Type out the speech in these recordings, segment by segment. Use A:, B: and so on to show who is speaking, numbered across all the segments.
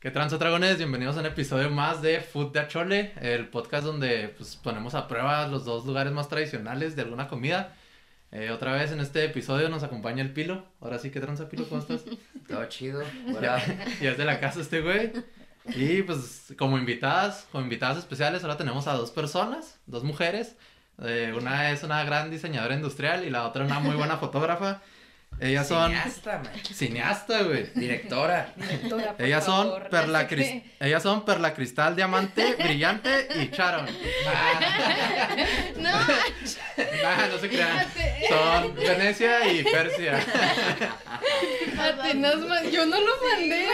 A: ¿Qué tranza, dragones? Bienvenidos a un episodio más de Food de Achole, el podcast donde pues, ponemos a prueba los dos lugares más tradicionales de alguna comida. Eh, otra vez en este episodio nos acompaña el Pilo. Ahora sí, ¿qué tranza, Pilo? ¿Cómo estás?
B: Todo chido.
A: ya,
B: Bueno,
A: ya es de la casa este güey. Y pues como invitadas, como invitadas especiales, ahora tenemos a dos personas, dos mujeres. Eh, una es una gran diseñadora industrial y la otra una muy buena fotógrafa. Ellas son...
B: Cineasta, man.
A: Cineasta, güey.
B: Directora.
C: Directora, por
A: Ellas son,
C: favor.
A: Perla Cris- ellas son Perla Cristal, Diamante, Brillante y Charon.
C: No,
A: Nah, Ah, no se crean.
C: Ate-
A: Son Venecia y Persia.
C: Atenas, man- yo no lo mandé.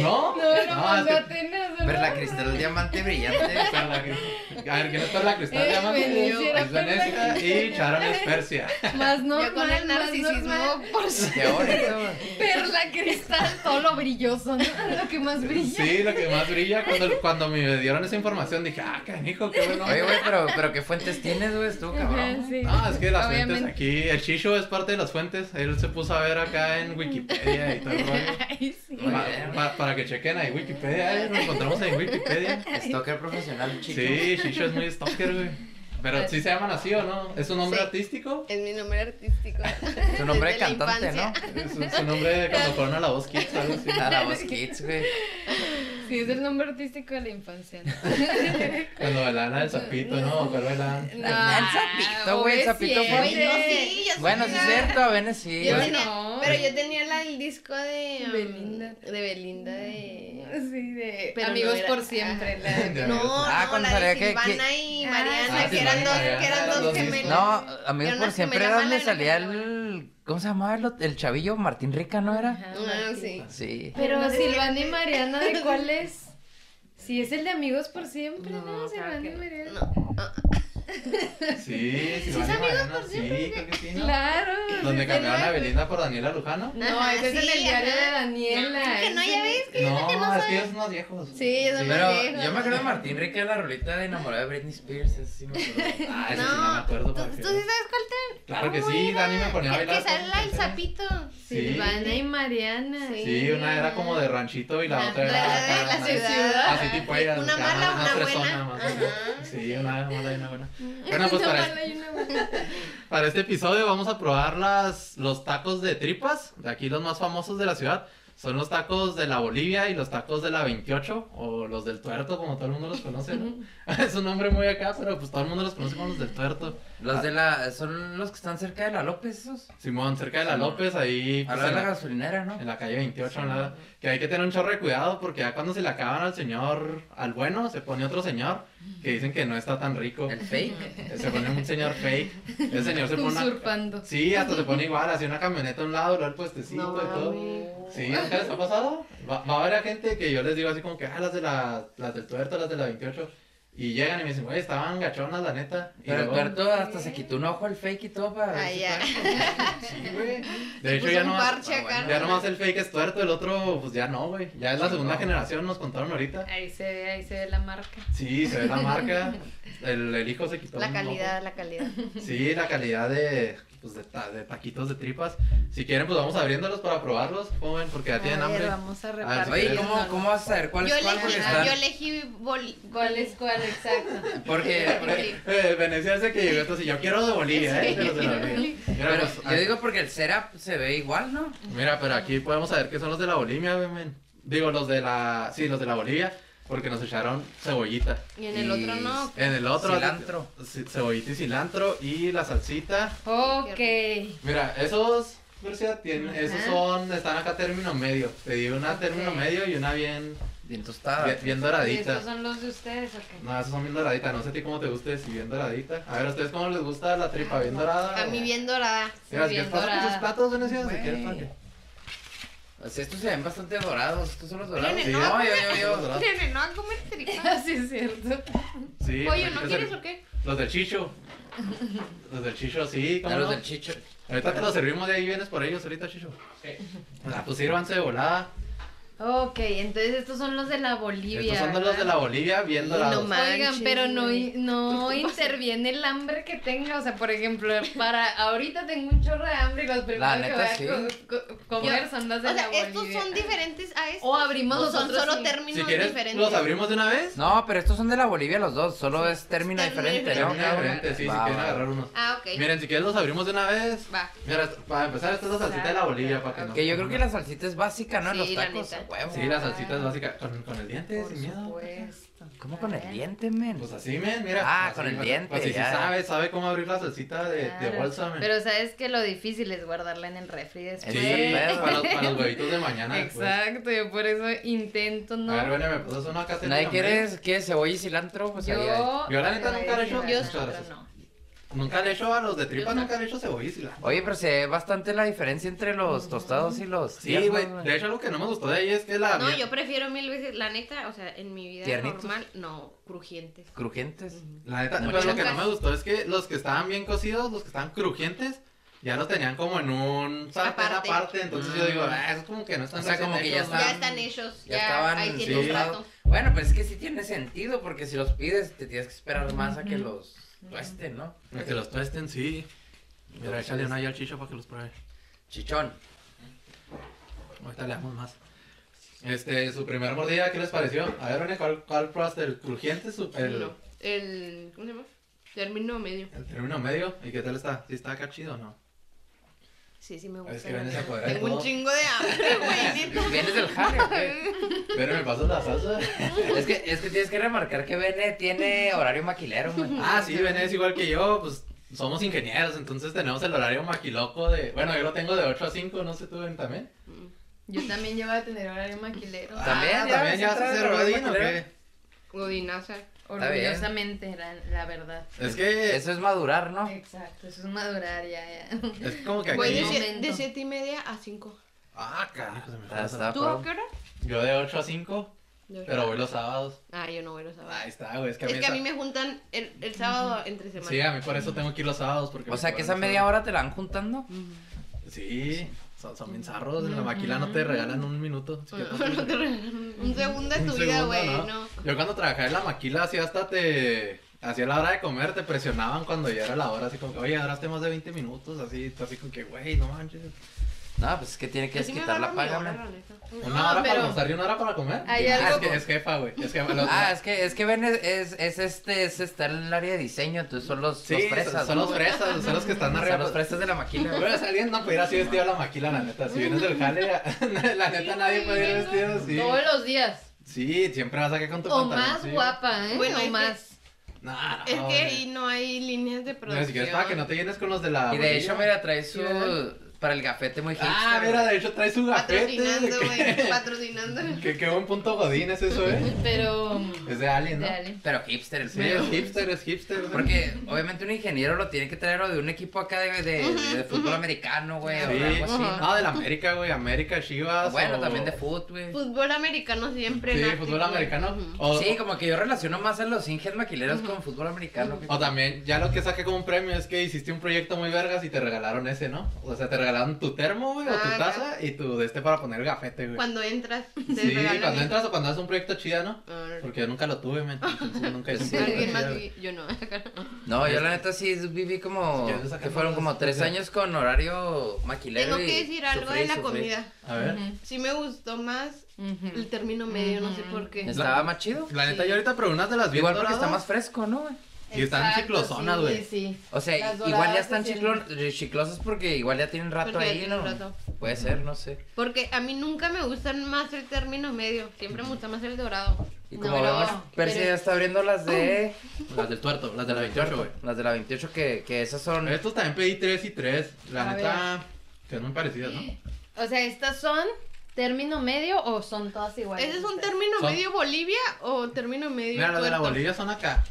A: ¿No? Ah,
C: No, lo
A: es
C: mandé
A: que-
C: a Atenas. no
B: Perla
C: lo
B: cristal
C: mandé.
B: diamante brillante.
A: Perla Cris- A ver, ¿quién es Perla Cristal,
C: Eh,
A: Diamante?
C: Venecia, era
A: es Venecia
C: Perla
A: y Charon es Persia.
C: Más no.
D: Yo con
C: más-
D: el
C: más normal.
D: narcisismo por si
B: Teórico, man.
C: Perla cristal, todo lo brilloso, ¿no? Lo que más brilla.
A: Sí, lo que más brilla. Cuando, cuando me dieron esa información dije, ah, canijo, qué bueno.
B: Oye, güey, pero, pero ¿qué fuentes tienes, güey? Estuvo
C: Ajá,
B: cabrón.
C: sí.
A: No, es que las
C: Obviamente.
A: fuentes aquí, el Chicho es parte de las fuentes. Él se puso a ver acá en Wikipedia y todo el rollo.
C: Ay, sí.
B: Muy
A: Pa-
B: bien.
A: pa- para que chequen ahí Wikipedia, eh, nos encontramos en Wikipedia.
B: Stalker profesional, chico.
A: Sí, Shisho es muy stalker, güey. Pero sí se llaman así o no? ¿Es un nombre
D: Sí.
A: artístico?
D: Es mi nombre artístico.
B: Tu nombre de
D: Desde la
B: cantante, ¿no?
D: infancia.
A: Es un, es un nombre de cuando fueron a la voz kids, algo así.
B: A la voz kids, güey.
C: Sí, es el nombre artístico de la infancia. ¿no?
A: Cuando bailaban la del sapito, ¿no? ¿Cuál bailaban?
C: No,
B: el sapito, güey, el
C: es
B: sapito fue-
D: Ah, Güey, no,
C: cierto.
D: sí, yo soy
B: Bueno, sí
D: una-
B: es cierto, a Venes sí.
D: Yo
B: güey.
D: tenía-
C: no.
D: Pero yo tenía la- el disco de um,
C: Belinda.
D: De Belinda de.
C: Sí, de
D: Pero no
C: amigos
D: era-
C: por siempre. La
A: De-
C: de...
D: No,
B: Ah,
D: no,
B: cuando
D: la de
B: salía que-
D: Silvana y Mariana,
C: Ah,
D: que
A: Silvana
D: eran
A: y
D: dos,
A: Mariana,
D: que eran
A: eran
D: dos
A: dos
D: gemelas.
A: mismos.
B: No, a mí
D: Era una
B: por siempre
D: gemela
B: era
D: mala
B: donde
D: y una
B: salía
D: gemela
B: el. ¿Cómo se llamaba el, ot- el chavillo? Martín Rica, ¿no era?
C: Ajá,
D: Ah,
C: Martín.
D: sí.
B: Sí.
C: Pero
D: No sé si
C: Silvana y Mariana, ¿de cuál es? Sí, es el de amigos por siempre, ¿no?
D: No,
C: Silvana
D: claro que
C: y Mariana.
D: No. Ah,
A: Sí, sí,
D: es
A: Silvana y
D: amigos
A: Mariana,
D: por
A: Sí,
D: siempre.
A: creo que sí, ¿no?
C: Claro.
A: Donde
C: sí,
A: cambiaron a
C: Silvana.
A: Belinda por Daniela Lujano.
C: No,
D: Ajá,
C: ese es
D: sí,
C: el del diario
D: ajá.
C: de Daniela.
D: Creo que no, ya ves que yo creo que
A: No,
D: no
A: es que
D: soy.
A: ellos son más viejos.
D: Sí, ellos son más
B: Pero
D: viejos.
B: yo me acuerdo de Martín Rica, la rolita de enamorada de Britney Spears. Eso sí me acuerdo.
A: Ah, ese sí no me
D: No, tú,
A: acuerdo.
D: tú
A: porque-
D: sí sabes cuál te.
A: Claro que
D: ¿Cómo
A: sí,
D: era?
A: Dani me ponía a
D: El
A: bailar
D: que sale
A: todas
D: la- el
A: esas canciones.
D: sapito.
A: Sí.
C: Silvana y Mariana.
A: Sí, una era como de ranchito y la otra era.
D: La de
A: acá,
D: la
A: ¿no?
D: ciudad.
A: Así Ah, tipo ellas.
D: Una
A: o sea,
D: mala, una
A: fresona
D: buena.
A: más
D: Ajá.
A: bien. Sí, una mala y una buena. Bueno, pues
C: Una
A: para,
C: mala y una buena.
A: para este episodio vamos a probar las, los tacos de tripas. De aquí los más famosos de la ciudad. Son los tacos de la Bolivia y los tacos de la 28 o los del tuerto, como todo el mundo los conoce, ¿no? Es un nombre muy acá, pero pues todo el mundo los conoce como los del tuerto.
B: Los de la. Son los que están cerca de la López, esos.
A: Simón, cerca de la López, ahí
B: A
A: pues,
B: la de
A: en
B: la
A: la-
B: gasolinera, ¿no?
A: En la calle 28, nada. Que hay que tener un chorro de cuidado porque ya cuando se le acaban al señor, al bueno, se pone otro señor que dicen que no está tan rico.
B: El fake.
A: Se pone un señor fake. Ese señor se pone una...
C: Usurpando.
A: Sí, hasta se pone igual, así una camioneta a un lado, luego el puestecito y todo. Sí, ¿nunca les ha pasado? Va, va a haber a gente que yo les digo así como que, ah, las, de la, las del tuerto, las de la 28. Y llegan y me dicen, güey, estaban gachonas, la neta. Y
B: Pero el
A: luego-
B: Berto hasta se quitó un ojo al fake y todo para. ver
D: Ah,
B: si
D: ya.
A: Sí, güey. De
D: Se
A: hecho,
D: puso
A: ya
D: un
A: no
D: parche
B: ah,
D: acá,
B: bueno,
A: Ya
D: ¿no?
A: nomás el fake es tuerto, el otro, pues ya no, güey. Ya es la
B: Sí,
A: segunda
B: no.
A: generación, nos contaron ahorita.
C: Ahí se ve, ahí se ve la marca.
A: Sí, se ve la marca. El, el hijo se quitó.
D: La
A: un
D: calidad, la calidad.
A: ojo. Sí, la calidad de, pues, de, ta- de taquitos de tripas. Si quieren, pues vamos abriéndolos para probarlos, ¿cómo ven? Porque ya Ah, tienen
C: A ver,
A: hambre.
C: Vamos a
A: ver,
B: está.
C: repartir.
B: Oye, ¿cómo, ¿cómo vas a saber cuál
D: Yo
B: es cuál? Porque,
D: elegí,
B: están-
D: yo elegí boli-
C: ¿Cuál es cuál? Exacto.
B: porque, porque-
D: boli-
A: Eh, Venecia es de que llegó entonces, yo quiero de Bolivia, ¿eh? Pero de la Bolivia. Mira,
B: pero
A: pues,
B: yo digo porque el setup se ve igual, ¿no?
A: Mira, pero aquí podemos saber que son los de la Bolivia, güey, men. Digo, los de la... Sí, los de la Bolivia, porque nos echaron cebollita.
D: Y en el otro no.
A: En el otro...
B: Cilantro.
A: ce- Cebollita y cilantro y la salsita.
C: Ok.
A: Mira, esos, Murcia, tienen, esos
C: Ajá.
A: son, están acá término medio. Te di una
C: Ok.
A: término medio y una bien,
B: Bien tostada.
A: bien, bien
C: ¿Y estos
A: doradita.
C: son los de ustedes o qué?
A: No, esos son bien doraditas, no sé a ti cómo te guste, si bien doradita. A ver, ¿a ustedes cómo les gusta la tripa? ¿Bien dorada?
D: A mí bien dorada.
A: Mira, si quieres,
C: bien
A: pásate esos
C: dorada.
A: platos, Venecia, si
B: Güey.
A: quieres, para que-
B: O sea, estos se ven bastante dorados. Estos son los dorados.
A: Sí,
B: no, yo, yo,
A: esos
B: yo.
A: dorados.
D: Nene, no va a comer tripa.
C: Ah, Sí, es cierto.
A: Sí,
D: Pollo, ¿no
A: ahorita
D: Eh, quieres
A: servi-
D: o qué?
A: Los del chicho. Los del chicho, sí, ¿cómo
B: A los
A: no?
B: del chicho.
A: Ahorita te los servimos de ahí, vienes por ellos ahorita, chicho. Ah, pues sírvanse de volada.
C: Ok, entonces estos son los de la Bolivia.
A: Estos son de los de la Bolivia bien
D: Y
A: dorados.
D: no ma-
C: Oigan,
D: Manches,
C: pero no,
D: güey.
C: no interviene el hambre que tenga. O sea, por ejemplo, para ahorita tengo un chorro de hambre y los primeros que voy
B: neta,
C: a
B: sí.
C: co- co- comer son los
D: O
C: de la
D: sea,
C: Bolivia.
D: estos son diferentes a estos.
C: O abrimos
D: o son
C: nosotros
D: solo
C: sí.
D: términos
A: si quieres,
D: diferentes.
A: los abrimos de una vez.
B: No, pero estos son de la Bolivia los dos, solo es término
D: Término
B: diferente, ¿no?
A: Término diferente, sí,
B: Va,
A: si
B: va,
A: quieren
B: va.
A: agarrar uno.
D: Ah, ok.
A: Miren, si quieres los abrimos de una vez.
D: Va.
A: Mira, esto- para empezar, esta es la salsita de la Bolivia. Para que, no-
B: Que yo creo que la salsita es básica, ¿no? En
D: Sí,
B: los
D: la
B: tacos,
D: neta.
B: a huevo.
A: Sí, la salsita es básica. Con, con el diente,
C: Por
A: sin miedo.
C: supuesto.
B: ¿Cómo con el diente, men?
A: Pues así, men, mira.
B: Ah,
A: así,
B: con el
A: pues-
B: diente,
A: Pues si sí
B: ya.
A: sabe, sabe cómo abrir la salsita de, de
C: Claro.
A: bolsa, men.
C: Pero sabes que lo difícil es guardarla en el refri después.
A: Sí,
B: Sí, pero-
A: para los, para los huevitos de mañana. después.
C: Exacto, yo por eso intento no.
A: pues. A ver, bueno, me pasas una acá.
B: ¿Nadie
A: Celina,
B: quiere, quiere cebolla y cilantro? Pues ahí hay.
C: yo.
A: Yo la neta nunca lo he hecho.
D: Yo
A: Muchas
D: solo
A: gracias.
D: no.
A: men. Nunca le he hecho a los de tripas,
D: Yo no.
A: nunca le he hecho cebolla y cilantro.
B: Oye, pero se ve bastante la diferencia entre los tostados y los
A: Mm. Sí,
B: tiernos,
A: güey. De hecho, lo que no me gustó de ahí es que la.
D: No, yo prefiero mil veces, la neta, o sea, en mi vida
B: ¿Tiernitos?
D: normal, no, crujientes.
B: Crujientes.
A: La neta,
B: Mucho.
A: pero lo que no
D: Nunca-
A: me gustó es que los que estaban bien cocidos, los que estaban crujientes, ya los tenían como en un sartén aparte.
D: Aparte.
A: entonces
B: Mm.
A: yo digo, ah, eso es como que no están
B: O sea,
A: recién
B: como que ya
A: hechos, ¿no?"
B: Estaban-
D: ya están hechos,
B: ya
D: ya,
B: estaban,
D: ahí
A: sí.
D: tienen un rato.
B: Bueno, pero es que sí tiene sentido, porque si los pides, te tienes que esperar más a que los tuesten, ¿no?
A: Para Que los tuesten, sí. Mira, échale una ya al chicho para que los pruebe.
B: Chichón.
A: Ahorita le damos más. Este, su primera mordida, ¿qué les pareció? A ver, Vane, ¿cuál, cuál probaste? ¿El crujiente? su- el,
D: No, el, ¿cómo se llama? Término medio.
A: el término medio? ¿Y qué tal está? ¿Sí está acá chido o no?
D: Sí, sí me gusta.
A: Es que Vane se podrá de
D: Tengo un
A: todo.
D: chingo de hambre, güey, neta.
B: ¿Vienes del jale o qué?
A: Pero me pasas la salsa.
B: Es que, es que tienes que remarcar que Bene tiene horario maquilero, man.
A: Ah, sí, Vene es igual que yo, pues somos ingenieros, entonces tenemos el horario maquiloco de... Bueno, yo lo tengo de 8 a 5, no sé tú, Vane, también.
C: Yo también llevo a tener horario maquilero.
B: También,
A: Ah,
B: ya,
A: también
B: sí
A: ya
B: trae
A: se
B: el
A: hace
B: horario
A: rodín, ¿o
B: maquilero.
A: qué?
D: Godinaza.
C: Orgullosamente, la, la verdad.
A: Es que...
B: Eso es madurar, ¿no?
C: Exacto, eso es madurar ya, ya.
A: Es como que
D: Voy de,
A: aquí...
C: sí.
D: sie-
C: momento.
D: de siete y media a cinco.
A: Ah, carajo, se me fue
B: Ah,
A: la
B: está
A: salsa.
D: ¿Tú a qué hora?
A: Yo de 8 a 5,
D: De ocho.
A: pero voy los sábados.
D: Ah, yo no voy los sábados.
A: Ahí está, güey, es que a mí,
D: Es que a
A: esa-
D: mí me juntan el, el sábado entre semana.
A: Sí, a mí por eso tengo que ir los sábados, porque...
B: O
A: me
B: sea, que
A: cobran
B: esa
A: los
B: media
A: sábados.
B: hora te la van juntando.
A: Sí, son, son bien zarros, en la maquila no te regalan un minuto. así que
D: No,
A: pásale.
D: no te regalan un un segundo de
A: Un
D: tu vida,
A: segundo,
D: güey,
A: ¿no?
D: no.
A: Yo cuando trabajaba en la maquila así hasta te... Hacía la hora de comer, te presionaban cuando ya era la hora, así como que, oye, ahora más de 20 minutos, así, tú así como que, güey, no manches.
B: No, pues es que tiene que
D: Sí me
B: quitar la
D: agarran
B: paga,
D: mi hora,
B: man.
D: la neta.
A: Una
C: No,
A: hora para
C: pero-
A: almorzar y una hora para comer.
C: Hay
A: Ah,
C: algo-
A: Es, que, es jefa, güey. Es jefa. los-
B: Ah, es que, es que Ben es, es, es este, es, está en el área de diseño, entonces son los,
A: sí,
B: los fresas.
A: son- son
B: ¿no?
A: los fresas, son los que están
B: Son
A: arriba.
B: los fresas de la maquila.
A: Pero si alguien no pudiera así vestido a la maquila, la neta. Si vienes del jale, la neta nadie puede ir vestido así.
C: Todos los días.
A: Sí, siempre vas acá con tu
C: O
A: pantalón.
C: más guapa, ¿eh?
D: Bueno,
C: o
D: es que-
C: más.
A: Nah,
D: Es
A: no,
D: que
A: güey.
D: ahí no hay líneas de
A: Ah, No,
D: producción.
A: ni siquiera es para que no te llenes con los de la.
B: Y de
A: bolilla.
B: hecho, mira, trae su.
C: ¿verdad?
B: Para el gafete muy hipster.
A: Ah, mira,
B: güey.
A: de hecho trae su gafete.
D: Patrocinando, güey.
A: que-
D: Patrocinando.
A: Que qué buen punto Godín es eso, ¿eh?
C: Pero. ¿eh?
A: Es de Alien, ¿no?
C: de Alien.
B: Pero hipster, el
A: Sí, es
B: pedo.
A: hipster, es hipster. ¿no?
B: Porque obviamente un ingeniero lo tiene que traer o de un equipo acá de, de- de fútbol americano, güey,
A: Sí.
B: o algo así. ¿no?
A: No, del América, güey. América, Chivas.
B: Bueno,
A: o-
B: también de fútbol, güey.
D: Fútbol americano siempre.
A: Sí,
D: nace,
A: fútbol
D: güey.
A: americano.
D: Ujú.
A: O,
B: Sí, como que yo relaciono más a los inges maquileros con fútbol americano. güey.
A: o también, ya lo que saqué como un premio es que hiciste un proyecto muy vergas y te regalaron ese, ¿no? O sea, te regalaron tu termo, güey, o tu
D: Ah,
A: taza y tu de este para poner el gafete, güey.
D: Cuando entras, te
A: Sí,
D: regalan
A: cuando
D: el-
A: entras o cuando haces un proyecto chido, ¿no?
D: Ah,
A: Porque yo nunca lo tuve, men. Entonces nunca hice un proyecto
D: Alguien
A: chido.
D: más
A: güey.
D: vi- yo no.
B: No, yo la neta sí viví como.
A: Si quieres, saca
B: que fueron
A: más,
B: como tres
A: porque-
B: años con horario maquilero.
D: Tengo
B: y
D: que decir algo
B: sufrí,
D: de la
B: sufrí.
D: comida.
A: A ver.
D: Sí me gustó más
C: Ujú, ujú.
D: el término medio, no sé
C: Ujú.
D: por qué.
B: Estaba más chido.
A: La neta,
D: Sí.
A: yo ahorita pero unas de las bien
B: Igual porque
A: doradas,
B: está más fresco, ¿no, güey?
A: Y están
C: Exacto,
B: Ah,
A: chiclosonas,
C: sí,
A: güey.
C: Sí,
B: O sea,
C: Las
B: igual ya
C: doradas
B: están
C: se
B: chiclo- eh, chiclosas porque igual ya tienen rato
D: Porque ya
B: ahí,
D: tienen
B: ¿no?
D: rato.
B: Puede ser, no sé.
D: Porque a mí nunca me gustan más el término medio. Siempre me gusta más el dorado.
B: Y
C: No,
B: como
C: pero-
B: vemos, Percy
C: pero-
B: ya está abriendo las de.
A: Las del tuerto, las de la 28, güey. ¿Eh?
B: Las de la 28, que, que esas son.
A: Estos también pedí 3 y 3. La
C: A
A: neta, son muy parecidas, ¿no?
C: O sea, ¿estas son término medio o son todas iguales?
D: ¿Ese es un término
A: Son-
D: medio Bolivia o término medio
A: Mira, las de la
D: tuerto?
A: Bolivia son acá.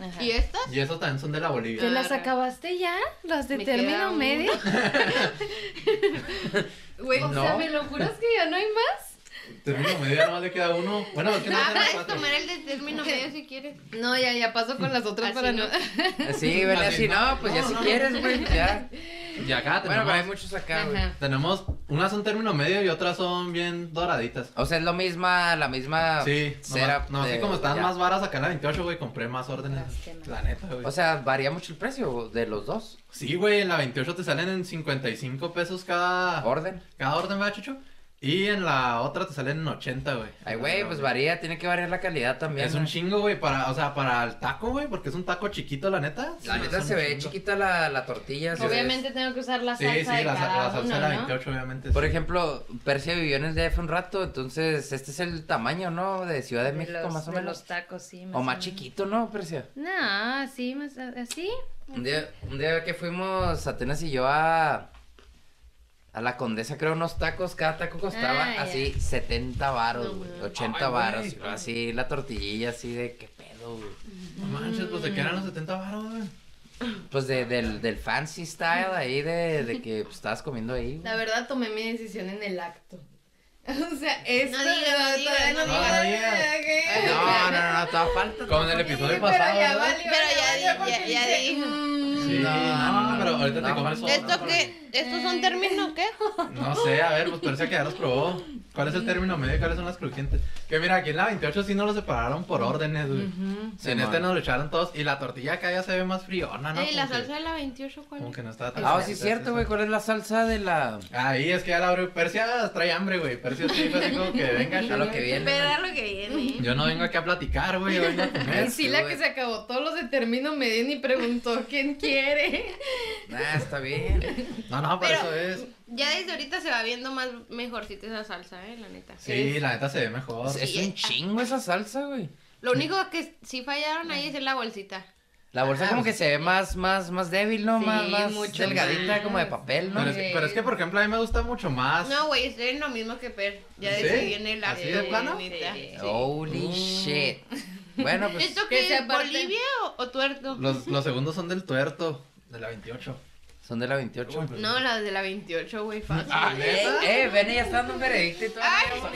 C: Ajá.
D: ¿Y estas?
A: Y estos también son de la
C: ¿Te
A: Bolivia.
C: las acabaste ya? ¿Las de
D: Me queda
C: término
D: una.
C: medio?
D: Güey,
C: O
B: No.
C: sea, ¿me lo juras que ya no hay más?
A: Termino medio, nada más le queda uno. Bueno, es que no
D: ah,
A: tiene
D: puedes
A: cuatro.
D: tomar el de término medio si quieres.
C: No, ya, ya paso con las otras
D: Así
C: para no.
D: no.
B: Eh, Sí, ven
A: Así,
B: así,
A: no,
B: no, pues ya
A: no,
B: si
A: no.
B: quieres, güey, ya.
A: Y acá tenemos,
B: Bueno, pero hay muchos acá, güey.
C: Ajá.
A: tenemos, unas son término medio y otras son bien doraditas.
B: O sea, es lo misma, la misma
A: Sí,
B: Ah, cera.
A: no, así
B: de-
A: como están
B: ya.
A: más varas acá en la 28, güey, compré más órdenes.
C: Las que no.
A: La neta, güey.
B: O sea, varía mucho el precio de los dos.
A: sí, güey, en la 28 te salen en 55 pesos cada,
B: Orden.
A: cada orden, ¿verdad, Chucho? Y en la otra te salen en 80, güey.
B: Ay, güey, pues varía, tiene que variar la calidad también. ¿eh?
A: Es un
B: ¿no?
A: chingo, güey, para, o sea, para el taco, güey, porque es un taco chiquito, la neta.
B: La
A: Sí,
B: neta
A: son
B: se
A: un
B: ve
A: chingo.
B: chiquita la, la tortilla. se ve-
D: Obviamente tengo que usar la
A: Sí,
D: salsa
A: sí, la,
D: de
A: la
D: cada
A: salsa
D: uno,
A: de la
D: ¿no?
A: 28, obviamente.
B: Por
A: sí.
B: ejemplo, Persia vivió en el DF un rato, entonces este es el tamaño, ¿no? De Ciudad de, México,
C: los,
B: más o
C: de
B: menos.
C: los tacos, sí.
B: O más
C: menos.
B: chiquito, ¿no, Persia?
D: No, sí, más así.
B: Un día, un día que fuimos Atenas y yo a, a la Condesa, creo, unos tacos, cada taco costaba
D: Ah, ya.
B: así 70 varos,
D: No
B: güey,
D: mames.
B: 80
A: Ay,
B: varos,
A: güey.
B: pero así la tortillilla, así de qué pedo, güey.
A: No manches, pues te quedan los 70 baros, güey.
B: Pues de- del, del fancy style ahí, de, de que pues, estabas comiendo ahí. güey.
C: La verdad, tomé mi decisión en el acto. O sea, esto...
D: digas, no
C: todavía
D: digas, no
A: digas.
C: ¿qué?
B: No, no, no, toda falta.
A: Como en el
B: toda
A: episodio
B: falta.
A: pasado,
C: Eh, Sí, Pero ya
A: ¿verdad?
C: valió,
D: Pero ya
C: valió
D: di-
C: porque
D: ya- ya
C: dice,
D: di.
C: "Mm".
A: Sí, no,
B: no,
A: pero ahorita te
B: no,
A: comes
B: no.
A: otro,
D: ¿Esto
A: güey.
D: qué? ¿Estos son términos qué?
A: No sé, a ver, pues parece que ya los probó. ¿Cuál es el término medio y cuáles son las crujientes? Que mira, aquí en la 28 sí no los separaron por órdenes, güey.
C: Ujú.
A: Sí, en
B: Simón.
A: este nos lo echaron todos. Y la tortilla acá ya se ve más friona, Ah, ¿no?
D: Ey, la
A: Como que-
D: salsa de la 28, ¿cuál?
A: Como
D: es?
A: que no estaba tan.
B: Ah, sí, es cierto, güey. ¿Cuál es la salsa de la.
A: Ahí es que ya la abrió. Persia trae hambre, güey. Persia sí, fue así como que venga,
B: A lo que viene.
D: Pero
B: ¿no?
D: es lo que viene.
A: Yo no vengo aquí a platicar, güey. Yo vengo a comer.
C: Y sí, la que se acabó todos los de término medio ni preguntó quién quiere.
A: Ah,
B: Nah, está bien.
A: No, no, por
D: Pero-
A: eso es.
D: Ya desde ahorita se va viendo más mejorcita esa salsa, eh, la neta.
A: Sí, la neta se ve mejor.
B: Es- Es un chingo esa salsa, güey.
D: Lo único que sí fallaron ahí es en la bolsita.
B: La bolsa
A: Ah,
B: como que
A: pues-
B: se ve más, más, más débil, ¿no?
C: Sí,
B: más, más
C: mucho
B: delgadita,
C: más.
B: como de papel, ¿no?
A: Pero es, que, pero es que, por ejemplo, a mí me gusta mucho más.
D: No, güey, estoy en lo mismo que Per. Ya
A: ¿Sí?
D: decidí en el
A: ¿Así
D: acto,
A: de plano?
D: neta. Oh.
C: Sí.
B: Holy
A: Mm.
B: shit. Bueno,
A: Oh.
B: pues.
D: ¿Esto
C: Que
D: qué
C: se
D: es?
C: aparte-
D: ¿Bolivia o, o tuerto?
A: Los, los segundos son del tuerto, de la 28.
B: Son de la 28.
A: Uy,
D: No, las de la 28, güey, fácil.
A: Ah,
B: eh,
A: ¿neta?
B: eh, Bene ya está dando un veredicto y todo.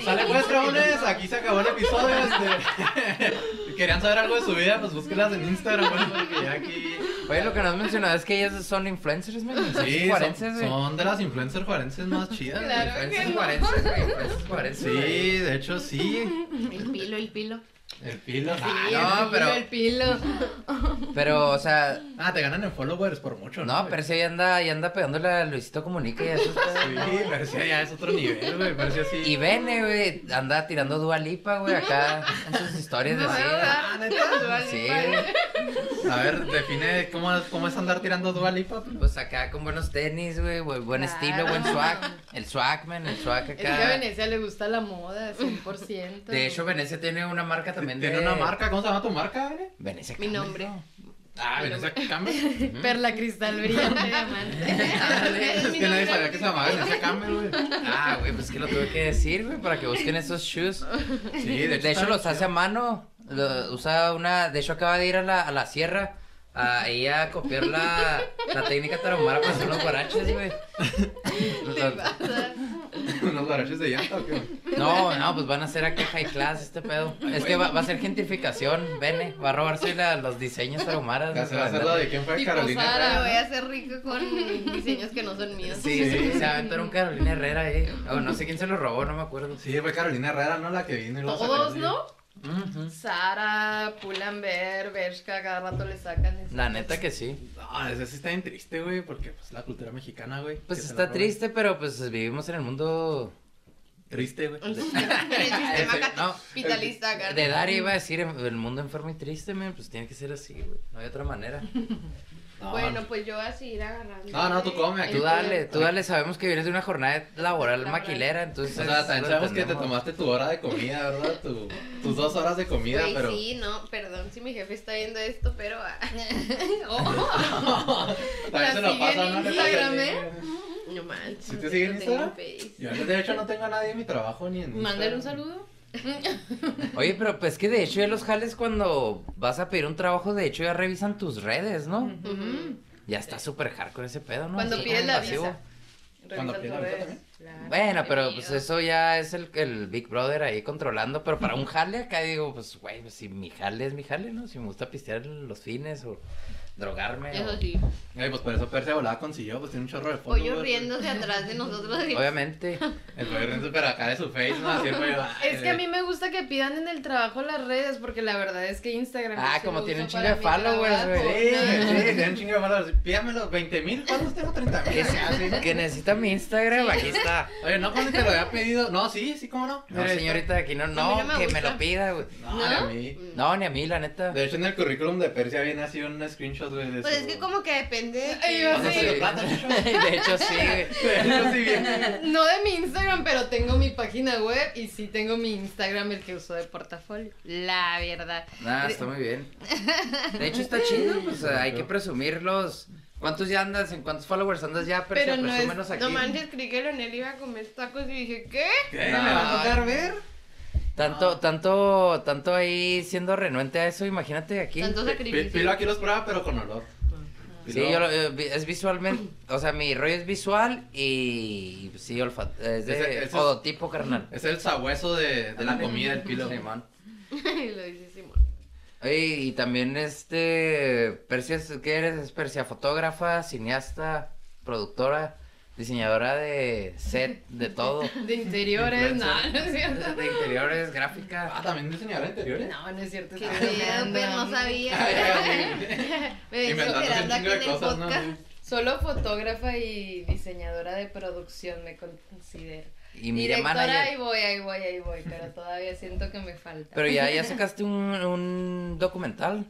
A: Sale pues, cabrones, aquí se acabó el episodio. Este. Querían saber algo de su vida, pues búsquenlas en Instagram, güey, porque ya aquí.
B: Oye, lo que nos mencionado es que ellas son influencers, ¿me?
A: Sí,
B: juarenses,
A: son,
B: güey.
A: son de las influencers juarenses más chidas. güey.
C: Claro. que
B: Influencers
C: no.
B: juarenses, güey. Influencers juarenses. güey.
A: Sí, de hecho sí.
D: El pilo, el pilo.
A: El Ah, pilo.
C: Sí,
B: no,
C: el
B: pero-
C: pilo, el pilo.
B: Pero, o sea,
A: Ah, te ganan en followers por mucho.
B: no,
A: güey?
B: pero sí, ya anda, ya anda pegándole a Luisito Comunica y a esos pedos.
A: Sí, Persia ya es otro nivel, güey. Persia sí.
B: Y Bene, güey, anda tirando Dua Lipa, güey, acá en sus historias de
C: No,
B: cine.
A: Ah, ¿neta?
B: Sí,
A: A ver, define cómo, cómo es andar tirando Dua Lipa.
B: pues acá con buenos tenis, güey, güey, buen
C: Claro.
B: estilo, buen swag. El swag, man, el swag
C: Es que a
B: acá.
C: Venecia le gusta la moda, 100%.
B: De hecho, Venecia tiene una marca también
A: Tiene
B: de-
A: una marca, ¿cómo se llama tu marca, güey?
B: Venecia.
D: Mi
B: Campbell,
D: nombre.
B: ¿no?
A: Ah, Venecia Campbell.
C: Perla cristal brillante, diamante.
A: es
D: Es mi
A: que nadie
D: nombre.
A: sabía que se llamaba Venecia Campbell, güey.
B: Ah, güey, pues que lo tuve que decir, güey, para que busquen esos shoes.
A: Sí,
B: De hecho,
A: está
B: los
A: bien
B: hace a mano. Lo- usa una. De hecho, acaba de ir a la, a la sierra. A, ahí a copiar la, la técnica tarahumara para hacer los guaraches, güey. Los-
A: chido. Unos baraches de llanta, ¿o qué?
B: No, no, pues van a ser acá high class este pedo. Es que va, va a ser gentrificación, Bene. Va a robarse la- los diseños tarumaras.
A: Ya se va a hacer lo de quién fue
C: Tipo
A: Carolina.
C: Sara,
D: Ahora
A: Herrera,
D: Ah, voy a ser rico con diseños que no son míos.
B: Sí, sí, se va a aventar un Carolina Herrera, eh. O no sé quién se lo robó, no me acuerdo.
A: ¿no? Sí, fue Carolina Herrera, ¿no? La que vino y luego se
C: Todos,
A: perdió.
C: ¿no?
B: Ujú.
C: Sara, Pulamber, Bershka, cada rato le sacan. eso.
B: La neta que sí.
A: No, ese sí está bien triste, güey, porque pues la cultura mexicana, güey.
B: Pues
A: que se la
B: está
A: roben.
B: triste, pero pues vivimos en el mundo.
A: Triste, güey.
D: En el sistema
B: No,
D: capitalista acá.
B: de Dari iba a decir en- el mundo enfermo y triste, men. Pues tiene que ser así, güey. No hay otra manera.
A: No.
D: Bueno, pues yo voy a seguir agarrando.
A: No, no, tú come aquí.
B: Tú dale, tú dale. Sabemos que vienes de una jornada laboral maquilera,
A: O
B: entonces.
A: sea, también
B: lo
A: sabemos que te
B: Pues, entendemos.
A: tomaste tu hora de comida, ¿verdad? Tu- tus dos horas de comida,
D: Güey,
A: pero.
D: sí, no, perdón si mi jefe está viendo esto, pero... ah, Oh.
A: También
C: La
A: se lo
C: siguen
A: pasa, ¿no?
C: en
A: Le
C: Instagram, ¿eh?
A: pasa-
D: No manches.
A: ¿Sí te siguen en
D: no tengo
A: Instagram?
D: Face.
A: Yo de hecho no tengo a nadie en mi trabajo ni en.
C: Mándale un
A: Instagram.
C: saludo.
B: Oye, pero pues que de hecho ya los jales cuando vas a pedir un trabajo, de hecho ya revisan tus redes, ¿no?
C: Ujú.
B: Ya está súper hardcore ese pedo, ¿no?
C: Cuando
B: Así
C: pides
B: como
C: la
B: invasivo.
C: visa.
A: Cuando pierda
C: Revisa tus
A: la visa
C: redes. Claro.
B: Bueno, pero pues
D: Bienvenido.
B: eso ya es el, el Big Brother ahí controlando, pero para un jale acá digo, pues güey, pues, si mi jale es mi jale, ¿no? Si me gusta pistear los fines o drogarme.
D: Eso
B: o-
D: sí.
A: Ay, pues por eso Perse volada consiguió, pues tiene un chorro de fotos.
D: Pollo riéndose atrás de nosotros. así.
B: Obviamente.
A: El pollo riendo, pero acá de su face, ¿no? Así el pollo, ay,
C: Es que a mí me gusta que pidan en el trabajo las redes, porque la verdad es que Instagram.
B: Ah,
C: yo sí
B: como
C: lo
B: tiene un
C: uso
B: chingo de
C: para mi
B: followers,
C: trabajo.
A: Sí,
B: güey.
A: sí, tiene un chingo de valor. Pídame los 20 mil, ¿cuántos tengo? 30 mil.
B: Que, que necesita mi Instagram, aquí está.
A: Oye, no, pues ni te lo había pedido. No, sí, sí, cómo no.
B: No,
A: Mira,
B: señorita, aquí no,
D: A
B: no,
D: mí no me
B: que me
D: gusta.
B: lo pida, güey.
A: No, a mí.
B: No, ni a mí, la neta.
A: Mm. De hecho, en el currículum de Persia viene así un screenshot, güey. de
D: Pues
A: su-
D: es que como que depende de
C: Ay,
D: que-
C: yo
A: O sea,
C: sí.
A: se lo plata, chicho.
B: De hecho, sí, güey.
A: De hecho, sí viene.
C: No de mi Instagram, pero tengo mi página web y sí tengo mi Instagram, el que uso de portafolio. La verdad.
B: Nah, Ah, está muy bien. De hecho, está chido, pues hay que presumirlos. ¿Cuántos ya andas? ¿En cuántos followers andas ya? Pero,
C: Pero no es-
B: presúmenos aquí.
D: No manches, creí que Leonel iba a comer tacos y dije, ¿qué?
A: ¿Qué? ¿Me va a tocar ver?
B: Tanto, tanto, tanto ahí siendo renuente a eso, imagínate aquí.
D: Tanto
A: Pi-
D: sacrificio.
A: Pilo aquí los prueba, pero con olor.
B: Sí,
A: Pilo-
B: yo lo- eh, vi- es visualmente, o sea, mi rollo es visual y sí, olfato, es de
A: Ese- ese es-
B: fodotipo, carnal.
A: Es el sabueso de, de la comida, el pilo.
B: Simón.
D: Y lo dice Simón.
B: Oye, y también este, Persia, es- ¿qué eres? Es Persia, fotógrafa, cineasta, productora, diseñadora de set, de todo.
C: De interiores, no,
A: Influencer.
C: no es cierto.
B: De interiores, gráfica.
A: Ah, también diseñadora interiores.
C: No, no es cierto.
D: Qué
C: estaba
D: pedo,
C: bromeando.
D: pero no sabía.
A: Ay,
D: Me venía
A: Inventando un
D: esperando aquí
A: chingo
D: en
A: de
D: el
A: cosas, ¿no?
D: podcast.
C: Solo fotógrafa y diseñadora de producción me considero.
B: Y media
C: Directora, ahí
B: manager.
C: voy, ahí voy, ahí voy, pero todavía siento que me falta.
B: Pero ya, ya sacaste un, un documental.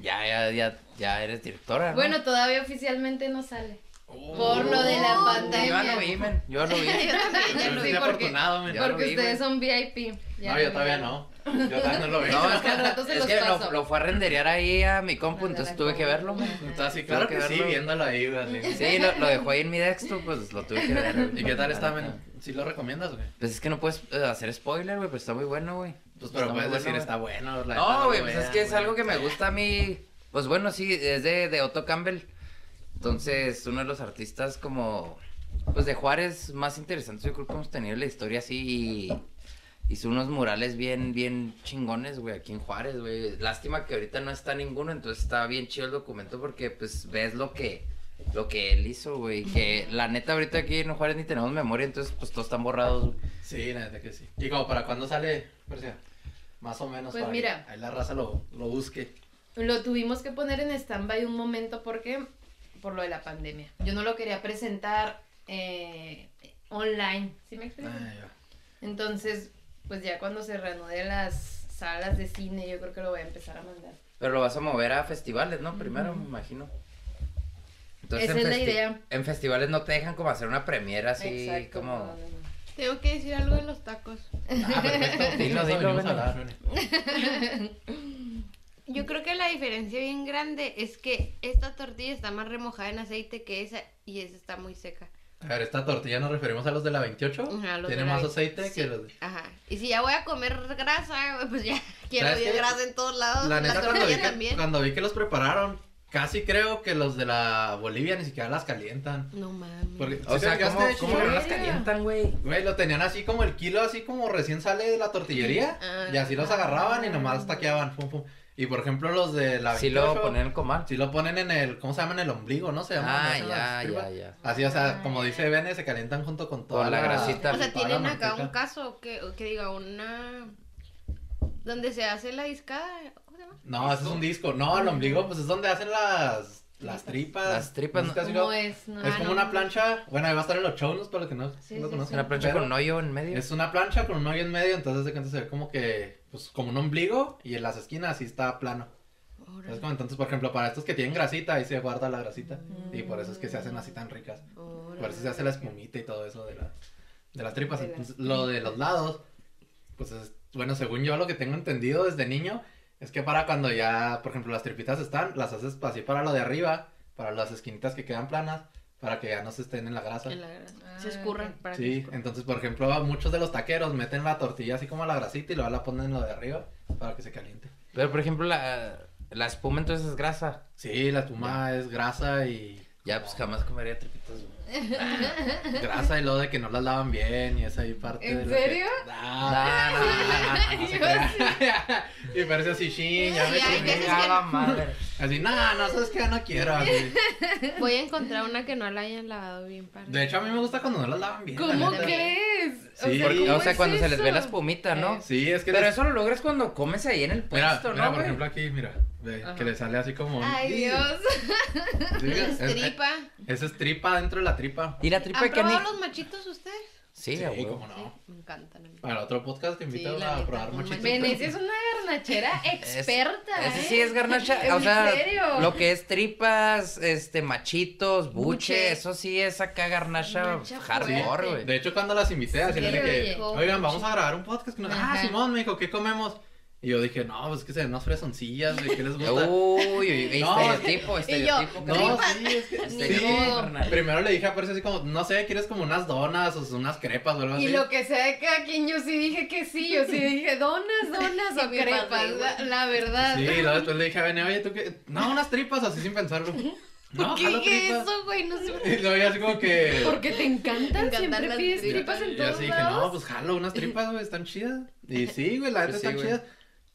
B: Ya, ya, ya, ya eres directora. ¿no?
C: Bueno, todavía oficialmente no sale.
A: Oh.
C: Por lo de la pandemia.
B: Yo ya lo vi, men. Yo ya lo vi.
D: Yo
A: Yo
D: también.
A: no
C: Sí,
A: estoy
C: porque-
A: afortunado, men.
B: Ya lo
C: porque
B: vi,
C: ustedes
B: güey.
C: son VIP. ya
A: No, yo todavía no. Yo todavía no lo veo.
B: No, es
C: Al rato se
B: que, es
C: los
B: que lo,
C: paso.
B: lo fue a renderear ahí a mi compu,
C: Ándale,
B: entonces tuve que verlo. men.
A: Entonces, sí, claro
B: Tengo
A: que,
B: que
A: sí,
B: verlo.
A: viéndolo ahí, güey. así.
B: Sí, lo, lo dejó ahí en mi dexto, pues lo tuve que ver. güey.
A: ¿Y qué tal está,
B: La neta.
A: men? ¿Sí lo recomiendas, güey?
B: Pues es que no puedes eh, hacer spoiler, güey, pero está muy bueno, güey.
A: Pues, pero
B: Está muy
A: puedes
B: bueno,
A: decir,
B: güey.
A: está bueno. la neta,
B: No, güey,
A: lo
B: pues
A: vean,
B: es que es
A: güey.
B: algo que me gusta a mí. Pues bueno, sí, es de, de Otto Campbell. Entonces, uno de los artistas como, pues de Juárez más interesantes, yo creo que hemos tenido en la historia así. Y hizo unos murales bien, bien chingones, güey, aquí en Juárez, güey. Lástima que ahorita no está ninguno, entonces está bien chido el documento porque, pues, ves lo que, lo que él hizo, güey. Que la neta ahorita aquí en Juárez ni tenemos memoria, entonces, pues, todos están borrados, güey.
A: Sí, la neta que sí. ¿Y como para cuándo sale, Persia? Más o menos.
C: Pues
A: para
C: mira.
A: que Ahí la raza lo, lo busque.
C: Lo tuvimos que poner en stand-by un momento porque por lo de la pandemia. Yo no lo quería presentar eh, online. ¿Sí me
D: Eh.
C: explico?
B: Ah.
A: Ay, ya.
C: Entonces, pues ya cuando se reanude las salas de cine, yo creo que lo voy a empezar a mandar.
B: Pero lo vas a mover a festivales, ¿no? Primero, me imagino.
C: Esa
B: en
C: es la
B: festi-
C: idea.
B: En festivales no te dejan como hacer una premiera así
C: Exacto, no,
B: como...
C: no, no.
D: Tengo que decir algo de los tacos.
A: Ah, perfecto.
B: Dilo,
A: Eso
B: dilo,
A: venimos a
B: bueno.
A: hablar, men.
D: Yo creo que la diferencia bien grande es que esta tortilla está más remojada en aceite que esa y esa está muy seca.
A: A ver, esta tortilla nos referimos a los de la 28.
D: Ajá, los
A: Tiene
D: de la
A: más
D: ve-
A: aceite
D: sí.
A: que los de...
D: Ajá. Y si ya voy a comer grasa, güey, pues ya quiero
A: ¿Sabes
D: bien
A: qué?
D: grasa en todos lados.
A: La
D: Ah, La,
A: neta, cuando vi,
D: tortilla
A: que,
D: también.
A: cuando vi que los prepararon, casi creo que los de la Bolivia ni siquiera las calientan.
D: No mames.
A: Porque, ¿sí
B: O
A: te
B: sea,
A: fijaste,
B: ¿cómo,
A: Chicho?
B: cómo no las
C: Chichorrea.
B: calientan, güey?
A: Güey, lo tenían así como el kilo, así como recién sale de la tortillería.
D: Ah.
A: y así los agarraban y nomás taqueaban. Pum, pum. Y por ejemplo, los de la
B: Si lo
A: 28,
B: ponen en comal.
A: Sí lo ponen en el, ¿cómo se llama? En el ombligo, ¿no? Se llama.
B: Ah,
A: ¿no?
B: ya,
A: En las
B: ya,
A: tripas.
B: ya.
A: Así, o sea,
C: Ah.
A: como dice Bene, se calientan junto con toda
B: Con la grasita.
D: o sea,
A: toda la
D: tienen acá
A: manteca.
D: un caso o que, o que diga una... Donde se hace la discada. ¿Cómo se llama?
A: No, eso es un disco. No, el ombligo, pues es donde hacen las, las tripas.
B: Las tripas,
A: Es
B: no-
A: casi
C: No
A: lo-
C: es,
B: Ah,
C: no.
A: es como
D: no.
A: una plancha. Bueno, ahí va a estar en los shows, para los que no,
C: Sí,
A: no
C: sí,
A: conocen.
C: sí.
B: Una plancha
A: Pero
B: con un hoyo en medio.
A: Es una plancha con un hoyo en medio, entonces de cuenta se ve como que, pues como un ombligo y en las esquinas así está plano.
D: Órale.
A: ¿Sabes cómo? Entonces, por ejemplo, para estos que tienen grasita, ahí se guarda la grasita.
C: Mm.
A: Y por eso es que se hacen así tan ricas.
D: Órale.
A: Por eso se hace la espumita y todo eso de, la- de las tripas.
C: De las
A: Entonces, lo de los lados, pues es- bueno, según yo lo que tengo entendido desde niño, es que para cuando ya, por ejemplo, las tripitas están, las haces así para lo de arriba, para las esquinitas que quedan planas, para que ya no se estén en la grasa.
D: En la grasa.
C: Ah,
D: se escurran
C: ok.
D: para que se
A: Sí,
D: escurra.
A: entonces, por ejemplo, muchos de los taqueros meten la tortilla así como a la grasita y luego la ponen en lo de arriba para que se caliente.
B: Pero, por ejemplo, la, la espuma entonces es grasa.
A: Sí, la espuma es grasa y...
B: Ya, pues jamás comería tripitas, güey.
A: Grasa y lo de que no las lavan bien y es ahí parte
C: ¿En
A: de lo
C: serio?
A: Que... Nah, nah, nah, nah, no se
C: Yo
A: crean. y parece así, sí, ya
D: Sí,
A: me
D: hay
A: comí".
D: veces
B: Chingada madre.
A: Así, no, no, sabes que no quiero. así.
D: Voy a encontrar una que no la hayan lavado bien para.
A: De hecho, a mí me gusta cuando no las lavan bien. la
C: ¿Cómo
A: neta.
C: crees?
A: Sí,
B: Porque,
A: ¿Cómo
B: o sea,
C: es
B: cuando se les ve
C: eso?
B: la espumita, ¿no?
C: Eh,
A: Sí, es que...
B: Pero
A: les-
B: eso lo logras cuando comes ahí en el
A: Mira,
B: puesto,
A: mira,
B: ¿no?
A: por
B: güey?
A: ejemplo aquí, mira, ve,
C: Ajá.
A: que le sale así como... un-
C: Ay, Dios.
A: Sí, es- es-
D: Tripa.
A: Esa es tripa dentro de la tripa.
B: ¿Y la
C: pues,
B: tripa
D: ¿Han
B: de Kenny?
D: probado los machitos ustedes?
B: Sí, a
A: Sí,
B: huevo.
A: cómo no.
D: Sí, me encantan. a mí.
A: Para otro podcast te invito
D: Sí, la
A: a
D: neta,
A: probar
D: un
A: muchito.
C: Venecia es una garnachera
B: pues. Es-
C: experta.
B: Ese
C: ¿eh?
B: sí es garnacha,
C: ¿En
B: o sea,
C: serio?
B: lo que es tripas, este, machitos, buche,
D: Buche.
B: eso sí es acá garnacha
C: Garnacha
B: hardcore,
C: fuerte.
B: güey.
A: De hecho, cuando las invité, así
C: Sí,
A: le dije,
C: oye.
A: oigan, vamos a grabar un podcast. Que nos... Ah,
C: Ajá.
A: Simón me dijo, ¿qué comemos? Y yo dije, no, pues que se ven unas fresoncillas, ¿de qué les gusta?
B: Uy, uy, uy,
A: No,
B: estereotipo, estereotipo.
A: Uh, no,
B: carnal.
A: sí, es que...
D: Ni
A: sí.
D: modo.
A: Primero le dije a Percy así como, no sé, ¿quieres como unas donas o unas crepas o algo así?
C: Y lo que sea de cada quien, yo sí dije que sí, yo sí dije donas, donas o
D: Sí, me
C: crepas,
D: pasé,
C: la,
D: güey.
C: la verdad.
A: Sí, y luego después le dije a Bene, oye, ¿tú qué? No, unas tripas, así sin pensarlo. No,
D: ¿Por qué
A: jalo
D: dije
A: tripas.
D: eso, güey? No sé.
A: Y luego yo así como que...
C: Porque te encantan,
D: Me encantan
C: siempre
D: las
C: pides
A: Y-
C: tripas en
A: y yo
C: todos
A: sí dije, no,
C: lados.
A: pues jalo, unas tripas, güey, están chidas. Y sí, güey, la neta
B: Pues sí,
A: están
B: güey.
A: chidas.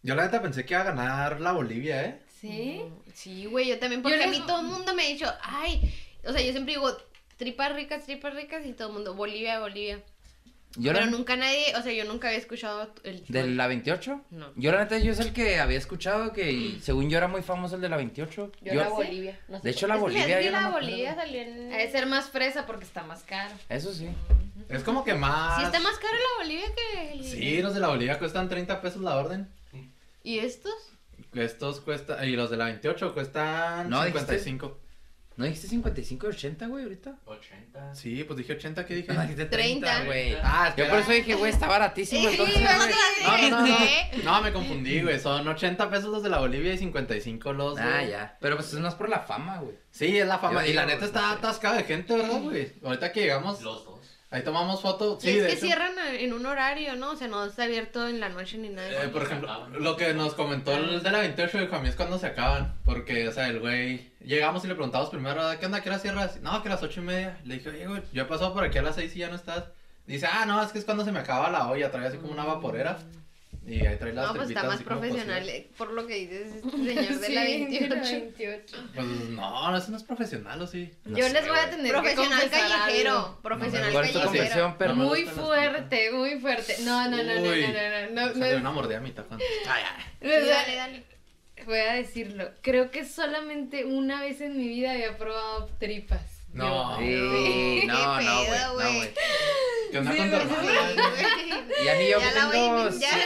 A: Yo la neta pensé que iba a ganar la Bolivia, ¿eh?
C: Sí.
D: Sí, güey, yo también, porque
C: Yo
D: a
C: les-
D: mí todo el mundo me ha dicho, ay, o sea, yo siempre digo, tripas ricas, tripas ricas, y todo el mundo, Bolivia, Bolivia.
B: Yo
D: Pero
B: la-
D: nunca nadie, o sea, yo nunca había escuchado el
B: ¿De la 28?
D: No.
B: Yo la neta, yo es el que había escuchado que y según yo era muy famoso el de la 28.
C: Yo la Bolivia, no sé
B: De
C: por
B: hecho, la
D: Es que
B: Bolivia.
D: es que
B: yo no
D: la
B: me acuerdo.
D: Bolivia salió en...
C: Ha de ser más fresa porque está más caro.
B: Eso sí.
A: Es como que más...
C: Ah,
D: Sí, está más caro la Bolivia que el...
A: Sí, los de la Bolivia cuestan 30 pesos la orden.
D: ¿Y estos?
A: Estos cuesta y los de la 28 cuestan
B: No, dijiste-
A: 55.
B: ¿No dijiste 55 y 80, güey, ahorita?
E: 80.
A: Sí, pues dije 80, ¿qué dije?
B: Ah. No, dijiste
D: 30,
B: güey.
A: Ah,
B: Yo
A: espera.
B: por eso dije, güey, está baratísimo.
D: Sí,
B: entonces,
D: pero
B: güey.
A: No, no, no, no.
D: ¿Qué?
A: No, me confundí, güey. Son 80 pesos los de la Bolivia y 55 los de...
B: Ah, ya. Pero pues no es por la fama, güey.
A: Sí, es la fama.
B: Yo
A: y la
B: digo,
A: neta
B: no
A: está
B: sé.
A: atascada de gente, ¿verdad, güey? Ahorita que llegamos,
E: Los dos.
A: ahí tomamos foto. Sí,
D: Y es
A: de
D: que
A: hecho.
D: cierran a- en un horario, ¿no? O sea, no está abierto en la noche ni nada.
A: Eh, por ejemplo,
E: acaban.
A: lo que nos comentó el de la 28 dijo, a mí es cuando se acaban. Porque, o sea, el güey. Llegamos y le preguntamos primero, ¿qué onda? ¿Qué hora cierras? No, que a las 8 y media. Le dije, oye, güey, yo he pasado por aquí a las 6 y ya no estás. Dice, ah, no, es que es cuando se me acaba la olla. Trae así como una vaporera. Y ahí trae las
D: no, pues está
A: tripitas
D: más
A: así como
D: profesional,
A: cocidas.
D: eh, por lo que dices este señor de la
C: Sí, de la
D: 28.
C: 28.
A: Pues no, no, eso no es profesional, ¿o sí?
B: No
C: Yo
B: sé,
C: les voy a
B: güey.
C: tener que
D: Profesional
C: confesar
D: callejero.
C: algo.
D: Profesional
B: ¿Cuál es tu
A: Así.
D: callejero.
B: confesión, pero?
A: No me
C: muy
A: gustan las
C: fuerte, muy fuerte. No, no, no, no, no,
A: Uy.
C: no, no, no,
A: O sea, de
C: no.
A: una mordida a mi tacón.
D: Sí, dale, dale.
C: Voy a decirlo. Creo que solamente una vez en mi vida había probado tripas.
A: No.
B: Sí, no,
D: Qué
B: no, güey.
D: pedo,
B: No,
D: güey.
B: güey.
A: ¿Qué onda
C: Sí,
A: con tu
C: güey,
A: hermana?
B: Y a mí yo
D: Ya la voy a
B: tengo,
D: invitar,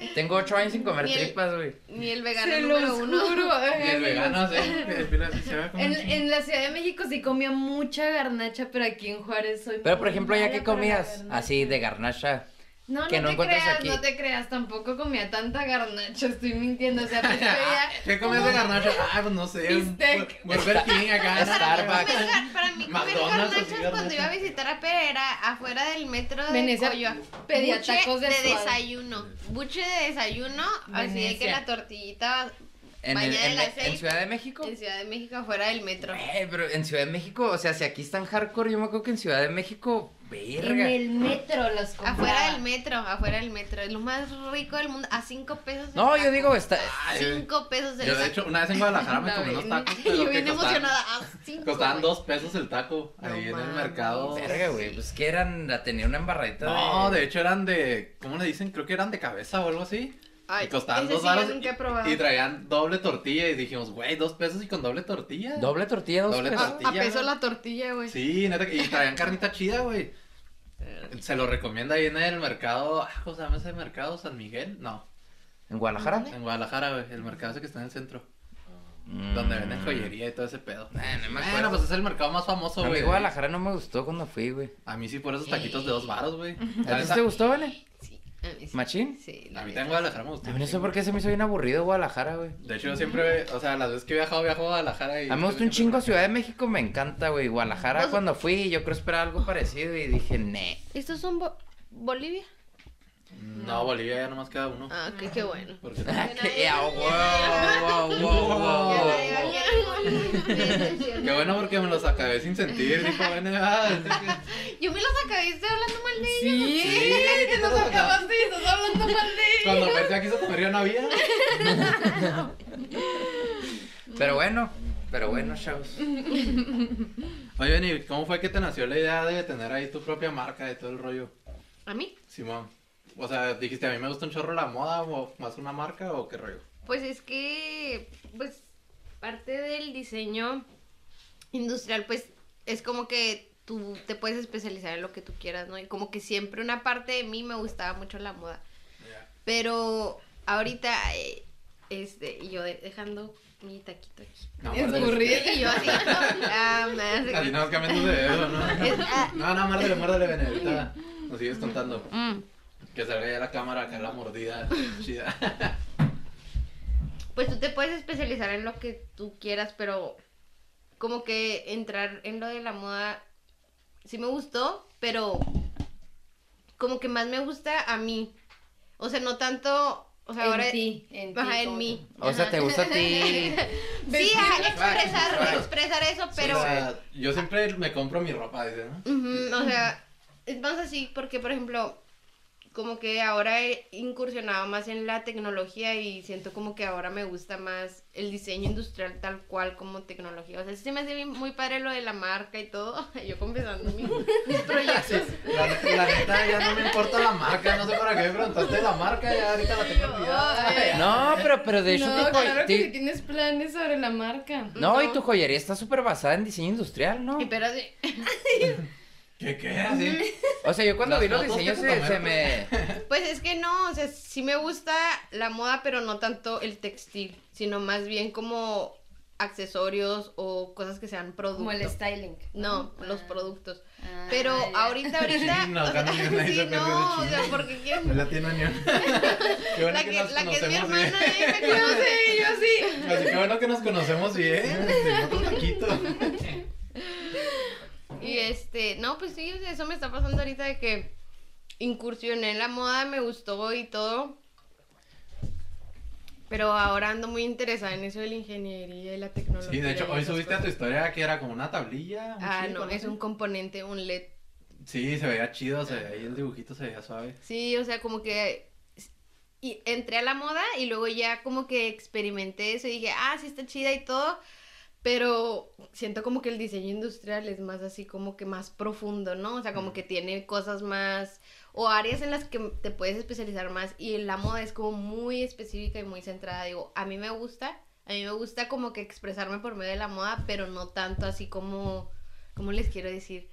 D: sí.
B: tengo ocho años sin comer
D: Ni el-
B: tripas, güey.
D: Ni el
C: Yo
D: vegano
C: se
D: número
C: los
D: uno.
C: juro.
A: Y el vegano, sí. El filo así se ve como un
C: En,
A: chingo.
C: en la Ciudad de México sí comía mucha garnacha, pero aquí en Juárez soy
B: Pero
C: muy
B: por ejemplo, ¿ya
C: mala
B: qué
C: para la
B: comías?
C: garnacha.
B: Así de garnacha.
C: No,
B: que
C: no,
B: no
C: te
B: encuentras
C: creas,
B: aquí.
C: no te creas, tampoco comía tanta garnacha, estoy mintiendo, o sea, pues comía
A: ¿Qué comías de garnacha? Ah, pues no sé. un
C: Bistec.
A: bur- Burger King acá.
B: Starbucks.
D: Comer gar- Para mí comer
A: McDonald's, así,
D: garnachas cuando
A: garnachas.
D: iba a visitar a Pereira afuera del metro de
C: Venecia
D: Coyoacán.
C: pedía
D: Buche
C: tacos de suave.
D: desayuno. Buche de desayuno, así de que
C: Venecia.
D: la tortillita
B: En, el-
D: Bañada
B: en-
D: en la
B: en
D: seis.
B: Ciudad de México.
D: en Ciudad de México afuera del metro.
B: Güey, pero en Ciudad de México, o sea, si aquí están hardcore, yo me acuerdo que en Ciudad de México,
C: en
B: verga.
C: el metro los compraba.
D: Afuera del metro, afuera del metro. Es lo más rico del mundo. A cinco pesos. el
B: No, yo
D: taco.
B: digo, está.
D: Cinco pesos el
A: Yo, de
D: taco.
A: hecho, una vez en Guadalajara me
C: La
A: comí unos
C: Beni.
A: tacos. pero
D: Yo
A: que
D: bien
A: costaban-
D: emocionada. A cinco.
A: Costaban
D: güey.
A: dos pesos el taco.
D: No
A: Ahí en el
D: mames.
A: mercado.
B: Verga, güey. Pues que eran, la tenía una embarradita.
A: No, de hecho eran de. ¿Cómo le dicen? Creo que eran de cabeza o algo así.
D: Ay,
A: y costaban
D: ese
A: dos
D: sí yo
A: varos.
D: nunca he
A: y-
D: probado.
A: y, traían doble tortilla. Y dijimos, güey, dos pesos y con doble tortilla.
B: Doble tortilla, dos
C: Ah,
A: Doble
B: pesos.
A: tortilla.
D: A, a peso
A: güey.
D: la tortilla, güey.
A: Sí, neta. que- Y traían carnita chida, güey. Se lo recomienda ahí en el mercado. ah, ¿Cómo se llama ese mercado? ¿San Miguel? No.
B: ¿En Guadalajara?
A: En Guadalajara, güey. El mercado ese que está en el centro.
B: Mm.
A: Donde venden joyería y todo ese pedo.
B: Eh, no me
A: Bueno,
B: acuerdo.
A: pues es el mercado más famoso,
B: A mí
A: güey.
B: Guadalajara no me gustó cuando fui, güey.
A: A mí sí por esos taquitos de dos varos, güey.
B: ¿A
A: La
B: ti
A: neta,
B: te gustó, Vane?
D: Sí, a mí sí.
B: ¿Machín?
D: Sí,
A: A
D: la
A: mí
D: neta.
A: también Guadalajara me gustó.
B: A mí no sé por qué se me hizo bien aburrido Guadalajara, güey.
A: De hecho, yo siempre, o sea, las veces que he viajado, viajo a Guadalajara y...
B: A mí me gusta un chingo Ciudad de México, me encanta, güey. Guadalajara
D: Pues-
B: cuando fui, yo creo esperar algo parecido y dije, ne.
D: ¿Estos son Bo- Bolivia?
A: No, Bolivia ya nomás queda uno.
D: Ah, qué, qué bueno.
A: Porque
B: Que- ah, wow, wow, wow, wow,
A: Ya
B: wow.
A: Qué bueno porque me los acabé sin sentir, dijo NBA. este que-
D: Yo me los acabé estoy hablando mal de ella.
A: Sí,
C: te nos
A: todos acá.
C: acabaste y estás hablando mal de
A: Cuando pensé aquí se comería no había.
B: Pero bueno, pero bueno, chavos.
A: Oye, Benny, ¿cómo fue que te nació la idea de tener ahí tu propia marca de todo el rollo,
D: ¿A mí?
A: Simón? O sea, dijiste, a mí me gusta un chorro la moda o más una marca o qué rollo.
D: Pues es que, pues, parte del diseño industrial, pues, es como que tú te puedes especializar en lo que tú quieras, ¿no? Y como que siempre una parte de mí me gustaba mucho la moda. Pero ahorita, eh, este, y yo de- dejando mi taquito aquí.
A: No,
C: Es
A: Marta,
C: aburrido.
D: Y yo así, ah, me hace-
A: Así nada más cambiando de dedo, ¿no?
D: ah.
A: No, no, márdale, márdale, Benedita. Nos sigues contando.
D: Mm.
A: Que salga ya la cámara acá la mordida. Chida.
D: Pues tú te puedes especializar en lo que tú quieras, pero como que entrar en lo de la moda sí me gustó, pero como que más me gusta a mí. O sea, no tanto, o sea, ahora
C: En ti, en ti.
D: Ajá, en
C: como-
D: mí.
B: O sea,
D: Ajá.
B: te gusta a ti.
D: Sí,
C: Vestir
D: a
C: las
D: expresar,
A: cosas.
D: expresar eso, pero
A: O sea, yo siempre me compro mi ropa, dice, ¿no?
D: Ujú, o sea, es más así porque, por ejemplo, como que ahora he incursionado más en la tecnología y siento como que ahora me gusta más el diseño industrial tal cual como tecnología. O sea, sí se me hace bien- muy padre lo de la marca y todo. Yo confesando mi- mis proyectos.
A: La, la neta, ya no me importa la marca, no sé para qué me preguntaste la marca, ya ahorita la tengo olvidada.
B: No, pero, pero de hecho,
C: No,
B: tu joy-
C: claro que
B: ti-
C: si tienes planes sobre la marca.
B: no, y
D: no.
B: tu joyería está súper basada en diseño industrial, ¿no?
D: Y pero sí,
A: ¿Qué qué? Así.
B: O sea, yo cuando
A: Las
B: vi los
A: fotos
B: diseños
A: que te
B: se, se
A: tomaron.
B: me.
D: pues es que no, o sea, sí me gusta la moda, pero no tanto el textil, sino más bien como accesorios o cosas que sean
C: Como el
D: productos.
C: styling.
D: No, los
C: Ah.
D: productos.
C: Ah,
D: Pero
C: ya.
D: ahorita, ahorita.
A: Chino,
D: o sea,
A: acá no hay nadie
D: sí,
A: se acuerda de
D: no, o
A: chino.
D: sea, porque quién-
A: No la tiene ni una. Qué bueno
D: La que,
A: nos
D: la que es mi
A: conocemos bien.
D: hermana, eh, me conoce.
C: Sí, yo sí.
A: Así que bueno que nos conocemos bien. Te otro taquito.
D: Y este, no, pues sí, o sea, eso me está pasando ahorita de que incursioné en la moda, me gustó y todo. Pero ahora ando muy interesada en eso de la ingeniería y la tecnología.
A: Sí, de
D: y
A: hecho, hoy
D: esas
A: subiste a tu
D: cosas.
A: historia que era como una tablilla. un
D: Ah,
A: chip,
D: no,
A: algo
D: es
A: así.
D: un componente, un LED.
A: Sí, se veía chido, se veía ahí el dibujito, se veía suave.
D: Sí, o sea, como que y entré a la moda y luego ya como que experimenté eso y dije, ah, sí está chida y todo, pero siento como que el diseño industrial es más así como que más profundo, ¿no? O sea, como que tiene cosas más o áreas en las que te puedes especializar más y la moda es como muy específica y muy centrada, digo, a mí me gusta, a mí me gusta como que expresarme por medio de la moda, pero no tanto así como, ¿cómo les quiero decir?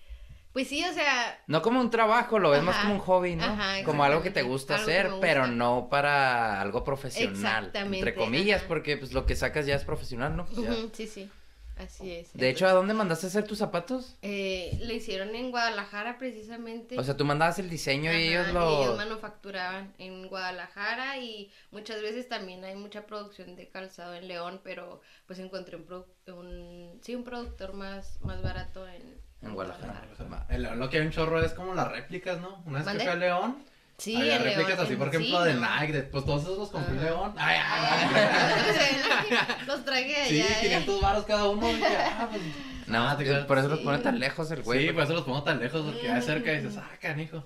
D: Pues sí, o sea,
B: No como un trabajo, lo ves más
D: Ajá,
B: como un hobby, ¿no?
D: ajá,
B: como algo que te
D: exactamente,
B: gusta
D: algo que
B: hacer,
D: me gusta.
B: pero no para algo profesional.
D: Exactamente,
B: Entre comillas,
D: ajá.
B: porque pues lo que sacas ya es profesional, ¿no? Pues, ya. Oh.
D: Ujú, Sí, sí. Así es.
B: De hecho, ¿a
D: Entonces,
B: dónde mandaste a hacer tus zapatos?
D: eh, lo hicieron en Guadalajara precisamente.
B: O sea, tú mandabas el diseño
D: Ajá,
B: y ellos lo...
D: ellos manufacturaban en Guadalajara y muchas veces también hay mucha producción de calzado en León, pero pues encontré un, produ- un sí un productor más más barato en,
B: En Guadalajara.
A: El León lo que hay un chorro es como las réplicas, ¿no? Una vez
D: ¿Mande?
A: que fui a León,
D: Sí,
A: había
D: en León,
A: réplicas así,
D: en-
A: por ejemplo,
D: sí,
A: de
D: ¿no?
A: Nike, de- pues todos esos los compré en
D: Ajá.
A: León. Ay, ay, ay.
D: Ay, Los traje allá.
A: Sí,
D: ¿eh?
A: 500 baros cada uno. y dije, ah, pues.
B: No,
A: Ah, te creas.
B: por eso los
D: sí.
B: pone tan lejos el güey.
A: Sí, por eso los pongo tan lejos, porque ya de cerca dices, ah, canijo.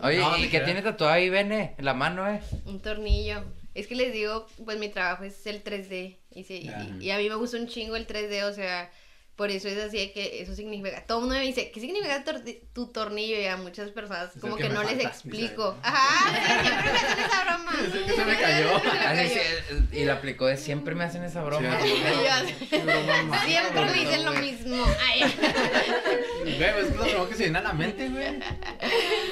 B: Oye,
A: No,
B: ¿y
A: te
B: qué
A: creas.
B: tiene tatuado ahí, Bene? En la mano, ¿eh?
D: Un tornillo. Es que les digo, pues mi trabajo es el 3D. Y, sí, y-
A: Ajá.
D: y a mí me gusta un chingo el 3D, o sea, por eso es así de que eso significa. Todo el mundo me dice, ¿qué significa tor- tu tornillo? Y a muchas personas,
A: el
D: como
A: que
D: que,
A: me
D: no les
A: falta,
D: explico.
A: dice.
D: Ajá, sí, siempre me hacen esa broma.
A: Es el que se me cayó.
D: Se me
B: Así
D: cayó.
B: se- eh, y la aplicó de siempre me hacen esa broma.
A: Sí.
D: Yo-
A: Qué broma mala,
D: Siempre me
A: güey.
D: dicen lo mismo. Ay,
A: Güey, es que lo primero que se viene a la mente, güey.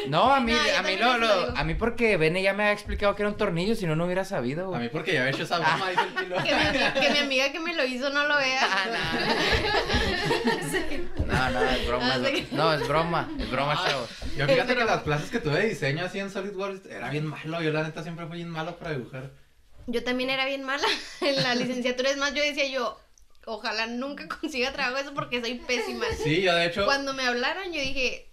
B: No, a mí,
D: No, yo
B: a mí
D: también
B: no,
D: les
B: lo-
D: digo.
B: a mí porque Bene ya me ha explicado que era un tornillo, si no, no hubiera
A: A
B: sabido, güey.
A: mí porque ya había hecho esa broma, dice el piloto.
D: Ah. que, mi, ami- que mi amiga que me lo hizo no lo vea.
A: Ah,
C: Ah.
B: No, no, es broma.
D: Ah,
B: es bro-
D: sí.
B: No, es broma, es broma,
A: Ah,
B: chavos.
A: Yo fíjate que las clases que tuve de diseño así en SolidWorks era bien malo. Yo la neta siempre fui bien malo para dibujar.
D: Yo también era bien mala en la licenciatura. Es más, yo decía yo, ojalá nunca consiga trabajo eso porque soy pésima.
A: Sí, yo de hecho.
D: Cuando me hablaron, yo dije,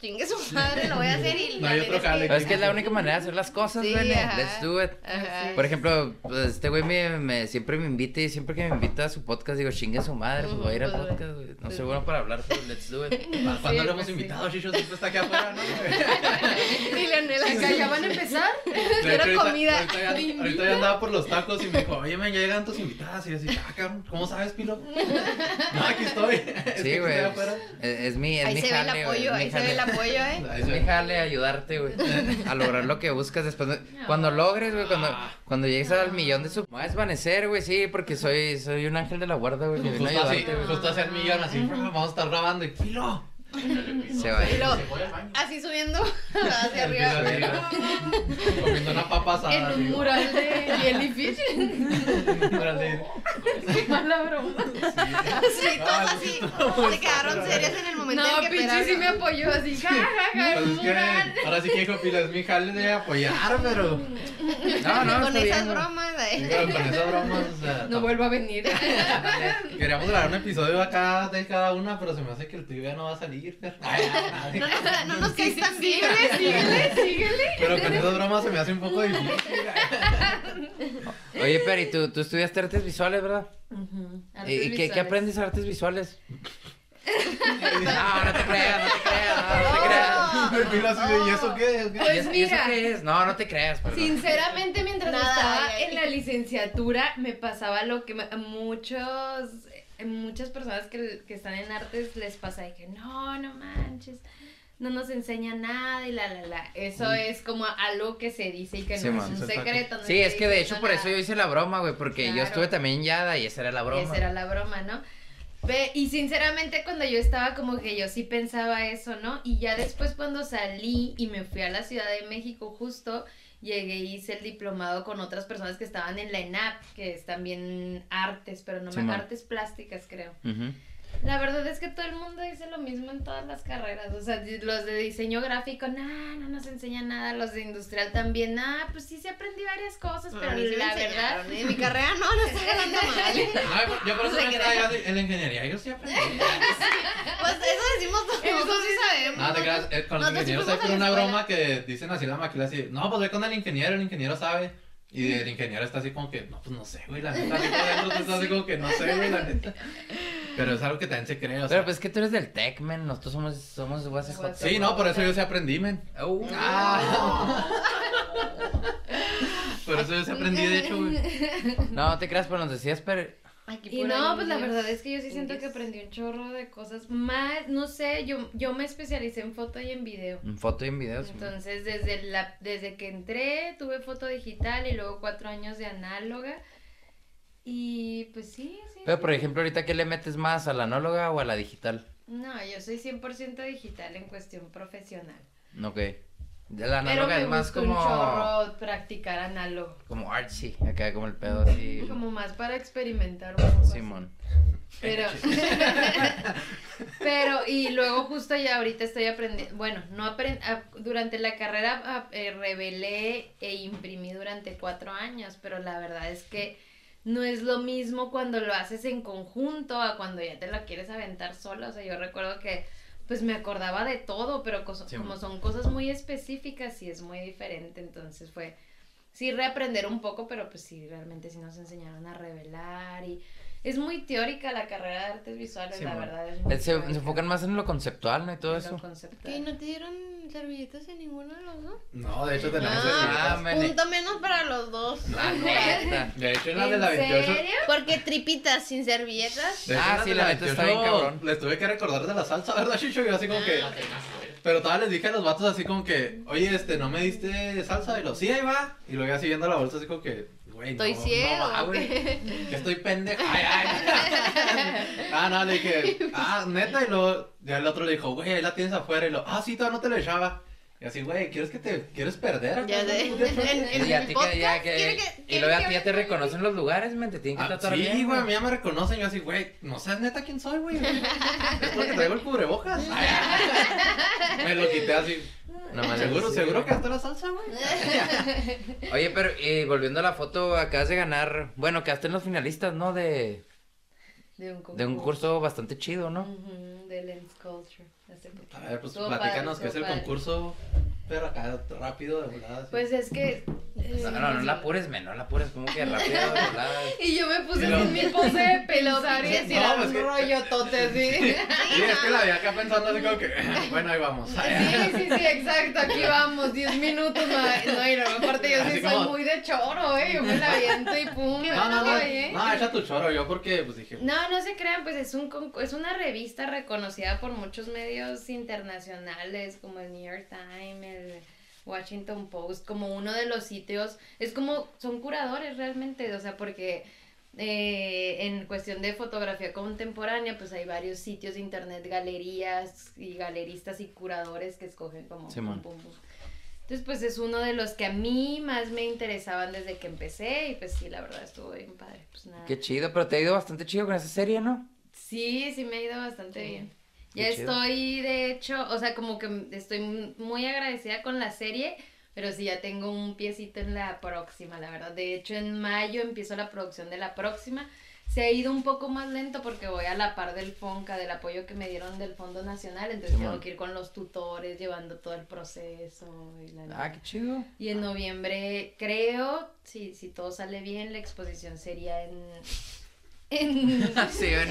D: chingue su madre, lo voy a hacer y
A: No hay
D: la
A: otro
D: neta
A: jale.
B: Pero es que es la única manera de hacer las cosas,
D: Sí,
B: Bene.
D: ajá.
B: Let's do it.
D: Ajá.
B: Por ejemplo, pues, este güey me, me- siempre me invita y siempre que me invita a su podcast digo, chingue su madre, pues voy a ir al
D: Ujú, pues,
B: podcast, güey. No
D: Sí.
B: soy bueno para hablar, pero let's do it.
A: Cuando
C: Sí,
A: lo hemos
C: pues sí.
A: invitado, Chicho siempre está aquí afuera, ¿no? De
D: Y Leonel
C: Acá ya
D: acá
C: van a empezar.
D: Quiero
A: hecho, ahorita-
D: comida.
A: Ahorita, ya-
D: ¿Me invitas?
A: ahorita ya andaba por los tacos y me dijo, oye, me llegan tus invitadas. Y yo así, ah, cabrón, ¿cómo sabes, Pilo? No, aquí estoy. Es que
B: Sí, güey.
A: estoy afuera.
B: Es, es mi, es
D: Ahí
B: mi
D: se ve el
B: jale, güey,
D: apoyo,
B: es mi
D: ahí se ve
B: jale.
D: el apoyo, eh.
A: Ahí se ve.
B: Déjale ayudarte, güey, a lograr lo que buscas después. de- Cuando logres, güey, cuando,
D: Ah.
B: cuando llegues al millón de su... Me voy a desvanecer, güey, sí, porque soy, soy un ángel de la guarda, güey, que vino a
A: Justo así,
B: ayudarte, güey.
A: justo hacer millón, así, vamos a estar grabando y Pilo.
B: Se va.
D: Y lo-
E: voy al baño.
D: así subiendo hacia
A: Al
D: arriba.
A: Pilo así, Comiendo una papa
B: Ah,
A: asada.
D: En un
A: digo.
D: mural de jellyfish.
A: Ahora sí.
C: Qué mala broma.
D: Sí,
A: Ah,
D: todos así.
A: estamos-
D: Se quedaron serias en el momento
C: No,
D: en que
C: pinche sí me
D: esperaron.
C: apoyó así. Ja, ja, ja,
A: Pues es que,
C: mural.
A: ahora sí que dijo Pilo, es mi jale de apoyar, pero.
B: No, no,
D: Con
B: está
D: esas
B: bien, güey.
D: bromas, eh.
A: Pero con esas bromas, o sea,
C: No vuelvo a venir.
A: tampoco- Queríamos grabar un episodio acá de cada una, pero se me hace que el tuyo ya no va a salir, Fer. Ay, ay,
D: No,
A: ay.
D: nos- no nos caes tan bien.
C: Síguele, síguele, síguele.
A: Pero con esas bromas se me hace un poco difícil.
B: Oye, Peri, tú, tú estudiaste artes visuales, ¿verdad? ¿Y- ¿Y qué, qué aprendes de artes visuales?
D: Ah,
B: No, no te creas, no te creas, no, no te creas.
A: El Pilo así de, ¿y eso qué? ¿Qué?
B: ¿Y
C: Pues
B: eso- y eso
C: mira.
B: qué es? No, no te creas, perdón.
C: Sinceramente, mientras
D: Nada,
C: estaba
D: ay, ay.
C: en la licenciatura, me pasaba lo que me- a muchos, eh, muchas personas que, que están en artes les pasa de que no, no manches, no nos enseña nada y la, la, la. Eso es como algo que se dice y que
B: Sí,
C: no
B: man.
C: es un secreto. no
B: Sí,
C: se
B: es que de
C: dice,
B: hecho
C: no
B: por eso
C: nada.
B: yo hice la broma, güey, porque yo
C: Claro.
B: estuve también en Yada y esa era la broma.
C: Esa era la broma, ¿no? Ve, y sinceramente cuando yo estaba como que yo sí pensaba eso, ¿no? Y ya después cuando salí y me fui a la Ciudad de México justo, llegué y hice el diplomado con otras personas que estaban en la ENAP, que es también artes, pero no me
B: Simón.
C: artes plásticas creo.
B: Ujú.
C: La verdad es que todo el mundo dice lo mismo en todas las carreras. O sea, di- los de diseño gráfico, nah, no nos enseña nada. Los de industrial también, nah, pues sí se aprendí varias cosas,
D: No,
C: pero
D: a mí sí me
C: la verdad.
D: enseñaron, ¿eh? Mi carrera no, no está ganando mal.
A: No, Ah, yo por eso
D: Se
A: me quedaba yo así, en la ingeniería. Yo sí aprendí.
D: Pues eso decimos todos,
C: Eso
D: nosotros sí sabemos.
B: Ah,
A: No, te creas, eh, con los
D: Nosotros
A: ingenieros
D: sí
A: hay
D: fuimos a
A: con
D: la
A: una
D: escuela.
A: broma que dicen así la maquila así, no, pues ve con el ingeniero, el ingeniero sabe. Y el ingeniero está así como que, no, pues no sé, güey, la neta, así por dentro tú estás así como que no sé, güey, la neta. Pero es algo que también se cree, o sea.
B: Pero pues es que tú eres del Tec, men, nosotros somos, somos UACJ.
A: sí, no, por eso yo sí aprendí, men.
B: Uh,
A: Ah. por eso yo sí aprendí, de hecho, güey.
B: No, te creas, pero nos decías, pero...
D: Aquí
C: Y
D: por
C: no,
D: ahí
C: pues la
D: niños.
C: verdad es que yo sí siento que
D: indios.
C: aprendí un chorro de cosas más, no sé, yo, yo me especialicé en foto y en video.
B: En foto y en video. sí, men.
C: Entonces, desde, la, desde que entré, tuve foto digital y luego cuatro años de análoga. Y pues sí, sí.
B: Pero por ejemplo, ahorita, ¿qué le metes más? ¿A la anóloga o a la digital?
C: No, yo soy 100% digital en cuestión profesional.
B: Ok. De La
C: Pero
B: anóloga
C: me
B: es más
C: gusta un
B: como...
C: chorro practicar análogo.
B: Como artsy, acá como el pedo así.
C: Como más para experimentar un poco.
B: Simón.
C: Pero, pero, y luego justo ya ahorita estoy aprendiendo, bueno, no aprend a- durante la carrera a- eh, revelé e imprimí durante cuatro años, pero la verdad es que no es lo mismo cuando lo haces en conjunto a cuando ya te lo quieres aventar solo, o sea, yo recuerdo que pues me acordaba de todo, pero cos-
B: Sí,
C: como
B: mo-
C: son cosas muy específicas sí es muy diferente, entonces fue sí reaprender un poco, pero pues sí, realmente sí nos enseñaron a revelar y es muy teórica la carrera de artes visuales,
B: Sí,
C: la
B: mo-
C: verdad. Es muy
B: Eh, Se, se
C: teórica.
B: enfocan más en lo conceptual, ¿no? Y todo
C: Lo
B: eso.
C: conceptual.
D: ¿Qué? ¿No te dieron servilletas en ninguno de los dos?
A: No, de hecho tenemos
D: Ah,
B: Ah,
A: servilletas.
B: men.
D: Punto menos para los dos.
B: Ah, no, neta.
A: De hecho, en la de
C: ¿En
A: la 28.
C: serio?
D: Porque tripitas sin servilletas.
A: de hecho, en
B: Ah,
A: de
B: sí, la neta está
A: 28
B: bien cabrón. Ah,
A: Les tuve que recordar de la salsa, ¿verdad, Chicho? Yo así como que... Pero todavía les dije a los vatos así como que, oye, este, ¿no me diste salsa? Y lo, sí, ahí va. Y luego ya siguiendo la bolsa así como que, güey, no,
D: Estoy ciego,
A: no va,
D: ¿o
A: güey. Que estoy pendejo. Ay, ay. ah, no, le dije, ah, neta. Y luego ya el otro le dijo, güey, ahí la tienes afuera. Y lo, ah, sí, todavía no te la echaba. Y así, güey, ¿quieres que te, quieres perder?
D: Ya
A: acaso?
D: sé. En- en
B: Y a
D: el
B: ti que ya
D: podcast,
B: que.
D: ¿quiere
B: Y
D: que- quiere
B: luego
D: que
B: a ti ya te
D: hable?
B: reconocen los lugares, men. Te tienen que
A: Ah,
B: tratar bien.
A: sí, güey, a mí ya me reconocen. Yo así, güey, no sabes neta quién soy, güey. Es porque traigo el cubrebocas. Ay, ay. me lo quité así.
B: Nomás
A: seguro,
B: así,
A: seguro
B: güey.
A: que hasta la salsa, güey.
B: Oye, pero eh, volviendo a la foto, acabas de ganar. Bueno, quedaste en los finalistas, ¿no? De,
C: De un concurso.
B: de un curso bastante chido, ¿no?
C: Ujú, de Lens Culture. Este,
A: A ver, pues
C: estuvo
A: platícanos
C: padre,
A: qué es el
C: estuvo padre.
A: concurso, pero acá rápido de volada. así.
C: Pues es que. eh,
B: No, no, no la apures, men, no la apures, como que rápido, ¿verdad?
D: Y yo me puse
A: Y luego-
D: en mi pose de pensar y
A: No,
D: decir
C: "Ah,
D: era
A: pues
D: un
A: que-
D: rollo tote, ¿sí?
A: Sí, es que la vi acá pensando así como que, bueno, ahí vamos.
D: Sí, sí, sí, exacto, aquí vamos, 10 minutos, no, no, y no, aparte yo
A: Así
D: sí
A: como-
D: soy muy de choro, eh, yo me la aviento y pum, me
A: No, no, no,
D: eh.
A: no, echa tu choro yo porque, pues dije,
C: No, no se crean, pues es, un, concu- es una revista reconocida por muchos medios internacionales, como el New York Times, el Washington Post, como uno de los sitios, es como, son curadores realmente, o sea, porque eh, en cuestión de fotografía contemporánea, pues hay varios sitios de internet, galerías y galeristas y curadores que escogen como...
B: Simón.
C: pum, pum, pum. Entonces, pues es uno de los que a mí más me interesaban desde que empecé y pues sí, la verdad estuvo bien padre. Pues nada.
B: Qué chido, pero te ha ido bastante chido con esa serie, ¿no?
C: Sí, sí me ha ido bastante
D: Sí.
C: bien.
B: Qué
C: Ya
B: chido.
C: estoy, de hecho, o sea, como que estoy muy agradecida con la serie, pero sí ya tengo un piecito en la próxima, la verdad. De hecho, en mayo empiezo la producción de la próxima. Se ha ido un poco más lento porque voy a la par del FONCA, del apoyo que me dieron del Fondo Nacional, entonces
B: Simón.
C: tengo que ir con los tutores, llevando todo el proceso y la...
B: Ah, qué chido.
C: Y en noviembre, creo, si, si todo sale bien, la exposición sería en... en
B: Sí, ven,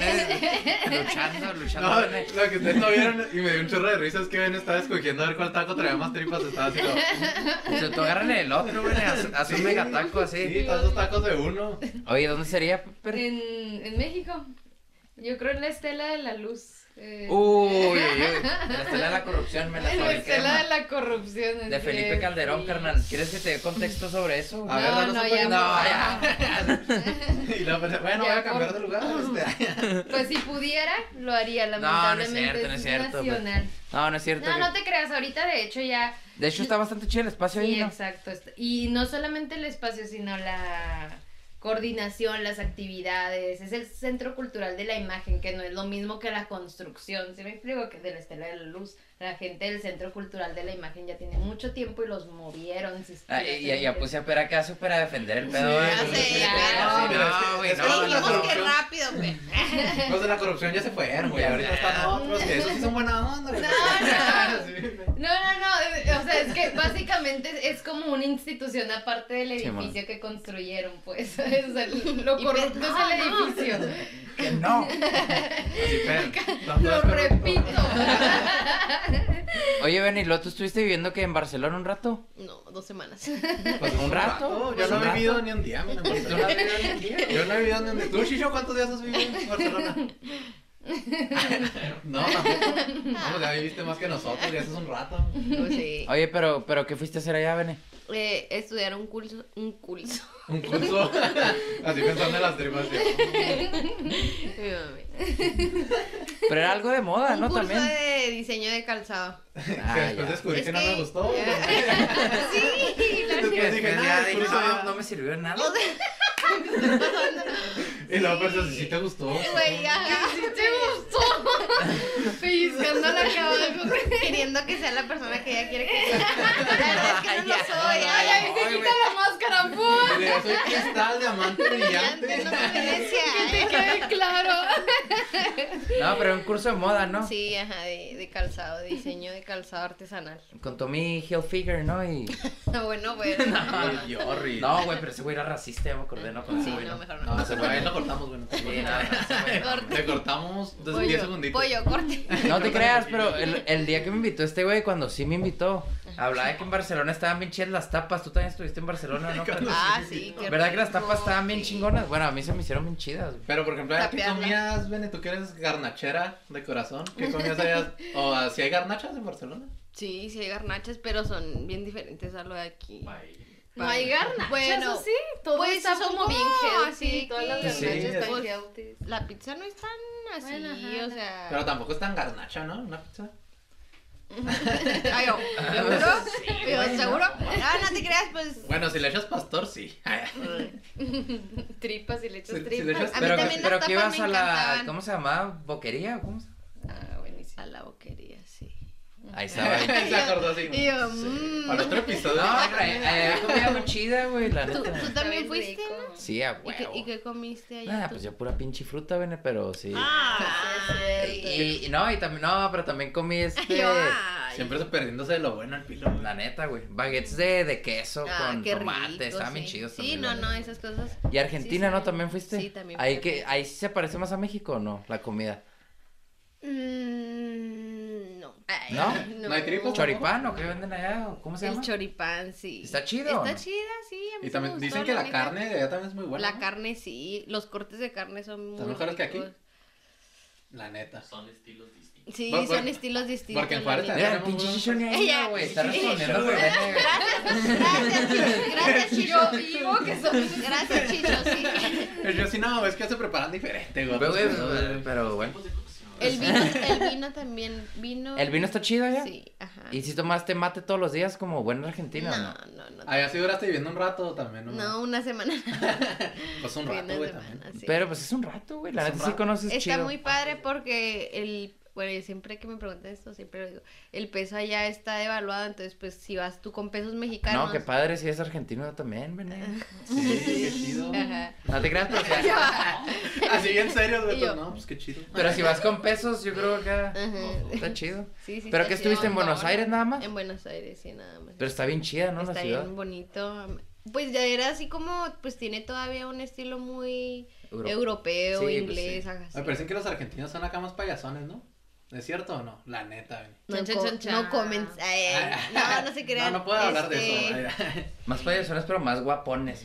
B: luchando, luchando.
A: No,
B: ven. eh.
A: lo que ustedes no vieron y me dio un chorro de risa es que Ben estaba escogiendo a ver cuál taco traía más tripas. Estaba así como,
B: Se te agarran el otro, güey, haz, haz un megataco así. Eh,
A: sí, todos los tacos de uno.
B: Oye, ¿dónde sería? Pepper?
C: En, en México. Yo creo en la estela de la luz. eh,
B: Uy, uy, uy. La estela de la corrupción me Uh, la
C: en la
B: fabriqué.
C: estela de
B: ma.
C: la corrupción.
B: De
C: así
B: Felipe
C: es,
B: Calderón,
C: sí.
B: carnal. ¿Quieres que te dé contexto sobre eso?
A: A ver,
C: no,
A: danos
C: no,
A: un
C: ya
A: poquito.
B: no,
C: no.
A: Y luego pensé, bueno, voy a cambiar de lugar. Este.
C: Pues si pudiera, lo haría,
B: no es
C: lamentablemente.
B: cierto, no es cierto, pues.
C: nacional.
B: No, no es cierto.
C: No,
B: que-
C: no te creas, ahorita de hecho ya.
B: De hecho, está bastante chido el espacio ahí,
C: Sí,
B: ¿no?
C: exacto. est- Y no solamente el espacio, sino la coordinación, las actividades. Es el centro cultural de la imagen, que no es lo mismo que la construcción. ¿Sí me explico? Que es de la estela de la luz. La gente del centro cultural de la imagen ya tiene mucho tiempo y los movieron. insistieron,
B: Ah, y ya, ya
C: etcétera.
B: puse a Pera acá súper a defender el pedo.
A: Sí,
B: eh.
D: ya sé,
B: Sí,
D: claro.
B: sí, no, güey,
A: Es que
B: no,
A: dijimos
B: no, no.
D: que rápido, güey.
A: Los pues, de la corrupción ya se fueron, güey. Ahorita están otros que esos sí son buena onda. güey. Sí.
C: No, no, no, eh, o sea, es que básicamente es- es como una institución aparte del
B: Sí, mon.
C: edificio que construyeron, pues, ¿sabes? O sea, lo
D: Y
C: corrupto
D: pues, no,
C: es el
D: no.
C: edificio,
B: Que no.
A: Así, pero, no, no,
C: lo
A: pero-
C: repito.
B: Oye, Ben, ¿y luego tú estuviste viviendo que en Barcelona un rato?
D: No, dos semanas.
A: Pues
B: ¿Un rato?
A: Yo
B: Pues
A: no
B: un
A: he
B: rato.
A: vivido ni un día, mi amor. Yo no he vivido ni un día. Yo no he vivido ni un día. ¿Tú, Chicho, cuántos días has vivido en Barcelona? no, tampoco. No, pues ya viviste más que nosotros, ya haces un rato.
D: Pues, sí.
B: Oye, pero, pero ¿qué fuiste a hacer allá, Bene?
D: Eh, estudiar un curso, un curso.
A: Un curso. Así pensando en las tripas. tío.
D: Mi mami.
B: Pero era algo de moda,
D: un
B: Ah, ¿no?
D: curso
B: También.
D: de diseño de calzado.
B: Ah,
A: que después
B: ya.
A: descubrí
D: Es
A: que no
D: que-
A: me gustó.
D: sí, la
A: Después dije,
D: neta.
B: Después
A: nada,
B: ya
A: el
B: dije,
A: curso
B: no,
A: ya-
B: no me sirvió de nada.
A: Y luego pensé, si te gustó.
D: Güey, ajá.
C: ¿Te gustó?
D: Pellizcando la cabeza, queriendo que sea la persona que ella quiere que sea. La verdad es que no lo
B: Ya,
D: soy.
B: no,
D: ay,
B: ya,
D: ay,
B: no.
D: sí.
B: Ay,
C: Quita la máscara, ¡pum!
A: Y le- Soy cristal, diamante, brillante.
D: Antes no me merecía, ay.
C: Quede claro.
B: No, pero era un curso de moda, ¿no?
D: Sí, ajá, de, de calzado, de diseño de calzado artesanal. Ah,
B: Con Tommy Hilfiger, ¿no? Y...
D: Bueno, bueno.
A: Ay, yo horrible.
B: No, güey, pero ese güey era racista, ya me acordé, no con ese
D: Sí,
B: güey.
D: no,
B: No,
D: mejor no.
A: No, se fue, ahí lo cortamos, bueno.
B: Sí, no, no, ese güey no.
D: Corta.
A: Le cortamos desde 10
D: Pollo,
A: segunditos.
D: pollo, corte.
B: pues, No te creas, pero el, el día que me invitó este güey, cuando sí me invitó, hablaba de que en Barcelona estaban bien chidas las tapas. Tú también estuviste en Barcelona, ¿no? Pero-
D: Ah, sí, qué
B: ¿Verdad que las tapas
D: rico,
B: estaban bien
D: sí.
B: chingonas? Bueno, a mí se me hicieron bien chidas, güey.
A: Pero por ejemplo, ¿a ¿qué
D: Tapearla.
A: comías, Bene? Tú que eres garnachera de corazón. ¿Qué comías allá? ¿O ah, si hay garnachas en Barcelona?
D: Sí, sí hay garnachas, pero son bien diferentes a lo de aquí.
C: No hay garnachas,
D: Bueno,
C: bueno, sí, todo
D: pues,
C: está
D: son
C: como bien
D: como
C: healthy,
D: así
C: todas las
D: que- Pues,
A: Sí,
C: garnachas
A: es-
C: están healthy.
D: La pizza no es tan así,
C: Bueno, ajá.
D: o sea.
A: Pero tampoco es tan garnacha, ¿no? Una pizza.
D: Ay, yo, ¿seguro? Yo,
A: güey, no.
D: ¿Seguro? No, no te creas, pues.
A: Bueno, si le echas pastor, sí.
C: Tripas y le
A: Si-
C: echas
A: si le
C: tripas.
A: echas-
D: A mí
B: Pero,
D: también
B: pero
D: las
B: que
D: tapas
B: ibas
D: me
B: a la.
D: encantaban.
B: ¿Cómo se llamaba? ¿Boquería? ¿Cómo se
C: Ah, buenísimo.
D: A la boquería, sí.
B: Ahí estaba. ahí.
A: Se acordó así.
D: Y yo,
A: Sí.
D: mmm.
A: Para otro episodio.
B: No, pero había comida muy chida, güey, la
D: ¿Tú,
B: neta.
D: tú también fuiste, ¿no?
B: Sí, a
D: ¿Y qué,
B: huevo.
D: y qué comiste allá?
B: Nah,
D: tú?
B: pues yo pura pinche fruta, güey, pero sí.
D: Ah,
B: Y, y no, y también, no, pero también comí este.
D: Yo, ah. ay.
A: Siempre se perdiéndose de lo bueno al pilo. güey.
B: La neta, güey. Baguettes de, de queso
D: Ah,
B: con
D: qué
B: tomate.
D: rico,
B: Estaban bien
D: sí.
B: chidos
D: Sí,
B: también,
D: no,
B: la
D: no,
B: neta.
D: esas cosas.
B: Y Argentina, ¿no?
D: Sí, saben.
B: ¿También fuiste?
D: Sí, también
B: Ahí,
D: fui
B: que,
D: a
B: ahí sí se parece más a México, ¿o ¿no? La comida.
D: Mm, no. Ay,
B: ¿No?
A: ¿No hay tripas?
B: ¿Choripán o qué venden allá? ¿O ¿Cómo se
D: El
B: llama?
D: choripán, sí.
B: ¿Está chido o
D: Está
B: no?
D: chida, sí. a mí
A: Y
D: sí
A: también
D: me
A: dicen
D: gustó,
A: que la
D: neta.
A: carne de allá también es muy buena.
D: La
A: ¿no?
D: carne, sí. Los cortes de carne son muy.
A: ¿Están mejores que aquí?
D: ricos.
A: La neta.
E: Son estilos distintos.
D: Sí,
A: Por- por-
D: son estilos distintos.
A: porque en
D: la
A: Juárez
D: neta.
B: Mira, el
A: Tenemos
B: pinche
A: unos-
B: Chichón ahí,
D: Ella-
B: güey. Está
D: Sí.
B: respondiendo por
D: Gracias, Chicho. Gracias,
C: Yo
D: Chicho.
C: vivo que son
D: Gracias, Chicho, sí.
A: Pero yo sí, no, es que se preparan diferente, güey. eh,
B: Pero, pero bueno.
E: Tipos de cocción.
D: El vino, el vino también. Vino.
B: ¿El vino está chido allá?
D: Sí, ajá.
B: ¿Y si tomaste mate todos los días como buen argentino o no?
D: No, no, no.
A: Allá sí duraste viviendo un rato también, ¿no?
D: No, una semana.
A: Pues un
D: Una
A: rato, güey,
D: semana,
A: también.
D: sí.
B: Pero pues es un rato, güey. La
A: Es un
B: neta sí
A: rato.
B: conoces
D: Está
B: chido.
D: muy padre porque el, bueno, yo siempre que me preguntan esto, siempre lo digo, el peso allá está devaluado, entonces pues si vas tú con pesos mexicanos.
B: No, qué padre si es argentino también, Bené.
D: Ah.
A: Sí, qué chido.
D: Ajá.
B: No te creas, pero, o sea,
A: Así bien serio, güey.
D: Y yo-
A: pues, No, pues qué chido.
B: pero si vas con pesos, yo creo que acá
D: Ajá.
B: está chido.
D: Sí, sí,
B: ¿Pero
D: está
B: qué
D: chido.
B: estuviste en Buenos Aires nada más?
D: En Buenos Aires, sí, nada más.
B: Pero está bien chida, ¿no? La
D: está
B: ciudad.
D: bien bonito. Pues ya era así como, pues tiene todavía un estilo muy
B: Euro-
D: europeo,
B: Sí, pues,
D: inglés,
B: sí.
D: ajá,
A: Me
D: sí.
A: parecen que los argentinos son acá más payasones, ¿no? ¿Es cierto o no? La neta, güey. Ah.
D: No,
C: Chan, chan,
D: co-
C: chan, chan.
D: no comen. eh, no, no se crean.
A: No, no puedo hablar
D: este,
A: de eso. güey.
B: Más payasones, pero más guapones.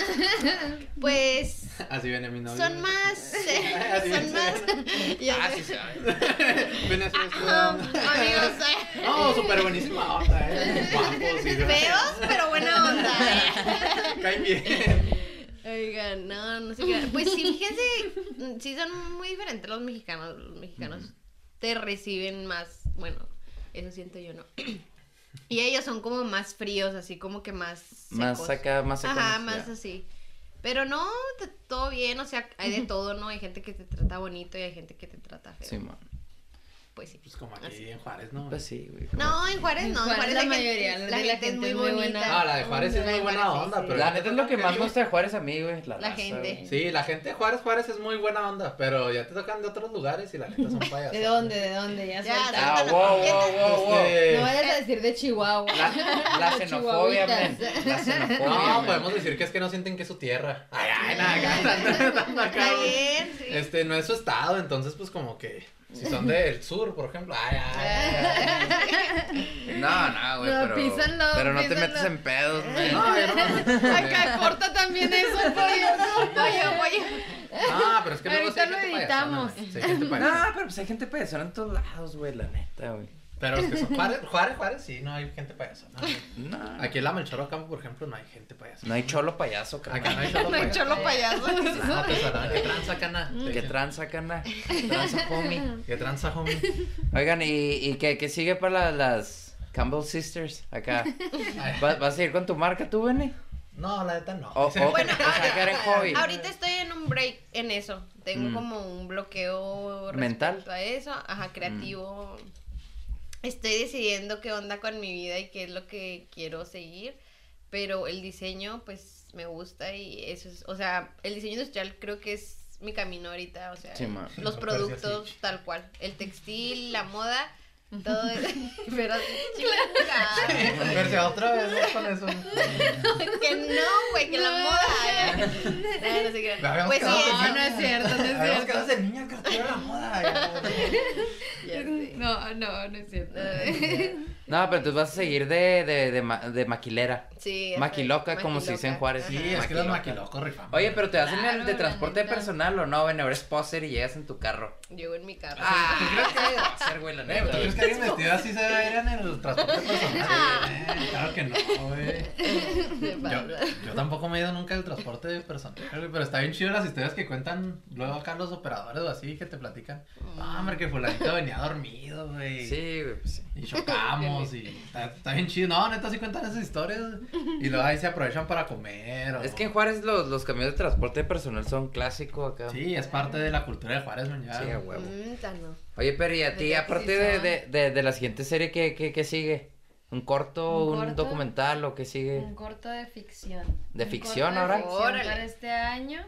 D: Pues
A: Así viene mi novio.
D: son más. eh,
A: Así
D: son
A: es.
D: más. ya
B: Ah,
D: sé.
B: sí, sí. ay.
A: Ven así, así,
D: Um,
A: no.
D: amigos, eh,
A: No, súper buenísima onda, eh. Guapos, sí, güey.
D: feos, pero buena onda.
A: Caen bien.
D: eh. Oigan, no, no sé qué. Pues sí, fíjense, mm, sí son muy diferentes los mexicanos. Los mexicanos te reciben más, bueno, eso siento yo, ¿no? Y ellos son como más fríos, así como que más
B: Más
D: secos.
B: acá, más acá.
D: Ajá, más así. Pero no, te- todo bien, o sea, hay de todo, ¿no? Hay gente que te trata bonito y hay gente que te trata feo.
B: Sí, man.
D: Pues sí.
A: Pues como
D: Así.
A: aquí en Juárez, ¿no?
B: Pues sí, güey.
D: No, en Juárez no. En Juárez,
C: la
D: gente-
C: mayoría
D: la, gente es muy bonita.
A: buena. Ah, la de Juárez es
D: La de
A: muy buena
D: Juárez, sí,
A: onda,
D: sí.
A: pero-
B: La neta es lo que más me gusta de Juárez a mí, güey. La,
D: La
B: raza,
D: gente.
B: güey.
A: Sí, la gente de Juárez, Juárez es muy buena onda, pero ya te tocan de otros lugares y la neta son payasos.
C: ¿De dónde? ¿De dónde? Ya,
D: Ya,
C: suelta.
B: Ah, wow, wow, wow, wow.
A: Este,
C: No vayas a decir de Chihuahua.
B: La, la xenofobia, men. La xenofobia.
A: No,
B: men.
A: podemos decir que es que no sienten que es su tierra. Ay, ay, nada, tanto acá,
D: Está
A: güey.
D: bien, sí.
A: Este, no es su estado, entonces pues como que si son del sur, por ejemplo, ay, ay, ay.
B: No, no, güey,
D: pues,
B: pero.
D: No, písalo,
B: pero no te
D: písalo.
B: metas en pedos, men.
A: No, yo no me meto con él.
D: Acá corta también eso, por Dios, no, pollo, pollo.
A: Ah, pero es que luego sí hay
C: Ahorita lo
A: gente payasona,
C: editamos.
A: güey. Sí, hay gente
B: No,
A: payasona.
B: pero pues hay gente payasona en todos lados, güey, la neta, güey.
A: Pero los que son Juárez, Juárez, Juárez, sí, no hay gente payasona. güey.
B: No.
A: Aquí en la Melchor Campo, por ejemplo, no hay gente payasona.
B: No hay cholo payaso,
A: Acá no
B: carnal.
A: hay solo
D: No hay
A: payaso.
D: cholo payaso.
A: No, pues, a la- ¿Qué tranza, cana?
B: Que tranza, cana. Tranza, homie.
A: ¿Qué tranza, homie?
B: Oigan, ¿y, y qué, qué sigue para la- las Campbell Sisters acá?
A: Ay,
B: ¿Va- ¿Vas a ir con tu marca tú, Bene?
A: No, la neta no.
B: O, o,
D: Bueno,
B: o sea, quedar en hobby.
D: Ahorita estoy en un break en eso. Tengo
B: Mm.
D: como un bloqueo respecto
B: Mental. Mm.
D: a eso, ajá, creativo. Estoy decidiendo qué onda con mi vida y qué es lo que quiero seguir, pero el diseño pues me gusta y eso es, o sea, el diseño industrial creo que es mi camino ahorita, o sea,
B: Sí, ma.
D: los
A: No,
D: productos
A: gracias, sí.
D: tal cual, el textil, la moda, todo, pero Chingada.
A: Verse otra vez ¿no? con eso. Pues
D: Que no, güey, que la
C: No.
D: moda. eh. No, no se crean.
A: La habíamos
D: Pues sí,
A: quedado
D: eso.
A: pensando.
C: No, no es cierto, no es
A: Habíamos
C: cierto.
A: quedado de niña cartera la moda. ya.
D: Ya sé.
C: No, no, no es cierto.
B: No, pero tú vas a seguir de, de, de, ma- de maquilera.
D: Sí.
B: Maquiloca, como se dice en Juárez.
A: Sí, es que los maquilocos rifamos.
B: Oye, pero te vas en el de
C: Claro,
B: transporte
C: la neta.
B: personal o no, Bene, eres poser y llegas en tu carro.
D: Llego en mi carro.
B: Ah, ¿tú crees que va a ser, güey, la
A: Eh,
B: neta?
A: ¿Tú crees que alguien vestido así se va a ir en el transporte personal? Eh, claro que no, güey.
D: Se
A: Yo,
D: pasa.
A: yo tampoco me he ido nunca al transporte personal, güey, pero está bien chido las historias que cuentan luego acá los operadores o así que te platican. Ah, hombre, que fulanito venía dormido, güey.
B: Mm. Sí, güey, pues sí.
A: Y chocamos. comíamos y está, está bien chido. No, neta, sí cuentan esas historias. Y luego ahí se aprovechan para comer. o-
B: Es que en Juárez los, los camiones de transporte personal son clásico acá. Sí,
A: Sí, es parte de la cultura de Juárez, man, ya.
B: a huevo.
D: Mm, tan no.
B: Oye, pero y a ti,
D: Vete
B: aparte de, de, de, de la siguiente serie, ¿qué, qué, qué sigue? ¿Un corto, un,
C: ¿Un corto? Mm,
B: documental o qué sigue?
C: Un corto de ficción.
B: ¿De
C: Un
B: ficción
C: corto de
B: ahora?
C: ficción
D: Órale.
C: para este año.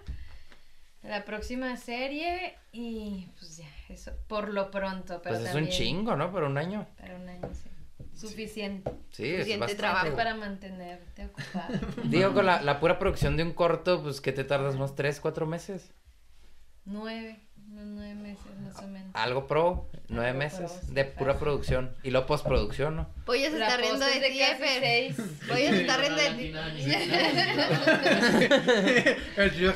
C: La próxima serie y pues ya, eso por lo pronto. Pero
B: Pues es un
C: también
B: chingo, ¿no? Para un año.
C: Para un año, sí. Suficiente
B: Sí, es
D: Suficiente
B: bastante.
D: trabajo.
B: güey.
C: para mantenerte ocupado.
B: Digo, con la, la pura producción de un corto, pues, ¿qué te tardas? ¿Unos tres, cuatro meses?
C: nueve, unos nueve meses más o menos.
D: Ah,
B: Algo pro, nueve
C: Algo pro,
B: meses
C: sí,
B: de
C: fácil.
B: pura producción. Y luego postproducción, ¿no?
D: Pollo se
C: La
D: está riendo
C: posta
D: de
C: es
D: ti,
C: casi
D: Efer.
C: seis.
D: Pollo se está riendo de ti.
A: El chido.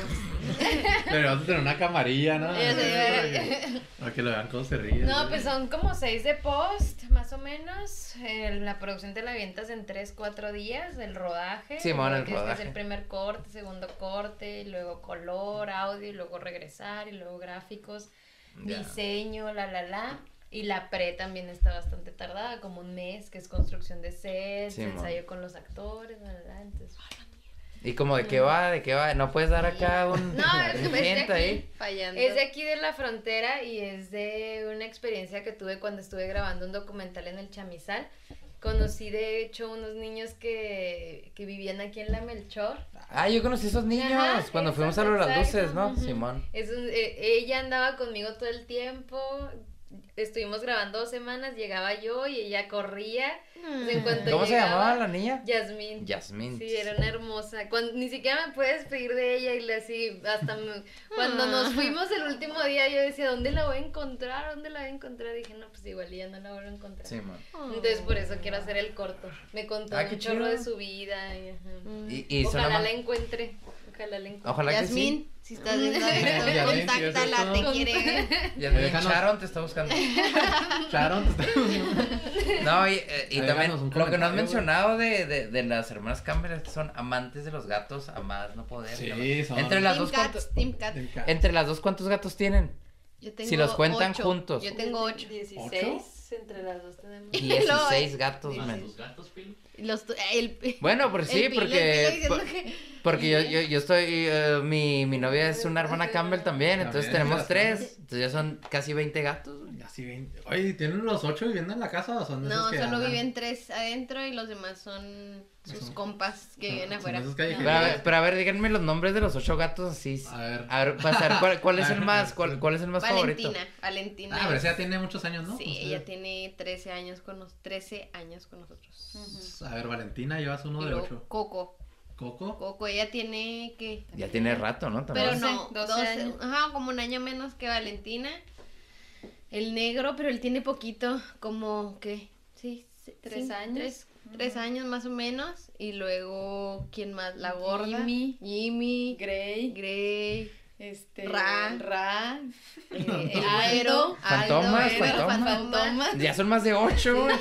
A: Deberíamos tener una camarilla, ¿no?
D: Ya sé,
A: Para que lo vean cómo se ríen.
C: No, pues son como seis de post, más o menos. Eh, la producción te la avientas en tres, cuatro días, el rodaje.
B: Simón,
C: Luego
B: el
C: tienes que
B: rodaje.
C: hacer primer corte, segundo corte, y luego color, audio, y luego regresar, y luego gráficos,
B: Ya.
C: diseño, la, la, la. Y la pre también está bastante tardada, como un mes, que es construcción de sets,
B: Simón.
C: ensayo con los actores, la, la, la. Entonces,
B: Y como, ¿de qué
C: Mm.
B: va? ¿De qué va? ¿No puedes dar acá un...
D: No, es que
B: un
D: me
B: hint
D: estoy
B: ahí?
D: aquí fallando.
C: Es de aquí de la frontera y es de una experiencia que tuve cuando estuve grabando un documental en el Chamizal. Conocí de hecho unos niños que, que vivían aquí en la Melchor.
B: Ah, yo conocí a esos niños
C: Ajá,
B: cuando
C: exacto,
B: fuimos a los las
C: exacto,
B: luces, ¿no?
C: ujú.
B: Simón.
C: Es un- eh, ella andaba conmigo todo el tiempo. Estuvimos grabando dos semanas, llegaba yo y ella corría.
D: Mm.
C: En cuanto
B: ¿Cómo se
C: llegaba-
B: llamaba la niña?
C: Yasmín.
B: Yasmín.
C: Sí, era una hermosa. Cuando, ni siquiera me pude despedir de ella y le así, hasta me- cuando nos fuimos el último día yo decía, ¿dónde la voy a encontrar? ¿Dónde la voy a encontrar? Dije, no, pues igual ya no la voy a encontrar.
B: Simón.
C: Entonces por eso quiero hacer el corto. Me contó
B: Ah, qué
C: un chorro de
B: chido.
C: su vida. y ajá.
D: Mm.
B: Y, y son
C: Ojalá
B: ama-
C: la encuentre. Ojalá la encuentre.
B: Ojalá
D: Yasmín, si estás
C: Mm.
D: viendo
A: Yasmín,
D: esto,
A: si ves
D: contáctala,
A: esto.
D: te quiere.
B: que sí. Yasmín,
A: Déjanos-
B: Sharon te está buscando.
A: Sharon, te está-
B: No, y, eh, y
A: Ahí
B: también
A: danos un
B: lo que no has
A: comentario,
B: mencionado de, de, de las hermanas Campbell es que son amantes de los gatos, amadas no poder.
A: Sí,
B: cabrón.
A: son-
B: Entre las
D: Team
B: dos, ¿cuántos,
D: Cats, Team Cats.
A: Te encanta.
B: entre las dos, ¿cuántos gatos tienen?
D: Yo tengo
B: Si los cuentan
D: ocho.
B: juntos.
D: Yo tengo ocho.
C: 16, entre las dos tenemos.
D: Lo-
B: 16 gatos,
A: ¿Más
B: men.
A: tus gatos, Pil?
D: Los tu- el-
B: Bueno, pero sí,
D: el Pilo, el
B: porque... pues
D: Pilo
B: por-
D: diciendo que-
B: Porque yo, yo, yo estoy, eh, mi, mi novia es una hermana Campbell también, entonces
A: También,
B: tenemos
A: ya
B: tres, entonces ya son casi 20 gatos. güey.
A: Así veinte. Oye, ¿tienen los ocho viviendo en la casa o son de esos
D: No,
A: que
D: solo
A: andan?
D: viven tres adentro y los demás son sus
A: Son- Ah,
D: compas que viven
A: son
D: afuera.
A: esos
B: Pero a, ver,
A: callejeros.
B: pero a ver, díganme los nombres de los ocho gatos así.
A: A ver.
B: A ver, para saber cuál, cuál es el
A: A ver,
B: más,
A: sí.
B: cuál, cuál es el más
D: Valentina,
B: favorito.
D: Valentina.
A: Ah, pero esa ya tiene muchos años, ¿no? Pues
D: Sí,
A: Ustedes.
D: ella tiene 13 años con nos 13 años con nosotros.
A: A ver, Valentina, llevas uno
D: Y
A: de
D: luego
A: ocho.
D: Coco.
A: Coco.
D: Coco, ella tiene que
B: Ya tiene rato, ¿no? También.
D: Pero no,
C: 12,
D: 12,
C: 12 años.
D: ajá, como un año menos que Valentina. El negro, pero él tiene poquito, como que, sí, se-
C: ¿Tres
D: sí,
C: años?
D: Tres, tres
C: Ujú.
D: años más o menos. Y luego, ¿quién más? La gorda.
C: Jimmy.
D: Jimmy.
C: Grey,
D: Grey.
C: este,
D: Ra.
C: Ra,
D: eh,
C: El
D: el
C: Aldo.
D: güero.
B: Fantomas,
D: Aldo, güero,
B: fantomas.
D: fantomas.
B: Ya son más de ocho, güey.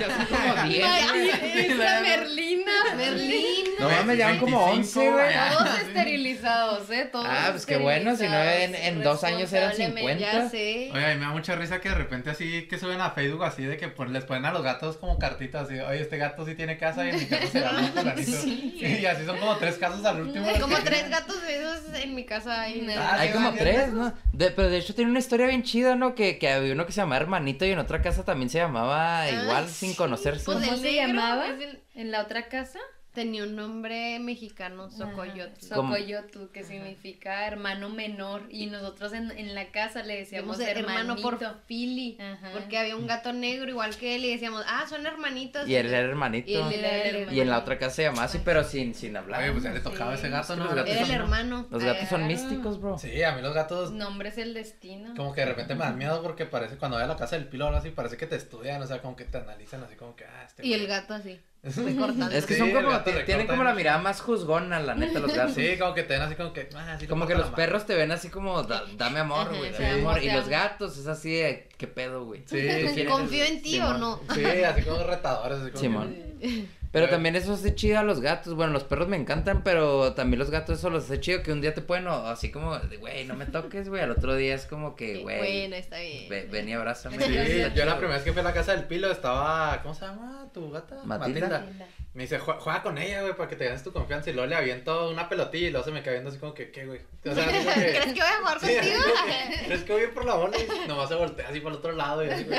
B: Ya son como diez, güey.
D: Es la Merlina. Merlina.
B: No mames, ya van como
A: 25,
B: once, güey.
A: ya.
C: Todos esterilizados, ¿eh? Todos
B: Ah, pues qué bueno, si no en- en dos años eran
C: responsablemente.
D: Ya sé.
A: Oye, a mí me da mucha risa que de repente así que suben a Facebook así de que pues, les ponen a los gatos como cartitas así, oye, este gato sí tiene casa y en mi casa se la da fulanito". Y así son como tres casos al último.
D: Como tres gatos de esos en mi casa hay.
A: Ah,
B: Hay
A: sí,
B: como
A: varios
B: tres, ¿no? De- pero de hecho tiene una historia bien chida, ¿no? Que, que había uno que se llamaba Hermanito y en otra casa también se llamaba
D: Ah,
B: igual sin conocerse.
D: Pues
C: ¿Cómo
D: el
C: se
D: negro
C: llamaba?
D: es el-
C: ¿En la otra casa?
D: Tenía un nombre mexicano, Socoyotl.
B: Ajá. ¿Cómo?
C: Socoyotl, que significa hermano menor. Y nosotros en, en la casa le decíamos
D: Decíamos hermano
C: hermanito.
D: por Philly.
C: Ajá.
D: Porque había un gato negro igual que él y decíamos, ah, son hermanitos.
B: Y él era hermanito.
D: Y él era el
C: Y
D: hermano.
B: Y en la otra casa se llamaba así, pero sin, sin hablar.
A: Oye, pues ya le tocaba a ese gato, ¿no? Los gatos
D: Era el
A: son-
D: hermano.
B: Los gatos son
D: Ah.
C: Claro.
B: místicos, bro.
A: Sí, a mí los gatos
C: Nombre es el destino.
A: como que de repente me dan miedo porque parece cuando voy a la casa del pilo ahora así parece que te estudian, o sea, como que te analizan así como que, ah, este
D: Y
A: güey.
D: el gato así.
B: Es
A: Sí,
B: que son
A: el
B: como,
A: gato
B: ti-
A: recorta
B: tienen como
A: y-
B: la mirada más juzgona, la neta, los gatos.
A: Sí, como que te ven así como que, ah, así
B: Como que
A: pasa
B: los
A: la
B: perros te ven así como, "Da- dame amor,
C: Ajá,
B: güey,
C: te
B: dame
A: amo,
B: amor.
C: te
B: Y los
C: amo.
B: gatos es así de, ¿qué pedo, güey?
A: Sí.
B: ¿Tú quién eres,
D: ¿Confío
B: güey?"
D: en ti o
B: Simón.
D: no?
A: madre. Sí, así como retadores, así como que-
B: Simón. Pero
A: Eh.
B: también eso hace chido a los gatos. Bueno, los perros me encantan, pero también los gatos eso los hace chido que un día te pueden o- así como, de, güey, no me toques, güey. Al otro día es como que, güey,
D: Bueno, está bien.
B: ve- ven y abrázame.
A: Sí,
B: Está
A: yo la
B: chido.
A: primera vez que fui a la casa del Pilo estaba, ¿cómo se llama tu gata?
B: Matilda.
A: Me dice, "Jue- juega con ella, güey, para que te ganes tu confianza. Y luego le aviento una pelotilla y luego se me cae viendo así como que, ¿qué, güey? O sea, así como que...
D: ¿Crees que voy a jugar
A: Sí, así
D: contigo?
A: como que, ¿Crees que voy a ir por la bola? Y nomás se voltea así para el otro lado y así, güey,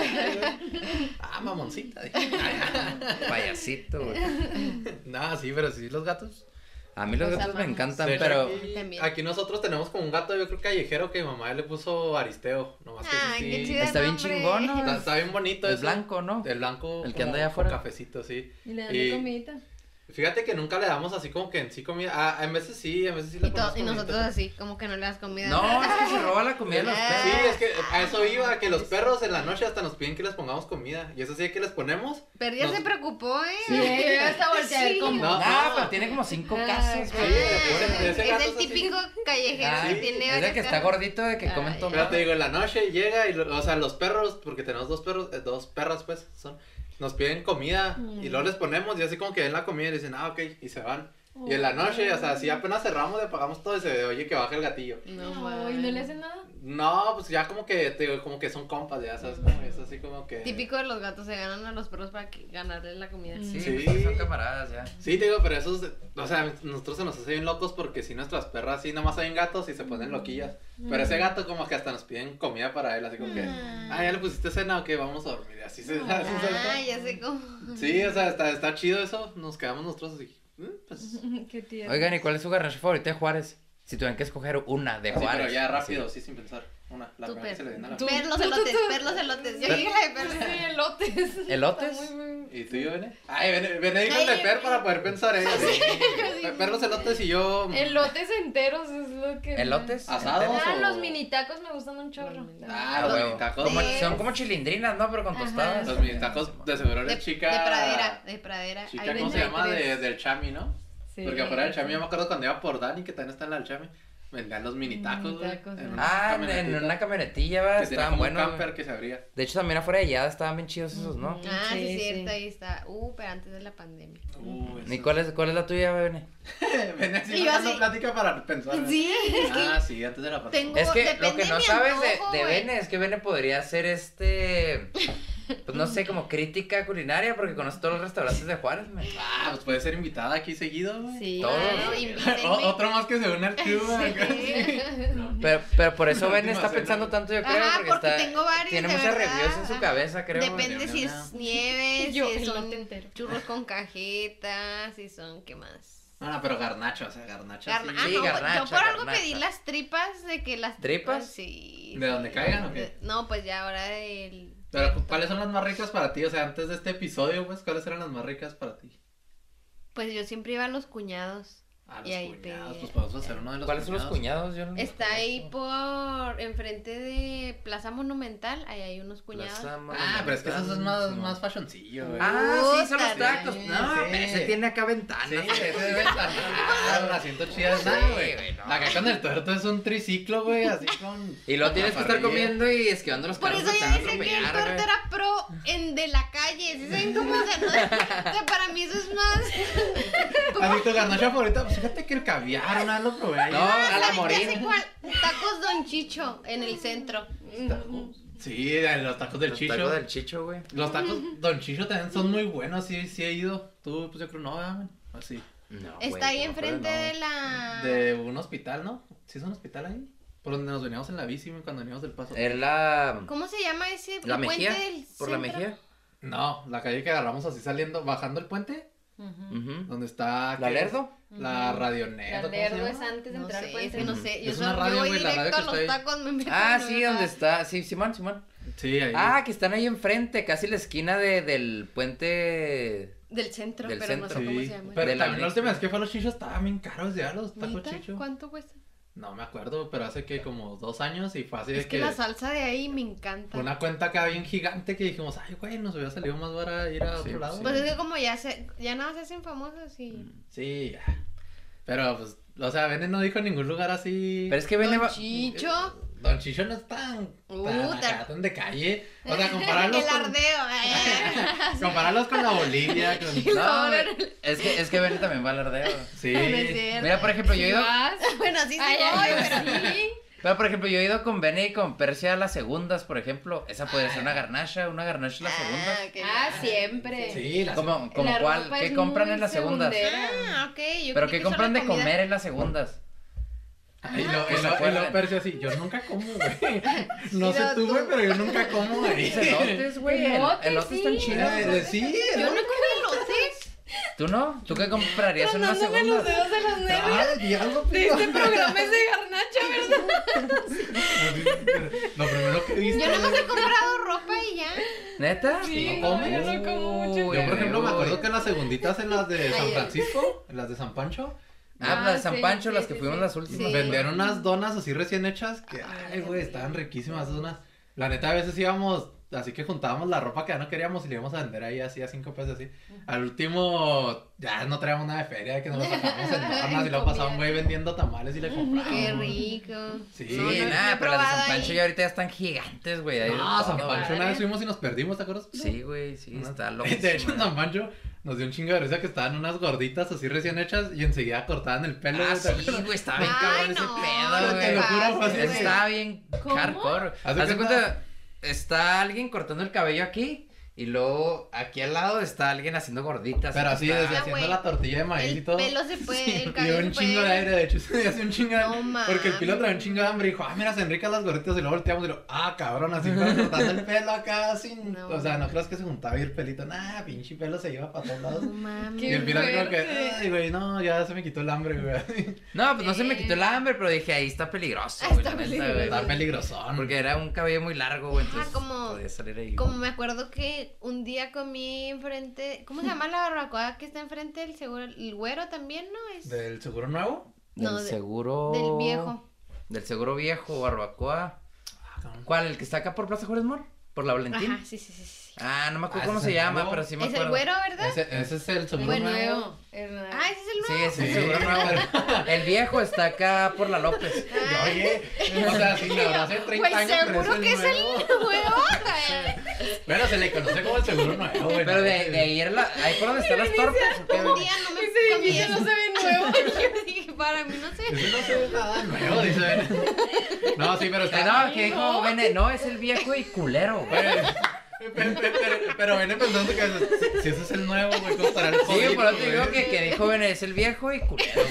A: ah, mamoncita.
B: Payasito, güey.
A: No, sí, pero sí, los gatos.
B: A mí los
D: Los
B: gatos me
D: amamos.
B: encantan,
A: De hecho,
B: pero...
A: aquí,
D: También.
A: aquí nosotros tenemos como un gato, yo creo callejero, que mi mamá le puso Aristeo. Nomás que
D: Ah,
A: ese
D: qué
A: sí.
D: chido
B: Está bien
D: nombre.
B: chingón, ¿no?
A: Está, está bien bonito.
B: El
A: eso.
B: blanco, ¿no?
A: El blanco.
B: El que anda
A: como
B: allá afuera.
A: con Cafecito, sí.
C: Y le dan
A: Y-
C: de comidita.
A: Fíjate que nunca le damos así como que en sí comida. Ah, en veces sí, en veces sí le
D: Y, to-
A: ponemos
D: y
A: comidita.
D: nosotros así, como que no le das comida.
B: No, es que se roba la comida de los
D: Ah.
B: perros.
A: Sí, es que a eso iba, que los perros en la noche hasta nos piden que les pongamos comida. Y eso sí que les ponemos.
D: Pero ya
A: No.
D: se preocupó, ¿eh?
C: Sí, yo ya hasta volteé a ver
D: Sí.
C: cómo.
A: No,
B: Ah,
A: no.
B: pero tiene como cinco
C: Ah,
B: casos,
A: Sí,
B: güey.
A: le
D: Ah,
A: ponen- ese gato
D: es
A: es
D: el
A: así.
D: típico callejero
B: Ah,
D: que
A: sí.
D: tiene
B: es el que
D: oreja.
B: está gordito de que comen
C: Ay.
B: todo.
A: Pero te digo, en la noche llega y, lo- o sea, los perros, porque tenemos dos perros, eh, dos perras, pues, son, nos piden comida y
D: Mm.
A: luego les ponemos y así como que ven la comida y dicen, ah, ok, y se van. Y
D: Oh.
A: en la noche, o sea, si apenas cerramos, le pagamos todo y se oye que baja el gatillo.
D: No,
C: No, y
D: mames.
C: no le hacen nada.
A: No, pues ya como que, te digo, como que son compas, ya sabes, como es así como que...
D: Típico de los gatos, se ganan a los perros para que- ganarles la comida.
C: Mm.
B: Sí,
A: Sí.
B: pues, son camaradas ya.
A: Sí, te digo, pero esos, o sea, nosotros se nos hace bien locos porque si nuestras perras sí nomás hay gatos y se ponen loquillas. Pero
D: Mm.
A: ese gato como que hasta nos piden comida para él, así como que, ah, ya le pusiste cena o qué, vamos a dormir, y así se...
C: Ah,
A: así
D: Ah,
A: se-
D: ya sé cómo.
A: Sí, o sea, está, está chido eso, nos quedamos nosotros así, "Mm, pues... sí,
C: Qué tierno.
B: Oigan, ¿y cuál es su garnacha favorita de Juárez? Si tuvieran que escoger una de Juárez.
A: pero ya rápido, sí, sin pensar. Una, la
D: Tú,
A: primera que se le viene a la
C: tú.
D: Perlos, elotes, perlos, elotes. Yo
B: Pero-
D: dije la de perlos.
C: Sí, elotes.
B: ¿Elotes?
C: Está muy, muy-
A: ¿Y tú y yo, Bene? Ay, Bene, Bene dijo el de
D: Ay,
A: per para poder pensar ¿eh? en
C: sí.
A: Perros elotes y yo...
C: Elotes enteros es lo que.
B: ¿Elotes?
A: Asados.
C: Ah,
A: o-
C: los mini tacos me gustan un chorro.
A: Ah,
B: Ah,
A: los
B: huevo.
A: minitacos.
B: Como-
D: Sí.
B: son como chilindrinas, ¿no? Pero con
C: Ajá.
B: tostadas.
A: Los minitacos de seguro
D: De,
A: eres
D: de
A: chica...
D: pradera, de pradera.
A: Chica,
D: Ahí
A: ¿cómo
D: ven
A: se llama?
D: tres.
A: De- del chami, ¿no?
C: Sí.
A: Porque afuera del chami, yo me acuerdo cuando iba por Dani, que también está en la del chami, vendían los
D: Mm,
A: mini tacos, güey.
C: Minitacos,
A: en
C: ¿no?
A: una
B: Ah, en- en,
A: camionetita,
B: una camionetilla, va,
A: que tenía
B: estaban
A: como un
B: buenos.
A: camper que se abría.
B: De hecho, también afuera de Yada estaban bien chidos esos, ¿no?
C: Ujú.
D: Ah, sí,
C: Sí,
D: es cierto,
C: sí.
D: ahí está. Uh, pero antes de la pandemia.
A: Uh,
B: ¿Y cuál es, cuál es la tuya, Bene?
A: Ven
D: Y
A: así,
D: yo
A: dando
D: así-
A: plática para pensar.
D: Sí, es que
A: Ah, sí, antes de la pandemia.
D: tengo.
B: Es que
D: depende
B: lo que
D: de
B: no
D: mi
B: sabes de,
D: antojo,
B: de
D: güey.
B: Bene es que Bene podría hacer este. Pues no sé, como crítica culinaria, porque conoce todos los restaurantes de Juárez, man.
A: Ah, pues puede ser invitada aquí seguido, güey.
C: Sí.
B: Todo.
D: Claro,
A: O-
D: invítenme.
A: Oh, otro más que se une al club. acá, sí.
B: Pero, pero por eso
A: La
B: Ben
A: última
B: está
A: cena.
B: pensando tanto, yo creo,
D: Ajá,
B: porque,
D: porque
B: está,
D: tengo varios,
B: tiene
D: de
B: muchas
D: verdad.
B: reviews en su
D: Ajá.
B: cabeza, creo.
D: Depende si es nieve,
C: Yo,
D: si
C: elote
D: son
C: entero.
D: churros con cajeta, si son, ¿qué más?
A: No, no, pero garnacho, o sea, garnacho.
D: Garna- ah,
B: sí,
D: no,
B: garnacha,
D: yo por algo
B: garnacha.
D: pedí las tripas de que las
B: ¿Tripas?
D: sí.
A: ¿De dónde caigan o qué?
D: De- No, pues ya ahora del
A: Pero, pues, ¿cuáles son las más ricas para ti? O sea, antes de este episodio, pues, ¿cuáles eran las más ricas para ti?
D: pues yo siempre iba a los cuñados.
A: Ah,
D: Y
A: los
D: ahí
A: cuñados,
D: pedí-
A: pues podemos hacer uno de los
B: ¿Cuáles son los cuñados? Yo no los
D: Está ahí
B: conozco.
D: por enfrente de Plaza Monumental, ahí hay unos cuñados.
B: Plaza
A: Ah, pero es que esos es más,
B: Monumental.
A: más fashioncillo, güey.
B: Ah, sí, son los
D: Puta,
B: tacos.
A: sí,
B: No,
A: sí.
B: pero ese tiene acá
A: Sí,
B: ventanas.
A: ese debe estar ah, la siento chida es nada,
B: Sí,
A: güey.
B: güey, no.
A: La que con el tuerto es un triciclo, güey, así con.
B: Y luego tienes que estar comiendo y esquivando los
D: Por
B: carros
D: eso
B: que te
D: yo
B: van a
D: dije que el
B: atropellar, güey.
D: corte era pro en de la calle. ¿Sí saben cómo? O sea, no- o sea, para mí eso es más.
A: Así tu garnacha favorita, pues fíjate que el caviar, una vez lo probé. ahí.
B: No, a la
D: ¿Saben qué
B: morina.
D: hace cuál? Tacos Don Chicho en el centro.
B: Mm,
A: Sí, de los tacos del
B: Los
A: chicho.
B: tacos del chicho, güey.
A: Los tacos Don Chicho también son muy buenos, sí, sí he ido. Tú, pues yo creo, no, ¿verdad, güey? Así.
B: No, güey,
D: Está ahí
B: te lo juro,
D: enfrente
B: no.
D: de la.
A: De un hospital, ¿no? ¿Sí es un hospital ahí? Por donde nos veníamos en la bici güey, cuando veníamos del paso.
B: Es la.
D: ¿Cómo se llama ese
B: La
D: puente
B: mejía.
D: del
B: Por la
D: centro?
B: mejía.
A: No, la calle que agarramos así saliendo, bajando el puente,
B: Ujú.
A: donde está.
B: ¿La
A: ¿qué?
B: Lerdo?
A: La Radionet.
C: La
A: ¿o cómo se
C: Lerdo
A: llama?
C: es antes de
D: No
C: entrar al
D: sé, es
C: puente.
D: que no
A: Ujú.
D: sé. Yo,
A: Es
D: solo-
A: una
D: yo
A: radio,
D: voy
A: güey, la radio
D: directo
A: que
D: a los
A: está ahí.
D: tacos. Me meto
B: Ah,
D: por
B: sí,
D: un
B: donde
D: lado.
B: está. Sí, Simón, Simón.
A: Sí, ahí.
B: Ah, que están ahí enfrente, casi la esquina de, del puente.
D: Del centro,
B: Del
D: pero no
B: centro.
D: sé cómo se
A: Sí,
D: llama.
A: pero
B: De la
A: también la
B: Nexo.
A: última vez que fue a los chichos estaban bien caros ya los tacos
D: ¿Neta?
A: chichos.
D: ¿Cuánto cuesta?
A: No me acuerdo, pero hace que como dos años y fue así de
D: Es que
A: que,
D: la salsa de ahí me encanta.
A: fue una cuenta acá bien gigante que dijimos, ay güey, nos hubiera salido más barato ir a
B: Sí,
A: otro lado.
B: sí.
D: Pues es que como ya se, ya nada se hacen famosos y.
B: Mm.
A: Sí, ya. Pero pues, o sea, Bene no dijo en ningún lugar así. Eh,
B: Pero es que
D: Don
B: Bene va.
D: Chicho.
A: Don Chicho no es tan, tan,
D: Uh,
A: acá,
D: tan-
A: tan de calle. O sea, compararlos
D: El
A: con,
D: ardeo. eh.
A: compararlos con la Bolivia. Con...
D: Sí.
B: No,
D: Ahora-
B: güey, es que, es que Bernie también va al ardeo.
A: Sí.
D: No es cierto.
B: Mira, por ejemplo, yo he ido,
C: ¿Vas?
D: Bueno, sí, sí,
C: Ay,
D: voy,
C: ay,
D: pero-
C: sí.
B: pero, por ejemplo, yo he ido con Benny y con Persia a las segundas, por ejemplo. Esa podría ser una garnacha, una garnacha a las segundas.
D: Ah, ok.
C: Ah, siempre.
A: Sí, Ah, la
B: Como, como
C: La
B: cuál,
C: ropa
B: ¿qué
C: es
B: compran
C: muy
B: en las segundas?
C: segundera.
D: Ah, ok. Yo
B: Pero
D: creí
B: ¿qué
D: que
B: compran
D: solo
B: de
D: comida.
B: comer en las segundas?
A: Ay, lo,
B: que
A: el,
B: se
A: lo- el
B: acuerden.
A: lo percio así, yo nunca como, güey. No sé
D: Mira
A: tú,
D: tú.
A: güey, pero yo nunca como, güey.
B: Dice elotes, güey. El-
C: Elotes,
B: Elotes
C: sí.
B: están chidos.
A: Eh,
B: güey.
A: eh, Sí,
D: Yo
A: ¿no?
D: no como elotes.
B: ¿Tú no? ¿Tú qué comprarías en unas
D: Tronándome los
B: segundas?
D: dedos de los nervios.
A: Ay, diablo,
D: De
A: pero-
D: este programa es de garnacha, ¿verdad?
A: Lo primero que viste.
D: Yo nomás he comprado ropa y ya.
B: ¿Neta?
A: Sí, ¿No comes?
C: yo no como mucho.
A: Yo, por ejemplo, me acuerdo que en las segunditas, en las de San
D: Ay, ay.
A: Francisco, en las de San Pancho,
B: Ah, las de San
C: sí,
B: Pancho,
C: sí,
B: las que
C: sí,
B: fuimos
C: sí.
B: las últimas.
D: Sí.
A: vendieron unas donas así recién hechas que,
D: Ay,
A: ay, güey,
D: sí.
A: estaban riquísimas esas donas. La neta, a veces íbamos, así que juntábamos la ropa que ya no queríamos y le íbamos a vender ahí así a cinco pesos así. Al último, ya no traíamos nada de feria, que nos lo sacábamos en donas y
D: En
A: lo
D: comida.
A: pasaba un güey vendiendo tamales y le comprábamos.
D: Qué rico.
A: Sí,
B: Sí,
A: No, no, no
B: nada,
D: he
B: pero las de
D: probado
B: San Pancho
D: ahí.
B: ya ahorita ya están gigantes, güey. ahí
A: No,
B: está
A: San
B: todo,
A: Pancho, una
C: padre.
A: vez fuimos y nos perdimos, ¿te acuerdas?
B: güey. Sí, güey, sí,
A: Unas-
B: está loco.
A: De hecho, en San Pancho nos dio un chingo de risa que estaban unas gorditas así recién hechas y enseguida cortaban el pelo.
B: Ah,
A: ¿te
B: sí,
A: acuerdas?
B: güey, estaba bien
D: Ay,
B: cabrón ese
D: no,
B: pedo,
A: no
B: güey.
A: te lo juro, fue así,
D: pases,
A: güey.
B: Está bien
C: ¿Cómo?
B: hardcore.
A: Haz
B: Haz
A: de
B: de
A: cuenta-
B: cuenta, está alguien cortando el cabello aquí y luego aquí al lado está alguien haciendo gorditas.
A: Pero así,
B: Está-
A: desde
D: Ah,
A: haciendo
D: güey.
A: la tortilla de maíz y
D: El
A: todo.
D: pelo se puede, el
A: Y
D: cabello
A: un
D: se
A: chingo de
D: puede.
A: aire, de hecho, se hacía un chingo de aire.
D: No
A: porque el pilo
D: mames.
A: traía un chingo de hambre y dijo, ah, mira, se enrican las gorditas. Y luego volteamos y lo, ah, cabrón, así estaba cortando el pelo acá sin.
D: No.
A: O sea, no creas que se juntaba y el pelito, nah, pinche pelo se lleva para todos lados.
D: No mames.
A: Y el
C: Qué
A: pilo dijo que,
C: fuerte.
A: ay, güey, no, ya se me quitó el hambre, güey.
B: No, pues no se me quitó el hambre, pero dije, ahí está peligroso.
D: Ah,
B: güey,
D: está
B: la neta,
D: peligroso.
B: güey.
A: Eh. Está peligrosón.
B: Porque era un cabello muy largo, güey,
D: Ah,
B: entonces
D: como-
B: podía salir ahí.
D: Como me acuerdo que un día comí enfrente, ¿cómo se llama la barbacoa que está enfrente del seguro? El güero también, ¿no? Es
A: ¿Del seguro nuevo?
B: Del
D: no, de-
B: seguro...
D: del viejo.
B: Del seguro viejo, barbacoa.
A: Ah, cabrón.
B: ¿Cuál? ¿El que está acá por Plaza Juárez Mor? ¿Por la Valentín?
D: Ajá, sí, sí, sí. sí.
B: Ah, no me
A: Ah,
B: acuerdo cómo
A: ese
B: se
A: es el
B: llama,
A: nuevo.
B: pero sí me
D: Es
B: acuerdo.
D: el güero, ¿verdad?
A: Ese, ese es el seguro
C: Bueno,
A: nuevo.
C: es nuevo.
D: Ah, ese es el
B: Sí,
D: nuevo.
B: es el
A: Sí.
B: seguro nuevo. El viejo está acá por la López.
D: Ah,
A: Oye, o sea, sí, la verdad, hace 30
D: Güey,
A: años, pero
D: pues seguro que es el
A: nuevo.
D: nuevo.
A: Bueno, se le conoce como el seguro nuevo, güey.
B: Pero de, de ahí era la... Ahí por donde están las torpes. ¿o qué,
D: Un
B: güey?
D: día no me
C: Ese
D: comí
C: edificio
D: eso.
C: no se ve nuevo.
D: Yo dije, para mí no sé.
A: Eso no se ve nada nuevo, dice. No, sí, pero
B: Eh,
A: está...
B: No, que dijo, Bene, no, es el viejo y culero, güey.
A: Pero, pero, pero, pero viene pensando que si, si ese es el nuevo, güey, ¿cómo estará el
B: Sí,
A: jodido,
B: por eso te digo
A: güey?
B: que, que dijo, Bene, es el viejo y culero.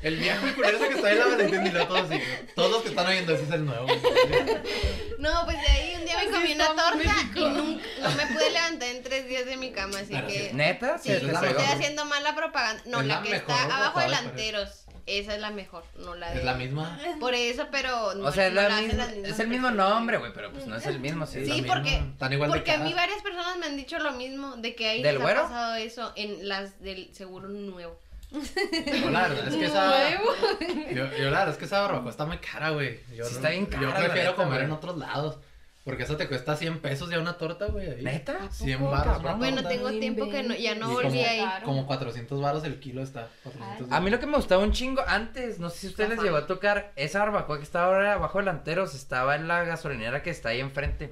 A: El viejo y culero ese que está en la Valentín y lo todo así. Todos los que están oyendo, ese es el nuevo. güey.
D: No, pues de ahí un día me
C: Así
D: comí una
C: estamos,
D: torta
C: México.
D: y nunca, no me pude levantar en tres días de mi cama, así
A: Claro,
D: que...
B: ¿Neta?
D: Sí,
B: Sí,
A: Esa es la
D: estoy
A: mejor.
D: haciendo mala propaganda. No,
A: Es
D: la,
A: la
D: que
A: mejor
D: está abajo
A: propaganda.
D: delanteros. Esa es la mejor, no la de.
A: Es la misma.
D: Por eso, pero no,
B: O sea, es,
D: no
B: la
D: hacen
B: misma-
D: las mismas
B: es el mismo
D: personas.
B: nombre, güey, pero pues no es el mismo, sí.
A: Es
D: Sí,
A: la misma,
D: porque-
A: Están igual de
D: Porque a mí
A: caras.
D: varias personas me han dicho lo mismo, de que ahí
B: ah. ¿Del
D: les ha
B: güero?
D: pasado eso en las del seguro nuevo.
A: No, la verdad es que esa...
C: Nuevo.
A: Yo, yo la verdad es que esa barbacoa está muy cara, güey. Yo,
B: Sí
A: no-
B: está bien cara,
A: Yo
B: la
A: prefiero
B: neta,
A: comer
B: güey.
A: en otros lados. Porque eso te cuesta 100 pesos ya una torta, güey. ahí.
B: ¿Neta?
A: 100 barras. una
D: Bueno,
A: torta.
D: tengo tiempo que no- ya no
A: Y
D: volví
A: como,
D: a ir.
C: Claro.
A: Como 400 baros el kilo está. 400
D: Ah,
B: A mí lo que me gustaba un chingo antes, no sé si a ustedes les
D: Ajá.
B: llegó a tocar, esa barbacoa que estaba ahora abajo delanteros, estaba en la gasolinera que está ahí enfrente.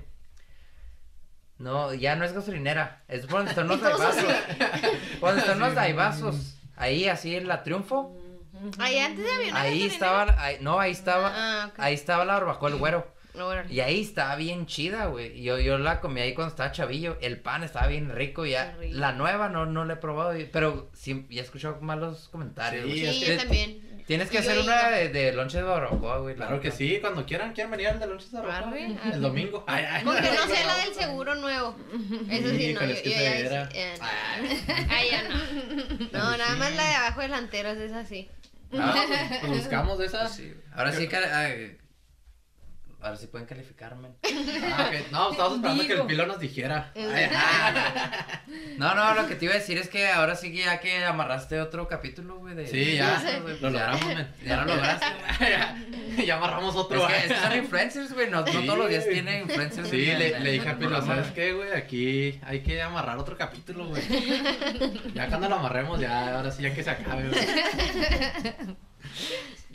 B: No, ya no es gasolinera, es por donde están los
D: todos
B: daibazos. Por donde están
A: Sí.
B: los daibazos. Ahí, así en la triunfo.
D: Ahí antes había una
B: Ahí
D: gasolinera.
B: estaba, ahí- no, ahí estaba,
D: Ah, ok.
B: ahí estaba la barbacoa el güero.
D: No, órale.
B: Y ahí estaba bien chida, güey. Yo, yo la comí ahí cuando estaba chavillo. El pan estaba bien rico. Ya.
D: Qué rico.
B: La nueva no, no la he probado. y- Pero sí, ya he escuchado malos comentarios.
A: Sí,
B: güey.
D: Sí,
A: es
D: yo
B: que-
D: también.
B: Tienes que
D: Yo
B: hacer
D: he
B: una
D: ido.
B: de, de lonche de barbacoa, güey. la
A: Claro que
B: neta.
A: sí, cuando quieran, quieren venir al de lonches de barbacoa.
D: Arre,
A: güey?
D: arre.
A: El domingo. Ay, ay.
D: ah. Con que no sea la del seguro nuevo. Eso sí, no.
A: Híjole,
D: Yo,
A: es que
D: yo
A: se
D: ya
A: viera.
D: hice- eh,
A: Ay.
D: Ah, ya no. No, nada más la de abajo delanteros es así.
A: Ah, pues buscamos de esas.
B: Sí, güey. Ahora sí, cal- ay, ahora sí pueden calificarme.
A: Ah, ok. No, estábamos esperando que el
C: Digo.
A: pilo nos dijera.
D: Es-
A: Ay, ay.
B: No, no, lo que te iba a decir es que ahora sí que ya que amarraste otro capítulo, güey. de-
A: Sí,
B: Ya,
A: ya.
B: güey, pues
A: Lo
B: ya.
A: logramos, men.
B: Ya lo lograste.
A: Ya- Ya amarramos otro. eh.
B: Es
A: güey.
B: que estos son influencers, güey. No, no
A: Sí.
B: todos los días tiene influencers.
A: Sí,
B: en-
A: le,
B: en-
A: le
B: en
A: dije a
B: el
A: Pilo,
B: programa,
A: ¿sabes
B: güey.
A: qué, güey? Aquí hay que amarrar otro capítulo, güey. Ya cuando lo amarremos, ya, ahora sí, ya que se acabe, güey.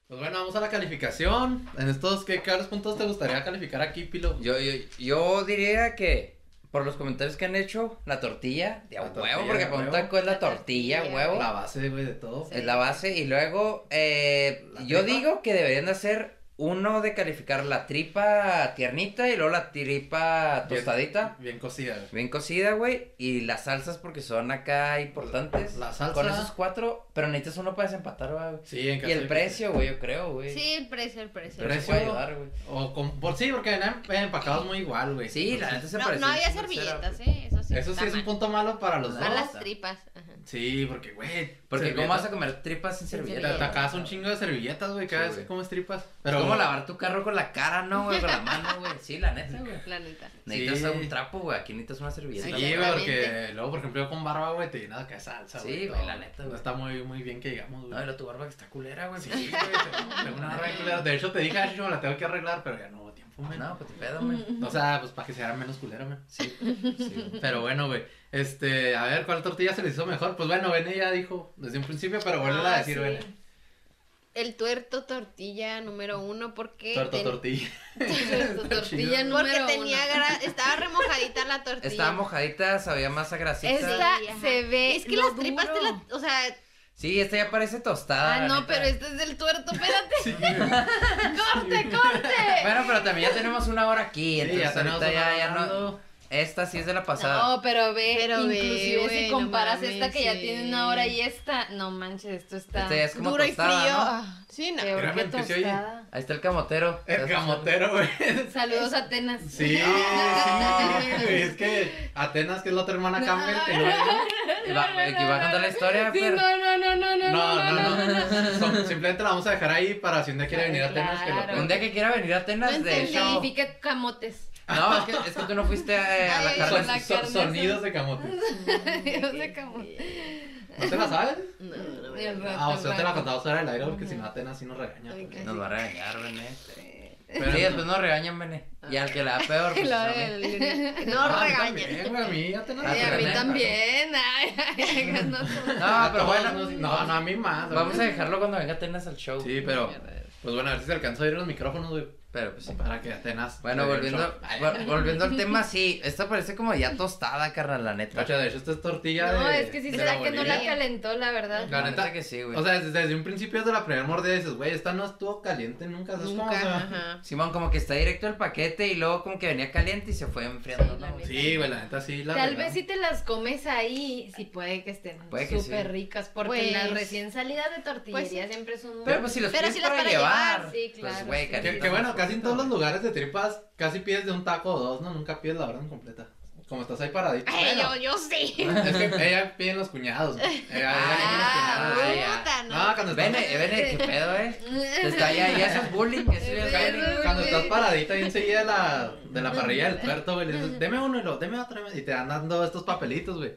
A: Pues bueno, vamos vamos a la calificación. En estos, ¿qué cuáles puntos te gustaría calificar aquí, Pilo?
B: Yo, yo, yo diría que por los comentarios que han hecho, la tortilla, de a
A: La
B: huevo,
A: tortilla,
B: porque
A: de
B: con un
A: huevo.
B: taco es la
D: La
B: tortilla,
D: tortilla.
B: huevo.
A: La base, güey, de todo.
B: Es la base. Y luego, eh,
A: La
B: yo
A: tripa.
B: digo que deberían de hacer uno de calificar la tripa tiernita y luego la tripa
A: Bien-
B: tostadita.
A: Bien cocida, güey.
B: Bien cocida, güey. Y las salsas porque son acá importantes.
A: La salsa.
B: Con esos cuatro, pero necesitas uno para desempatar, va, güey.
A: Sí, en
B: Y
A: caso
B: el
A: de-
B: precio, güey, yo creo, güey.
D: Sí, el precio, el precio.
B: Pero eso
A: Precio.
B: puede ayudar, güey.
A: O con, por sí, porque venían empacados muy igual, güey.
B: Sí, la neta
A: Entonces,
B: se
D: No,
B: pareció
D: no había
B: sincera,
D: servilletas, ¿eh? Eso sí.
A: Eso sí
D: está
A: es un
D: mal.
A: punto malo para los dos.
D: A las
B: Está.
D: tripas. ajá.
A: Sí, porque, güey.
B: Porque
A: servilleta-
B: ¿cómo vas a comer tripas sin
A: Te
B: servilleta?
D: servilleta.
A: atacabas un chingo de servilletas, güey, cada
B: Sí,
A: vez que
B: güey.
A: comes tripas.
B: Pero...
A: Pero
B: Es como lavar tu carro con la cara, ¿no, güey? Con la mano, güey. Sí, la neta, güey.
D: La neta.
B: Necesitas
A: Sí.
B: un trapo, güey. Aquí necesitas una servilleta.
A: Sí,
B: la
A: güey,
B: neta.
A: porque luego, por ejemplo, yo con barba, güey, te llenas de salsa,
B: Sí,
A: güey.
B: güey,
A: no,
B: la neta,
A: No
B: güey.
A: está muy, muy bien que digamos,
B: No,
A: güey.
B: y lo tu barba que está culera, güey.
A: Sí, güey, tengo- tengo una barba de culero. De hecho, te dije, "Ay, yo la tengo que arreglar, pero ya no hubo tiempo, güey.
B: No, pues te pedo, güey.
A: O sea, pues para que se haga menos culero, güey.
B: Sí, sí.
A: Pero bueno, güey. Este, a ver, ¿cuál tortilla se le hizo mejor? Pues bueno, Bene ya dijo desde un principio, pero vuelve a
D: Ah,
A: decir,
D: sí.
A: Bene.
D: El tuerto tortilla número uno porque...
A: Torto
D: ten-
A: tortilla.
C: Tuerto
A: Está
C: tortilla,
A: chido.
C: no.
D: Porque
C: Número
D: tenía
C: uno.
D: gra- estaba remojadita la tortilla.
B: Estaba mojadita, sabía más a grasita.
D: Esta
C: Sí, ajá.
D: se ve.
C: Es que las tripas te la-
D: O sea.
B: Sí, esta ya parece tostada.
D: Ah,
B: la
D: no,
B: neta.
D: pero este es del tuerto, espérate.
A: Sí, güey.
D: ¡Corte, corte!
B: Bueno, pero también ya tenemos una hora aquí,
A: Sí,
B: entonces
A: ya tenemos
B: ahorita ya,
A: una
B: ya
A: hablando.
B: no... Esta sí es de la pasada.
C: No, pero ve,
D: Pero ve,
C: inclusive
D: güey,
C: si
D: no
C: comparas
D: mames,
C: esta que ya
D: sí.
C: tiene una hora y esta, no manches, esto está
B: Esta ya es como
D: Duro y frío.
B: tostada, ¿no?
D: Ah, Sí, no.
C: peor que
A: Créanme que se oye.
C: tostada.
B: Ahí está el camotero.
A: El camotero, güey.
C: Saludos Atenas.
A: Sí, sí, güey. Es que Atenas, que es la otra hermana Campbell, que no
B: Y va, y que va a contar la historia,
C: Sí,
B: pero...
C: no, no, no, no, no,
A: No, no, no. Son- simplemente la vamos a dejar ahí para si un día quiere venir a Atenas, que lo
C: Claro.
B: Un día que quiera venir a Atenas,
D: No
B: de hecho...
D: entendí.
C: Significa camotes.
B: No, es que, es que tú no fuiste eh, a, la
D: Ay,
A: Son-
B: carne.
D: la
A: son-
D: carne
A: sonidos de camote.
C: Yo sé cómo.
A: ¿No te la sabes?
D: No, no, no.
C: El rato,
A: Ah, o sea, te la
C: rato.
A: contamos fuera del aire porque si no Atenas sí nos regaña. pues.
D: Ok.
A: también.
B: Nos va a regañar, Bené.
A: Pero-
B: sí, después nos regañan, Bené. Y al que le da peor, pues,
D: Lo
B: a mí.
D: del-
A: Ah, a
D: No
A: mí
D: regañen.
A: también, güey, a mí Atenas.
B: Ah,
D: Sí, a
B: pero
D: mí
B: neta,
D: también. Ay, ay, ay, no,
B: No,
A: A
B: pero
A: todos
B: bueno.
A: nos- No, no, a mí más. güey.
B: Vamos a dejarlo cuando venga Atenas al show.
A: Sí, pero. Pues bueno, a ver si se alcanzó a ir los micrófonos, güey.
B: Pero pues sí.
A: Para que Atenas.
B: Bueno,
A: le dé el
B: volviendo,
A: show. Ay,
B: vol- volviendo al tema, sí. Esta parece como ya tostada, carnal, la neta.
A: Cacha, de hecho, esta es tortilla de.
C: No, es que sí
A: de
C: será que no la
A: Bolivia.
C: calentó, la verdad.
A: La neta.
B: que sí, güey.
A: O sea, desde, desde un principio de la primera mordida dices, güey, esta no estuvo caliente nunca. ¿sabes cómo? O
D: Nunca.
A: sea,
D: ajá.
B: Simón, como que está directo el paquete y luego como que venía caliente y se fue enfriando,
C: Sí, la
B: ¿no?
C: neta.
A: Sí, güey, la neta sí. La
C: Tal
A: verdad.
C: vez si te las comes ahí, sí puede que estén
B: Puede que
C: súper
B: sí.
C: ricas, porque
D: Pues-
C: las recién salidas de tortillería
D: Pues sí.
C: siempre son muy...
B: Pero pues si los
D: Pero
B: pides
D: sí las
B: para,
D: para
B: llevar,
D: llevar,
C: sí,
B: pues
C: claro,
B: güey,
C: sí.
A: Que,
B: calientas
A: que bueno,
B: más
A: casi en
B: poquito,
A: todos los
B: güey.
A: lugares de tripas casi pides de un taco o dos, ¿no? Nunca pides la orden completa. Como estás ahí paradito.
D: Ay,
A: Bueno,
D: yo, yo sí.
A: Es que ella piden los cuñados. güey. Ella- ella
B: Ah,
A: pide los cuñados.
B: ya.
D: puta,
A: No,
D: no.
A: cuando estás,
B: Vene, eh, vene, qué pedo, eh. Está ya, ya eso es bullying, eso ya es bullying.
A: cuando estás paradita ahí enseguida de la, de la parrilla del puerto, güey, le dices, deme uno y lo, deme otro. Y te van dando estos papelitos, güey.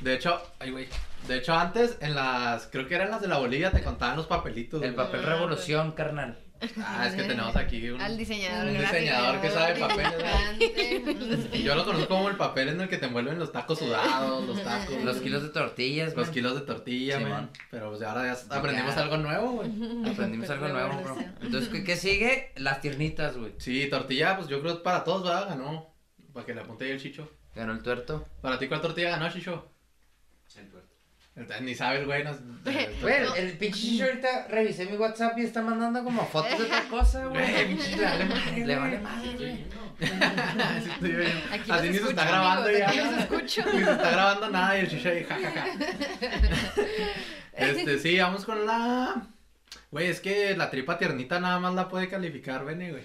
A: De hecho, ay, güey. De hecho, antes en las, creo que eran las de la Bolivia, te contaban los papelitos.
B: El
A: güey.
B: papel revolución, carnal.
A: Ah, es que tenemos aquí un,
D: Al diseñador.
A: un
D: gráfico.
A: diseñador que sabe papeles, güey.
C: Grande.
A: Y Yo lo conozco como el papel en el que te envuelven los tacos sudados, los tacos,
B: Los kilos de tortillas,
A: los
B: man.
A: kilos de tortilla,
B: Sí,
A: man.
B: man.
A: Pero pues ahora ya aprendimos
B: Ya.
A: algo nuevo, güey.
B: Aprendimos algo
C: Pero
B: nuevo, bro.
C: revolución.
B: Entonces, ¿qué, qué sigue? Las tiernitas, güey.
A: Sí, tortilla, pues yo creo que para todos, ¿verdad? Ganó. Para que le apunte ahí el chicho.
B: Ganó el tuerto.
A: ¿Para ti cuál tortilla ganó, chicho? Entonces, Ni sabes, güey. No,
B: Güey, el pinche chicho ahorita revisé mi WhatsApp y está mandando como fotos de otra cosa,
A: Güey,
B: güey.
A: pinche, dale madre,
B: Le
A: güey.
B: vale madre, güey.
A: Sí, estoy bien.
C: Aquí los
A: Así ni se
C: escucho,
A: está grabando
C: amigos,
A: ya.
C: aquí los escucho.
A: Ni se está grabando nada y el chicho ahí, jajaja. Este, sí, vamos con la. Güey, es que la tripa tiernita nada más la puede calificar, Bene, güey.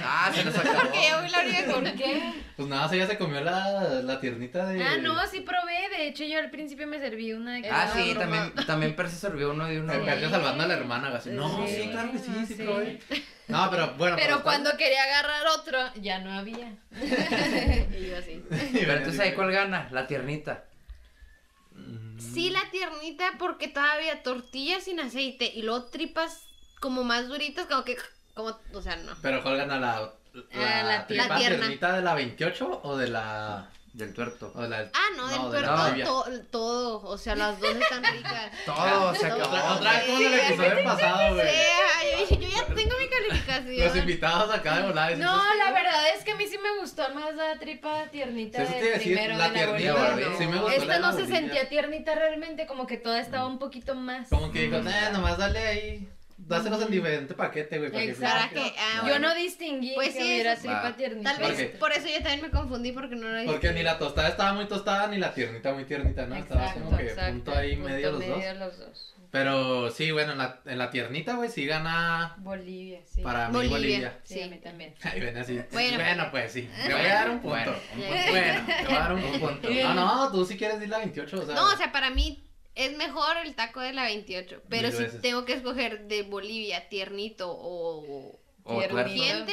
B: Ah, se nos acabó.
D: Porque yo fui la única con
C: ¿Por qué?
A: Pues nada, ella se comió la, la tiernita de.
C: Ah, no, sí probé. De hecho, yo al principio me serví una de
B: Ah,
C: cada
B: sí,
C: broma.
B: también, también Percy se olvidó uno de uno.
A: El
B: güey.
A: perro salvando a la hermana, güey, así. No,
B: Sí,
A: sí,
B: güey.
A: claro que sí, sí,
C: Sí.
A: probé. No, pero bueno. pues,
D: Pero
A: está-
D: cuando quería agarrar otro, ya no había. y yo así.
B: Pero entonces ahí cuál gana, la tiernita.
A: Mm,
D: Sí, la tiernita, porque todavía tortillas sin aceite y luego tripas como más duritas, como que. Como, o sea, no.
A: Pero cuál gana la. La,
C: Ah, la
A: tripa
D: la tierna.
A: tiernita de la 28 o de la.
B: Del tuerto.
A: O de la
D: Ah, no, del
A: No, de
D: puerto
B: la
A: novia.
D: to- todo. O sea, las dos están ricas.
B: Todo se acabó.
A: Ah, Otra, otra vez
D: Sí,
A: como en el
D: güey.
A: episodio pasado,
D: Sí,
A: güey.
D: ay, yo,
A: Los
D: explicación.
A: invitados acá de "Pues, volar.
C: No, la verdad es que a mí sí me gustó más la tripa tiernita
A: Eso te
C: del
A: iba a decir,
C: primero
A: la
C: de la
A: tiernita,
C: bolilla.
B: güey.
A: Sí me gustó la
C: Esta
A: de la
C: no se
A: bolilla.
C: sentía tiernita realmente, como que toda estaba un poquito más.
A: Como que dijo, eh, nomás dale ahí. Dáselos en diferente paquete, güey. para que se
D: Para
A: baje".
D: que- ah,
B: No,
C: Yo
D: bueno.
C: no distinguí
D: Pues
C: que
D: sí,
C: hubiera
D: eso-
C: tripa
B: Va.
C: tiernita.
D: Tal vez
A: Ah, Porque-
D: por eso yo también me confundí porque no lo dije.
A: Porque ni la tostada estaba muy tostada, ni la tiernita muy tiernita, ¿no? Estabas
C: Exacto,
A: como que
C: exacto,
A: punto ahí medio los dos.
C: medio los dos.
A: Pero sí, bueno, en la, en la tiernita, güey, sí gana
C: Bolivia, sí.
A: para mí
D: Bolivia.
A: Bolivia.
C: Sí,
D: Sí.
C: a mí también.
A: Ahí ven así. Bueno,
D: Bueno.
A: pues sí. Te voy a dar un punto.
B: Bueno,
A: Un
B: un
A: punto. Bueno, te voy a dar un punto. No, no, tú sí quieres ir la 28, o sea.
D: No, o sea, para mí es mejor el taco de la 28. Pero
A: Mil
D: si
A: veces.
D: tengo que escoger de Bolivia, tiernito o
B: O
C: Tiernito.
B: tuerto.
D: crujiente,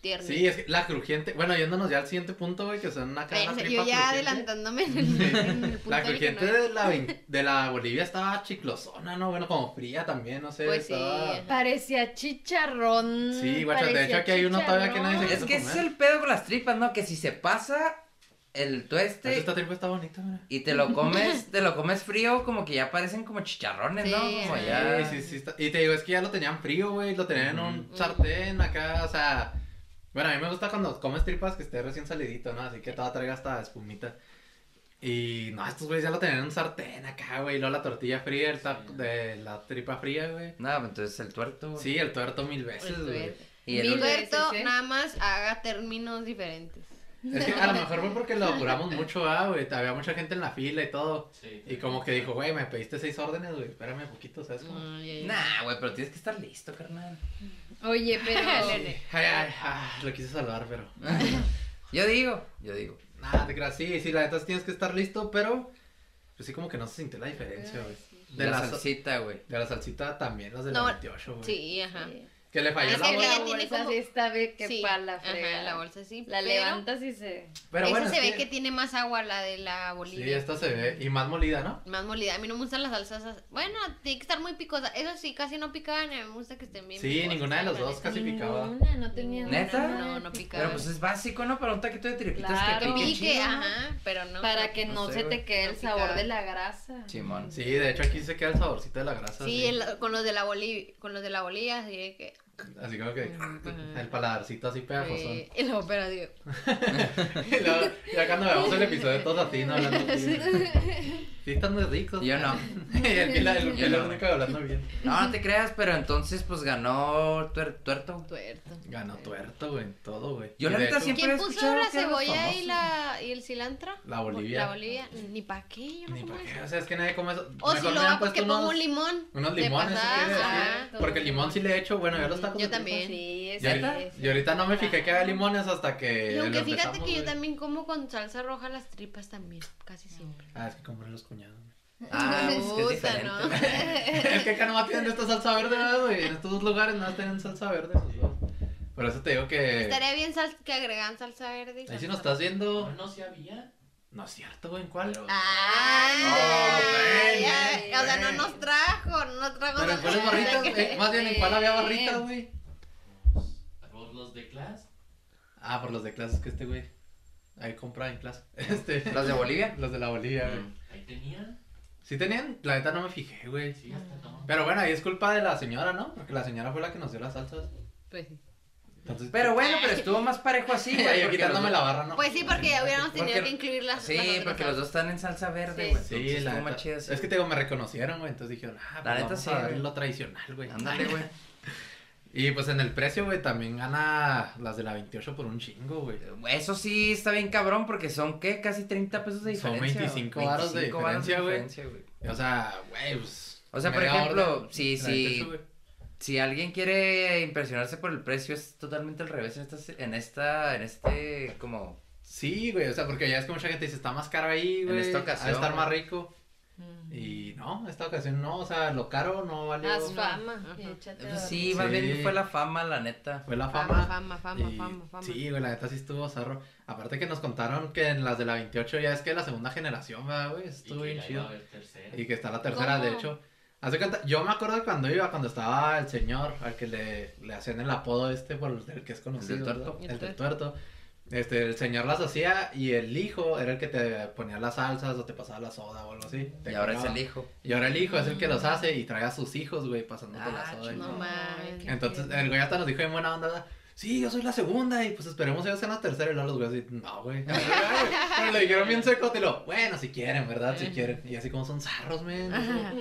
D: tiernito.
A: Sí, es que la crujiente. Bueno, yéndonos ya al siguiente punto, güey, que son una cara
D: Pero, o sea,
A: tripa
D: yo ya
A: crujiente.
D: adelantándome en el, en el punto
A: La
D: en el que no
A: crujiente
D: era.
A: de la, vein- de la Bolivia estaba chiclosona, ¿no? Bueno, como fría también, no sé.
D: Pues sí.
A: estaba-
C: Parecía chicharrón.
A: Sí, guacha, de
C: parecía
A: hecho aquí hay uno todavía que nadie se-
B: Es que ese es el pedo con las tripas, ¿no? Que si se pasa el tueste
A: Esta tripa está bonita, mira.
B: y te lo comes, te lo comes frío, como que ya parecen como chicharrones, ¿no?
D: Sí,
B: Como
D: sí,
B: ya.
A: Sí, sí, sí está- Y te digo, es que ya lo tenían frío, güey. Lo tenían en un
D: Ujú.
A: sartén acá, o sea. Bueno, a mí me gusta cuando comes tripas que esté recién salidito, ¿no? Así que toda traiga hasta espumita. Y no, estos güeyes ya lo tenían en un sartén acá, güey. y Luego la tortilla fría, el taco de la tripa fría, güey.
B: No, pues entonces el tuerto.
A: Sí, el tuerto mil veces, güey.
B: Y el
C: Mil
B: otro-
D: Roberto,
C: Sí, sí.
D: Pues nada más haga términos diferentes.
A: Es que a lo mejor fue porque lo apuramos mucho, ah, güey. Había mucha gente en la fila y todo.
E: Sí.
A: Y como que dijo, güey, me pediste seis órdenes, güey. Espérame un poquito, ¿sabes? Como...
D: Mm.
B: Nah, güey, pero tienes que estar listo, carnal.
C: Oye, pero.
A: Sí. Ay, ay, ay, lo quise salvar, pero.
B: Yo digo, yo digo.
A: Nada, te creas. Sí, sí, la neta sí tienes que estar listo, pero. Pues sí, como que no se sintió la diferencia, güey. De
B: la,
A: la, sal-
B: salsita, güey.
A: de la salsita también, las de la
D: No,
A: 28, güey.
D: Sí, ajá.
A: Que le falló
D: Es
A: la
D: que
A: bola.
D: ya
C: La
D: tiene
C: bolsa
D: como-
C: Ah. sí está de que
D: Sí,
C: pa' la
D: ajá,
C: fregada.
D: la bolsa sí.
C: La
D: pero
C: levantas y se...
A: Pero
D: esa
A: bueno,
D: se
A: es
D: ve que... tiene más agua la de la
A: Sí,
D: Bolivia.
A: esta se ve. Y más molida, ¿no?
D: Más molida. A mí no me gustan las salsas. as- Bueno, tiene que estar muy picosa. Eso sí, casi no picaban. A mí me gusta que estén bien.
A: Sí,
D: picosas,
A: ninguna de las
D: la
A: dos
D: neta.
A: Casi picaba.
C: Ninguna, no tenía
D: Ninguna,
B: ¿Neta?
D: No, no picaba.
B: Pero pues es básico, ¿no? Para un taquito de tripitas
C: Claro.
B: que
D: pique,
B: pique chido, ¿no?
D: ajá. Pero no.
C: Para que no,
B: no sé,
C: se
B: güey.
C: te quede
D: No
C: el sabor
D: picaba.
C: de la grasa.
B: Simón.
A: Sí, de hecho aquí se queda el saborcito de la grasa. así.
D: Sí, el- con los de la Bolivia. Con los de la Bolivia, así de que.
A: Así como que
D: Ajá.
A: el paladarcito así pegajosón.
D: eh, y luego, pero digo,
A: Y luego, ya cuando veamos el episodio todos latinos hablando bien. Sí, están muy ricos.
B: Yo no.
A: Y el que la- el, el,
B: Yo no.
A: único hablando bien.
B: No, no te creas, pero entonces pues ganó tuer- tuerto.
D: tuerto.
A: Ganó tuerto, güey, en todo, güey.
B: Yo
A: Y
B: la
A: de
B: neta
A: hecho,
B: siempre-
D: ¿Quién
B: he
D: puso
B: escuchado
D: la
B: que eran
D: cebolla y,
B: famosos.
D: la, y el cilantro?
A: La Bolivia.
D: La Bolivia. Ni pa' qué, yo no
A: Ni
D: como
A: para qué,
D: eso.
A: o sea, es que nadie come eso.
D: O si
A: Mejor
D: lo
A: me han
D: hago, que
A: puesto
D: pongo
A: unos,
D: un limón.
A: unos
D: de
A: limones.
D: pasada,
A: sí, de-
D: ajá.
A: sí, porque el limón sí le he hecho, bueno, ya los tacos.
D: Yo
A: de
D: también.
C: Sí, es
A: tripa. Yo,
C: que-
A: ahorita- yo ahorita no me fijé que había limones hasta que.
D: Y aunque
A: lo
D: fíjate
A: empezamos,
D: que yo
A: güey.
D: también como con salsa roja las tripas también, casi siempre.
A: Ah, es que compran los cuñados. güey.
B: Ah,
D: Me
B: pues que es
D: gusta,
B: diferente.
D: ¿no?
A: es que acá nomás tienen esta salsa verde, ¿verdad, güey. En estos dos lugares nomás tienen salsa verde. esos dos. Por eso te digo que.
D: Estaría bien sal- que agregan salsa verde. y
A: Ahí si
D: salsa
A: nos estás viendo.
E: No, no se había.
A: No es cierto, güey, ¿en cuál?
E: Pero-
D: Ah,
A: Oh, ven,
D: ya,
A: ven,
D: o sea, no
A: ven.
D: nos trajo, no nos trajo
A: Pero en cuáles
D: salsa
A: barritas,
D: verde.
A: güey? más bien en cuál había barritas, güey.
E: Por pues, los de clase.
A: Ah, por los de clases que este güey. Ahí compra en clase. Este.
B: ¿Los de Bolivia?
A: Los de la Bolivia, güey.
B: Mm.
E: Ahí tenía.
A: Sí tenían, la neta no me fijé, güey.
E: Sí, hasta tomamos.
A: Pero bueno, ahí es culpa de la señora, ¿no? Porque la señora fue la que nos dio las salsas.
D: Pues sí.
A: Entonces,
B: Pero bueno, pero estuvo más parejo así,
A: Sí,
B: güey.
A: yo
B: porque los
A: quitándome la
B: dos-
A: barra, ¿no?
D: Pues sí, porque ya hubiéramos tenido
B: Porque-
D: que incluir las
B: Sí,
D: las otras
B: porque los
D: salsas.
B: dos están en salsa verde,
D: Sí.
B: güey.
A: Sí, la
B: estuvo
A: neta.
B: más chido así.
A: Es que te digo, me reconocieron, güey. Entonces dijeron, ah, pues
B: La neta
A: vamos
B: sí,
A: a darle
B: güey.
A: lo tradicional, güey.
B: Ándale, güey.
A: Y pues en el precio, güey, también gana las de la 28 por un chingo, güey.
B: Eso sí está bien cabrón porque son, ¿qué? Casi 30 pesos de
A: Son
B: diferencia. güey.
A: 25 varos de
B: 25 varos
A: diferencia, güey.
B: güey.
A: O sea, güey, pues.
B: O sea, por
A: media
B: ejemplo,
A: orden.
B: sí,
A: La
B: sí.
A: 28, güey.
B: Si alguien quiere impresionarse por el precio, es totalmente al revés en esta, en esta, en este, como,
A: Sí, güey, o sea, porque ya es que mucha gente dice, está más caro ahí,
B: En
A: güey.
B: esta
A: ha de
B: ocasión,
A: estar
B: güey.
A: más rico.
C: Mm.
A: Y no, esta ocasión no, o sea, lo caro no valió.
D: Haz fama.
C: Y échate
B: pues
C: a
B: sí,
A: Sí.
B: más bien fue la fama, la neta.
A: Fue la fama.
D: Fama, fama, fama,
A: Y
D: fama, fama.
A: Sí, güey, la neta sí estuvo zarro. Aparte que nos contaron que en las de la 28 ya es que la segunda generación, ¿verdad, güey,
E: Y
A: estuvo
E: que
A: bien
E: ya iba a
A: chido.
E: haber tercera.
A: Y que está la tercera, de
D: ¿Cómo?
A: hecho. Hace cuenta, yo me acuerdo de cuando iba, cuando estaba el señor al que le, le hacían el apodo este por el, el que es conocido.
B: tuerto?
A: ¿verdad? El del tuerto. Este, el señor las hacía y el hijo era el que te ponía las salsas o te pasaba la soda o algo así. Te
B: Y ahora es
A: curaba.
B: el hijo.
A: Y ahora el hijo es el que los hace y trae a sus hijos, güey, pasándote la
B: Ah,
A: soda. y
B: chingón.
A: todo.
D: No
C: Ay,
D: mames.
A: Entonces, el güey hasta nos dijo en buena onda, ¿verdad? sí, yo soy la segunda y pues esperemos ellos sean la tercera. Y luego los güeyes así, no, güey. Pero le dijeron bien seco, te lo, bueno, si quieren, ¿verdad? Si quieren. Y así como son zarros, men.
D: Ajá.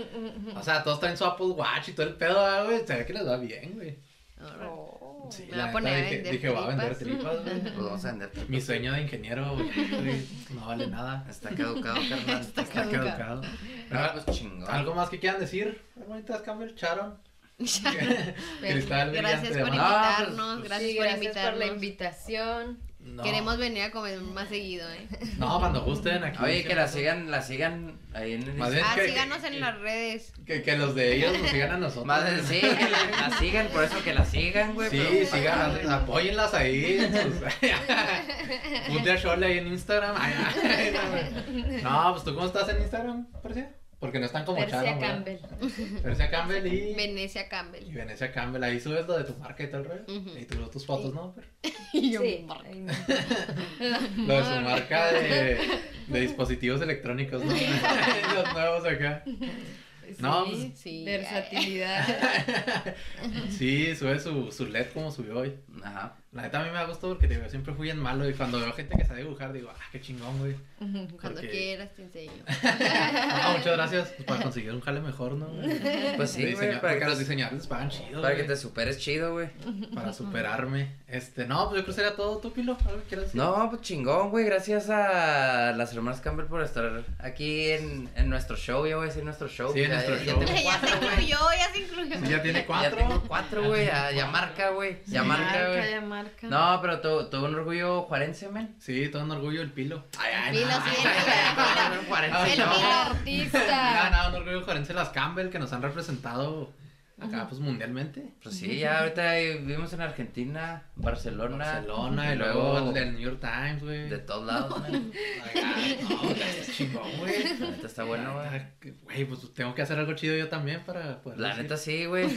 A: O sea, todos traen su Apple Watch y todo el pedo, ah, güey. Se ve que les va bien, güey.
D: Ahora.
A: Sí,
D: Oh, Uh,
A: la
D: Me va a
A: neta,
D: poner a
A: dije,
D: vender
A: dije, va a vender
D: tripas".
A: tripas, güey.
B: Pues vamos a vender tripas.
A: Mi sueño de ingeniero, güey, no vale nada.
B: Está caducado, carnal. Está
A: Está
D: caducado.
A: caducado.
B: Ah,
A: Pero,
B: pues chingón.
A: ¿Algo más que quieran decir? Hermanitas Campbell, Charon. Cristal brillante
D: Pues, Gracias
A: de Ah,
D: por
A: mar.
D: invitarnos, gracias
C: Sí,
D: por
C: gracias por la
D: invitarnos.
C: invitación.
A: pues, No.
D: Queremos venir a comer más seguido, ¿eh?
A: No, cuando gusten aquí.
B: Oye, que la
A: sigan.
B: sigan, la sigan ahí en el
A: Más bien-
D: Ah,
A: que-
D: síganos
A: que-
D: en las redes.
A: Que, que los de ellos nos sigan a nosotros.
B: Más bien, sí, que la, la sigan, por eso que la sigan, güey.
A: Sí,
B: pero-
A: sigan, apóyenlas ahí. en sus- Ponte a Shole ahí en Instagram. Ay, ay, no, pues tú cómo estás en Instagram, Persia? Porque no están como
C: Persia
A: Charon, ¿verdad?
C: Campbell.
A: Persia Campbell y,
D: Venecia
A: y
D: Campbell.
A: Venecia Campbell. Ahí subes lo de tu marca y todo el rollo.
D: Ujú.
A: Y tú tus fotos, ¿no? Pero
D: Y yo,
C: Sí.
D: "Mar-
C: Ay, no.
A: Lo de su marca de, de dispositivos electrónicos, ¿no? Los nuevos acá. No,
C: Sí,
A: pues-
D: Sí.
C: Versatilidad.
A: Sí, sube su, su LED como subió hoy.
B: Ajá.
A: La neta a mí me ha gustado porque te digo, siempre fui en malo y cuando veo gente que sabe dibujar digo, ah, qué chingón, güey.
D: Cuando
A: Porque-
D: quieras te enseño.
A: Ah, muchas gracias pues, para conseguir un jale mejor, ¿no?
B: Pues sí,
A: Sí,
B: güey,
A: para
B: para
A: que los
B: que,
A: diseñadores pagan chido.
B: para que
A: güey,
B: te superes chido, güey.
A: Para superarme. Este, no, pues yo creo que sería todo, tú, Pilo. ¿Algo que quieras decir?
B: No, pues chingón, güey. Gracias a las hermanas Campbell por estar aquí en, en nuestro show. Ya voy a decir nuestro show.
A: Sí, en
B: Ya-
A: nuestro
B: ya
A: show.
B: tengo
D: ya se
B: cuatro, güey.
D: incluyó, ya se incluyó.
A: Sí, ya tiene cuatro.
B: Ya tengo cuatro, güey. Ya, ya marca, güey. Ya
A: Sí.
B: marca,
C: Marca,
B: güey.
C: ya marca.
B: No, pero todo, todo un orgullo juarense, men.
A: Sí, todo un orgullo el Pilo. Ay,
D: El Pilo, sí, el Pilo.
A: no, juarense,
D: El
A: no.
D: Pilo.
A: No,
C: artista.
A: no, un orgullo juarense las Campbell que nos han representado acá, pues, mundialmente.
B: Pues sí, ya ahorita eh, vivimos en Argentina, Barcelona.
A: Barcelona y luego el New York Times, güey.
B: De todos lados, men.
A: Acá, no, está chingón, güey.
B: La neta está bueno,
A: La
B: güey.
A: neta, que, Güey, pues tengo que hacer algo chido yo también para poder.
B: La
A: decir.
B: neta sí, güey.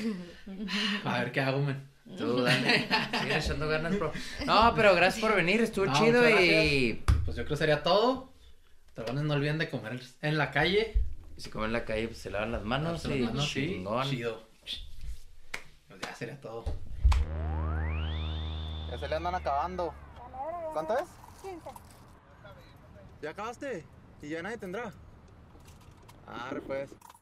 A: A ver qué hago, man.
B: Tú, dale. Sigue echando ganas, bro. No, pero gracias por venir. Estuvo
A: No,
B: chido
A: muchas
B: y.
A: Pues yo creo que sería todo. Trabones, no olviden de comer en la calle.
B: Si comen en la calle, pues se lavan las manos
A: Lavarse
B: y
A: las manos, sí,
B: chingón.
A: Chido. Pues ya sería todo.
F: Ya se le andan acabando. ¿Cuánto es? 15. ¿Ya acabaste? ¿Y ya nadie tendrá? Ah, pues.